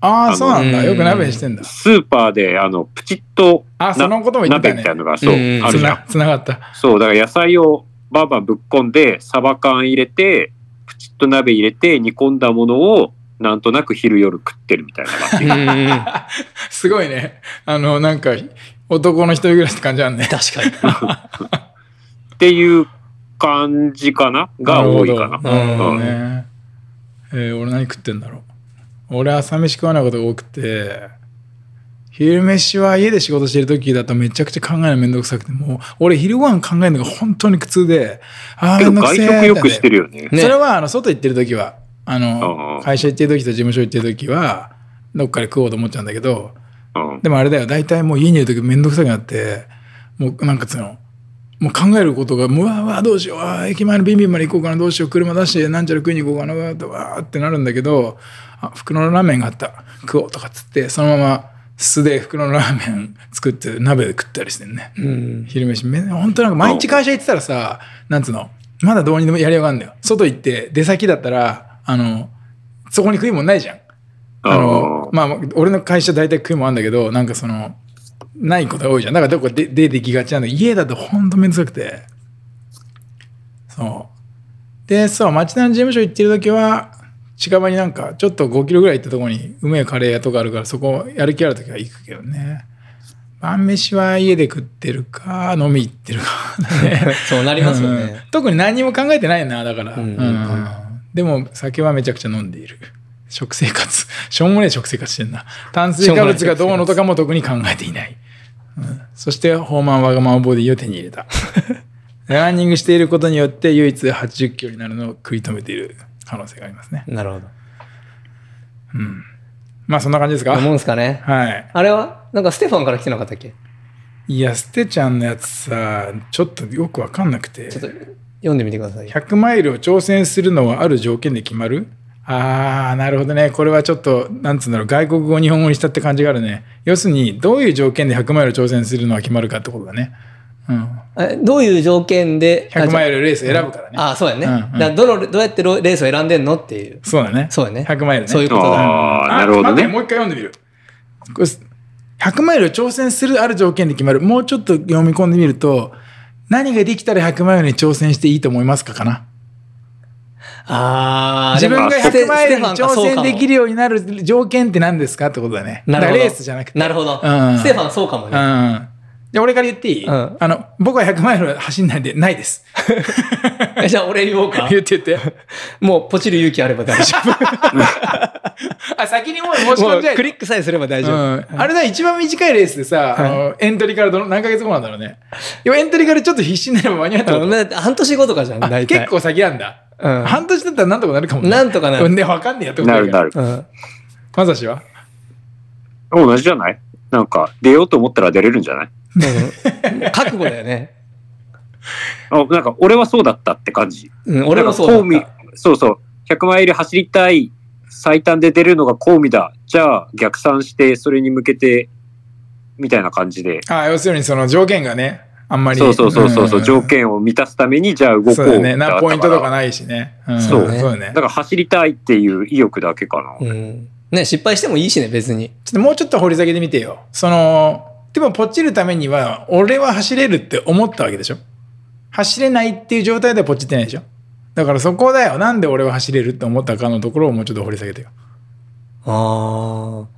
Speaker 2: あ
Speaker 1: あ
Speaker 2: あ、
Speaker 1: の
Speaker 2: そうなんだ。
Speaker 3: うん
Speaker 2: よく鍋にしてんだ。
Speaker 1: スーパーで、あの、プチッと
Speaker 2: あ、そのことも言って
Speaker 1: 鍋
Speaker 2: たね
Speaker 1: みたいな。のが、そう、
Speaker 3: うん
Speaker 1: ある
Speaker 2: つ
Speaker 1: じゃ。
Speaker 2: なんつながった。
Speaker 1: そう、だから野菜をバンバンぶっ込んで、サバ缶入れて、プチッと鍋入れて、煮込んだものを、なんとなく昼夜食ってるみたいな感
Speaker 3: う
Speaker 1: じ。
Speaker 3: んうんうん
Speaker 2: すごいね。あの、なんか、男の一人暮らしって感じあんね。
Speaker 3: 確か
Speaker 1: っていう感じかなが多いかな。
Speaker 2: なるほど
Speaker 1: うん
Speaker 2: ね。えー俺何食ってんだろう。俺朝飯食わないことが多くて、昼飯は家で仕事してる時だとめちゃくちゃ考えるのめんどくさくて、もう俺昼ご飯考えるのが本当に苦痛で、ああ、
Speaker 1: け
Speaker 2: め
Speaker 1: ど
Speaker 2: んどく
Speaker 1: 外
Speaker 2: せえ
Speaker 1: 食よく
Speaker 2: みたいな
Speaker 1: してるよね。
Speaker 3: ね
Speaker 2: それはあの外行ってる時はあ
Speaker 1: うんう
Speaker 2: の
Speaker 1: ん
Speaker 2: 会社行ってる時と事務所行ってる時はどっかで食おうと思っちゃうんだけど
Speaker 1: うん。
Speaker 2: でもあれだよ、大体もう家にいるときめんどくさくなって、もうなんかその、もう考えることが、もううわうわどうしよう、あー駅前のビンビンまで行こうかな、どうしよう、車出して、なんちゃら食いに行こうかな、わーっとわーってなるんだけど、あ、袋のラーメンがあった、食おうとかっつって、そのまま素で袋のラーメン 作って鍋で食ったりしてんね。
Speaker 3: うん。
Speaker 2: 昼飯め本当なんか毎日会社行ってたらさなんつうのまだどうにでもやりようがあるんだよ外行って出先だったらあのそこに食いもんないじゃんあのまあ俺の会社大体食いもんあるんだけどなんかそのないことが多いじゃんだからどこかで出てきがちなんだけど家だとほんとめんどくさくてそうでそう町田の事務所行ってる時は近場になんかちょっと5キロぐらい行ったところにうめえカレー屋とかあるからそこやる気ある時は行くけどね晩飯は家で食ってるか飲み行ってるかだね
Speaker 3: そうなりますよ
Speaker 2: うん
Speaker 3: ね。
Speaker 2: 特に何も考えてないなだから、
Speaker 3: うん
Speaker 2: うんでも酒はめちゃくちゃ飲んでいる食生活 しょうもねえ食生活してんな炭水化物がどうのとかも特に考えていない、うんそしてホーマンワガマンボディを手に入れた ランニングしていることによって唯一80キロになるのを食い止めている可能性がありますね
Speaker 3: なるほど。
Speaker 2: まあそんな感じですか
Speaker 3: 思うんすかね。
Speaker 2: はい
Speaker 3: あれはなんかステファンから来てなかったっけ
Speaker 2: いやステちゃんのやつさちょっとよくわかんなくて
Speaker 3: ちょっと読んでみてくださいよ。
Speaker 2: 100マイルを挑戦するのはある条件で決まるあーなるほどねこれはちょっとなんつうんだろう外国語を日本語にしたって感じがあるね要するにどういう条件で100マイルを挑戦するのは決まるかってことだね、うん、
Speaker 3: えどういう条件で
Speaker 2: 100マイ
Speaker 3: ル
Speaker 2: ルレース選ぶからね
Speaker 3: あそうやね。
Speaker 2: うんうん
Speaker 3: だからどのどうやってロレースを選んでんのっていう。
Speaker 2: そうだね
Speaker 3: そうやね。
Speaker 2: 100マイルね
Speaker 3: そういうことだ。
Speaker 1: ああ、なるほど
Speaker 2: 待って
Speaker 1: ね。
Speaker 2: もう一回読んでみるこれ100マイルを挑戦するある条件で決まるもうちょっと読み込んでみると何ができたら100マイルに挑戦していいと思いますかかな
Speaker 3: ああ、
Speaker 2: 自
Speaker 3: でも
Speaker 2: 分が
Speaker 3: ステ
Speaker 2: 100マイルに
Speaker 3: ステフ
Speaker 2: 挑
Speaker 3: ァンかそうか
Speaker 2: 戦
Speaker 3: も
Speaker 2: できるようになる条件って何ですかってことだね。
Speaker 3: なる
Speaker 2: だ
Speaker 3: ほど。
Speaker 2: からレースじゃなくて。
Speaker 3: なるほど。
Speaker 2: うん
Speaker 3: ステファンそうかも
Speaker 2: う
Speaker 3: ね。あ
Speaker 2: ん。じゃあ俺から言っていい、
Speaker 3: うん
Speaker 2: あの、僕は100マイル走んないんで、ないです。
Speaker 3: じゃあ俺言おうか。
Speaker 2: 言って言って。
Speaker 3: もうポチる勇気あれば大 丈
Speaker 2: あ、先にもう申し
Speaker 3: 夫。も
Speaker 2: 込ん
Speaker 3: う
Speaker 2: じゃえ。
Speaker 3: クリックさえすれば大
Speaker 2: う
Speaker 3: 丈夫。
Speaker 2: ん、あれだ、一番短いレースでさ、あの、エントリーからどの何ヶ月後なんだろうね。要はエントリーからちょっと必死になれば間に合った
Speaker 3: あ
Speaker 2: こ
Speaker 3: の
Speaker 2: と
Speaker 3: だって半年後とかじゃん、
Speaker 2: あ
Speaker 3: 大体。
Speaker 2: 結構先なんだ。
Speaker 3: うん
Speaker 2: 半年だったらなんとかなるかも、
Speaker 3: なんとかなる
Speaker 2: うんで、わかんねえやってこと
Speaker 1: な
Speaker 2: だ
Speaker 1: るな
Speaker 2: る。
Speaker 1: る。
Speaker 3: うん。
Speaker 2: まさしは
Speaker 1: 同じじゃないなんか、出ようと思ったら出れるんじゃない
Speaker 3: うん覚悟だよ ね。
Speaker 1: あなんか、俺はそうだったって感じ。
Speaker 3: うん、俺もそうだ
Speaker 1: なん
Speaker 3: っ
Speaker 1: か公務そうそう。100マイル走りたい。最短で出るのが公務だ。じゃあ、逆算して、それに向けて、みたいな感じで。
Speaker 2: あ、要するにその条件がね、あんまり。
Speaker 1: そうそうそうそうそう、
Speaker 2: ん
Speaker 1: 条件を満たすために、じゃあ動こう
Speaker 2: そうだね。
Speaker 1: だった
Speaker 2: な
Speaker 1: ら
Speaker 2: ポイントとかないしね。うん
Speaker 1: そう
Speaker 3: ね
Speaker 2: そうだね。
Speaker 1: だから走りたいっていう意欲だけかな
Speaker 3: た。。うん。ね、失敗してもいいしね、別に。
Speaker 2: ちょっともうちょっと掘り下げてみてよ。その、でもポチるためには、俺は走れるって思ったわけでしょ走れないっていう状態ではポチってないでしょだからそこだよ。なんで俺は走れるって思ったかのところをもうちょっと掘り下げてよ。
Speaker 3: ああ。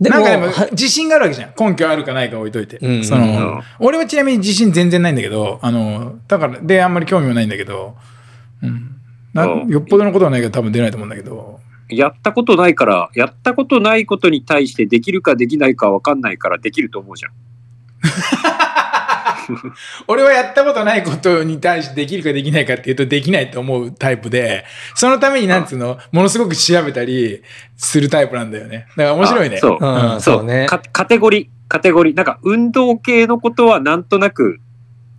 Speaker 3: で
Speaker 2: な
Speaker 3: も、
Speaker 2: んかでも
Speaker 3: は、
Speaker 2: 自信があるわけじゃん。根拠あるかないか置いといて。
Speaker 3: うん
Speaker 2: その、
Speaker 1: うん
Speaker 2: 俺はちなみに自信全然ないんだけど、あの、だから、で、あんまり興味もないんだけど、うん。な
Speaker 1: うん
Speaker 2: よっぽどのことはないけど、多分出ないと思うんだけど。
Speaker 1: やったことないから、やったことないことに対してできるかできないかわかんないからできると思うじゃん。
Speaker 2: 俺はやったことないことに対してできるかできないかっていうとできないと思うタイプで、そのためになんつうの、ものすごく調べたりするタイプなんだよね。だから面白いね。
Speaker 1: あそう。
Speaker 3: うん
Speaker 2: うん
Speaker 3: そうね。
Speaker 1: かカテゴリー、カテゴリー。なんか運動系のことはなんとなく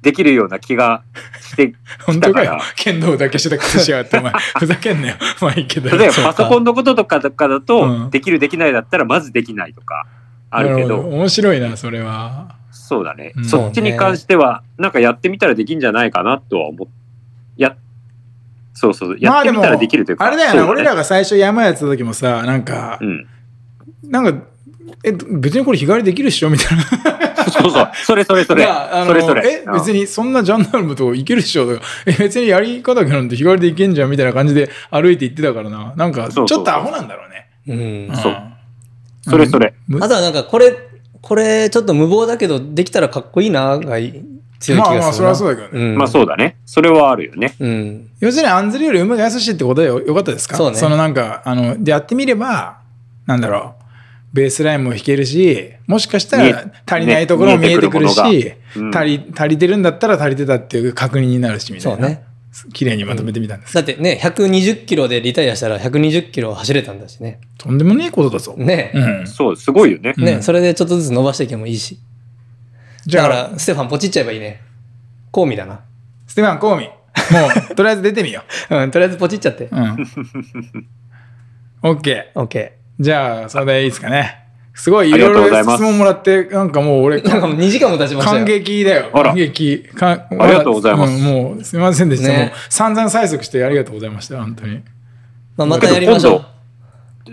Speaker 1: できるような気がして
Speaker 2: 本
Speaker 1: きた
Speaker 2: 当か
Speaker 1: か
Speaker 2: よ
Speaker 1: ら。。
Speaker 2: 剣道だけしてたくしやがって、お前。ふざけんなよ。まあいいけど。
Speaker 1: 例えば
Speaker 3: そうか
Speaker 1: パソコンのこととかとかだと、
Speaker 2: うん
Speaker 1: できるできないだったらまずできないとかあるけ
Speaker 2: な
Speaker 1: ど、
Speaker 2: ほ面白いな、それは。
Speaker 1: そうだね、
Speaker 2: うん
Speaker 1: そっちに関してはなんかやってみたらできんじゃないかなとは思っやそうそうやってみたらできるというか、
Speaker 2: あれだよ
Speaker 1: そ
Speaker 2: ね
Speaker 1: うね
Speaker 2: 俺らが最初山やってた時もさ、なんか、
Speaker 1: うん、
Speaker 2: なんか、え、別にこれ日帰りできるっしょみたいな。
Speaker 1: そうそうそれそれそれ
Speaker 2: いやあの
Speaker 1: それそれ
Speaker 2: え、別にそんなジャンダルムといけるっしょ とか、え、別にやり方なんて日帰りでいけんじゃんみたいな感じで歩いて行ってたからな。なんか、ちょ
Speaker 1: そ
Speaker 2: っ
Speaker 1: うそう
Speaker 2: とアホなんだろうね。
Speaker 3: うん。
Speaker 1: そうんそれそれ、
Speaker 2: む
Speaker 3: あとはなんか、これ、これ、ちょっと無謀だけど、できたらかっこいいな、がい強い気がするな。
Speaker 2: まあまあ、それはそうだけどね。
Speaker 3: うん。
Speaker 1: まあそうだねそれはあるよね
Speaker 3: うん。
Speaker 2: 要するに、アンズリより馬が優しいってことでよよかったですか
Speaker 3: そうね
Speaker 2: そのなんか、あの、でやってみれば、なんだろう。ベースラインも弾けるし、もしかした
Speaker 1: 見
Speaker 2: ら
Speaker 1: え
Speaker 2: 足りないところも見
Speaker 1: ね
Speaker 2: えてくるし、
Speaker 1: 見えてくるものがうん
Speaker 2: 足り、足りてるんだったら足りてたっていう確認になるし、みたいな。
Speaker 3: そうね。
Speaker 2: 綺麗にまとめてみたんです。
Speaker 3: だってね、120キロでリタイアしたら120キロ走れたんだしね。
Speaker 2: とんでもねえことだぞ。
Speaker 3: ね
Speaker 2: う、ん。
Speaker 1: そう、すごいよね。
Speaker 2: ん
Speaker 3: ね、それでちょっとずつ伸ばしていけばいいし。
Speaker 2: じ
Speaker 3: だ
Speaker 2: ゃ
Speaker 3: か
Speaker 2: あ、
Speaker 3: ら、ステファンポチっちゃえばいいね。コウミだな。
Speaker 2: ステファン・コーミ。もう、とりあえず出てみよ
Speaker 3: うん、とりあえずポチっちゃって
Speaker 2: う。。うん。オッケー。
Speaker 3: オッケ
Speaker 2: じゃあ、それでいいですかね。すごい、いろい
Speaker 1: ありがとうござ
Speaker 2: ろ
Speaker 1: います
Speaker 2: 質問もらって、なんかもう俺、
Speaker 3: ー。なんかもう2時間も経ちましたよ。
Speaker 2: 感激だよ。
Speaker 1: あら
Speaker 2: 感激。か
Speaker 1: ありがとうございます
Speaker 2: んもう、すみませんでした。
Speaker 3: ね
Speaker 2: もう、散々催促してありがとうございました。本当に。
Speaker 3: まあ、またやりましょう。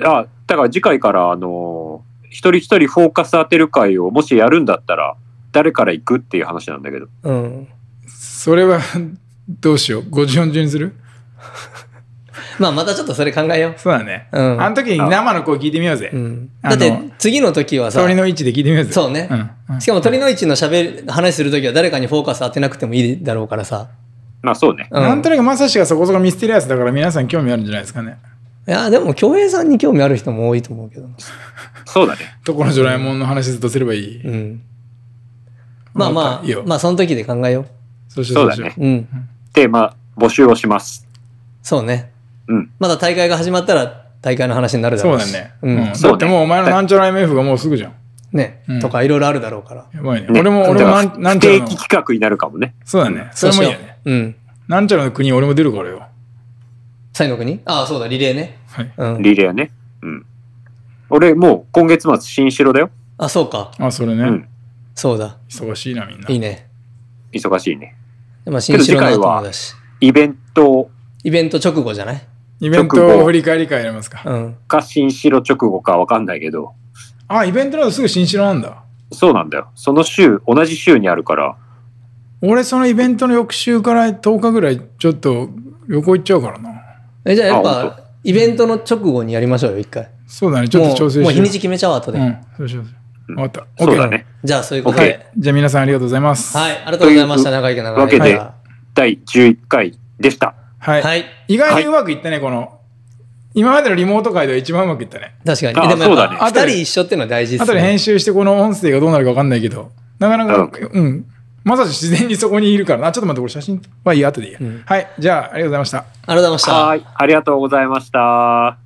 Speaker 1: あ、だから次回から、あのー一人一人フォーカス当てる会をもしやるんだったら、誰から行くっていう話なんだけど。
Speaker 3: うん。
Speaker 2: それは、 どうしよう。54中にする
Speaker 3: まあ、またちょっとそれ考えよ
Speaker 2: そうだね。
Speaker 3: うん
Speaker 2: あの時に生の声聞いてみようぜ
Speaker 3: う。う。ん。
Speaker 2: あ
Speaker 3: だっ
Speaker 2: の
Speaker 3: て、次の時はさ、
Speaker 2: 鳥の位置で聞いてみようぜ。
Speaker 3: そうね
Speaker 2: うん。
Speaker 3: しかも鳥の市の喋る、話するときは誰かにフォーカス当てなくてもいいだろうからさ。
Speaker 1: まあそうね。
Speaker 3: うん、
Speaker 2: なんとなくまさしがそこそこミステリアスだから皆さん興味あるんじゃないですかね。
Speaker 3: いや、でも、京平さんに興味ある人も多いと思うけど。
Speaker 1: そうだね。
Speaker 2: とこのジョラえもんの話ずっとすればいい。
Speaker 3: うん。まあ
Speaker 2: ま
Speaker 3: ま
Speaker 2: たいい
Speaker 3: あ
Speaker 2: よ、
Speaker 3: まあ、その時で考えよ
Speaker 2: そうしよう
Speaker 1: そうだね
Speaker 3: う。うん。
Speaker 1: テーマ募集をします。
Speaker 3: そうね。
Speaker 1: うん。
Speaker 3: まだ大会が始まったら、大会の話になるだ
Speaker 2: そ
Speaker 3: ろ
Speaker 2: う
Speaker 3: う
Speaker 2: だ
Speaker 3: し。
Speaker 2: ね。
Speaker 3: う。
Speaker 2: うんんだってもうお前のなんちゃら MF がもうすぐじゃん。
Speaker 3: ね、
Speaker 2: うん
Speaker 3: とかいろいろあるだろうから。
Speaker 2: やばいね。
Speaker 1: ね
Speaker 2: 俺も、俺もな
Speaker 1: だから
Speaker 2: んなん
Speaker 1: 不
Speaker 2: ちゃら
Speaker 1: 定
Speaker 2: の
Speaker 1: 期。企画になるかもね。
Speaker 2: そうだね。そ
Speaker 3: そう
Speaker 2: れ
Speaker 3: し
Speaker 2: もいい
Speaker 3: よ
Speaker 2: よね。
Speaker 3: う。うん。
Speaker 2: なんちゃらの国俺も出るからよ。
Speaker 3: サイの国ああ、そうだ、リレーね。
Speaker 2: はい。
Speaker 3: うん。
Speaker 1: リレーね。うん。俺、もう今月末、新城だよ。
Speaker 3: あ、そうか。
Speaker 2: あ、それ
Speaker 1: う
Speaker 2: ね。
Speaker 1: ん。
Speaker 3: そうだ。
Speaker 2: 忙しいな、みんな。
Speaker 3: いいね。
Speaker 1: 忙しいね。
Speaker 3: まあ、新城の後もだし。
Speaker 1: イベント
Speaker 3: イベント直後じゃない
Speaker 2: イベントを振り返り会やりますか。
Speaker 3: うん。
Speaker 1: か新城直後かわかんないけど、
Speaker 2: あ、イベントだとすぐ新城なんだ。
Speaker 1: そうなんだよ。その週、同じ週にあるから、
Speaker 2: 俺、そのイベントの翌週から10日ぐらい、ちょっと旅行行っちゃうからな。
Speaker 3: え、じゃあやっ
Speaker 1: あ本
Speaker 3: ぱ、イベントの直後にやりましょうよ、一回。
Speaker 2: そうだね。ちょっと調整しよ
Speaker 3: も
Speaker 2: う
Speaker 3: うもう日にち決めちゃおう、後で。
Speaker 2: うん、そうしようそうしよう。わかった。
Speaker 1: そう
Speaker 2: OK
Speaker 1: だね。
Speaker 3: じゃあ、そういうことで。
Speaker 2: じゃあ皆さんありがとうございます。
Speaker 3: はい、ありがとうございました、長いけ長い
Speaker 1: わけで
Speaker 3: は
Speaker 1: 第11回でした。
Speaker 2: はい
Speaker 3: い。はい
Speaker 2: 意外にうまくいったね、この。今までのリモート会では一番うまくいったね。
Speaker 3: 確かに。
Speaker 1: あ
Speaker 3: でもや
Speaker 1: そう
Speaker 3: っ
Speaker 1: だね
Speaker 3: ぱ、二人一緒っていうのは大事で
Speaker 2: あと
Speaker 3: す
Speaker 2: で
Speaker 3: ね。
Speaker 2: 編集してこの音声がどうなるかわかんないけど、なかなか、うん。まさし自然にそこにいるからな。ちょっと待って、これ写真はいいや、後でいいや。
Speaker 3: うん
Speaker 2: はい。じゃあ、ありがとうございました。
Speaker 3: ありがとうございました
Speaker 1: は。ーい。ありがとうございました。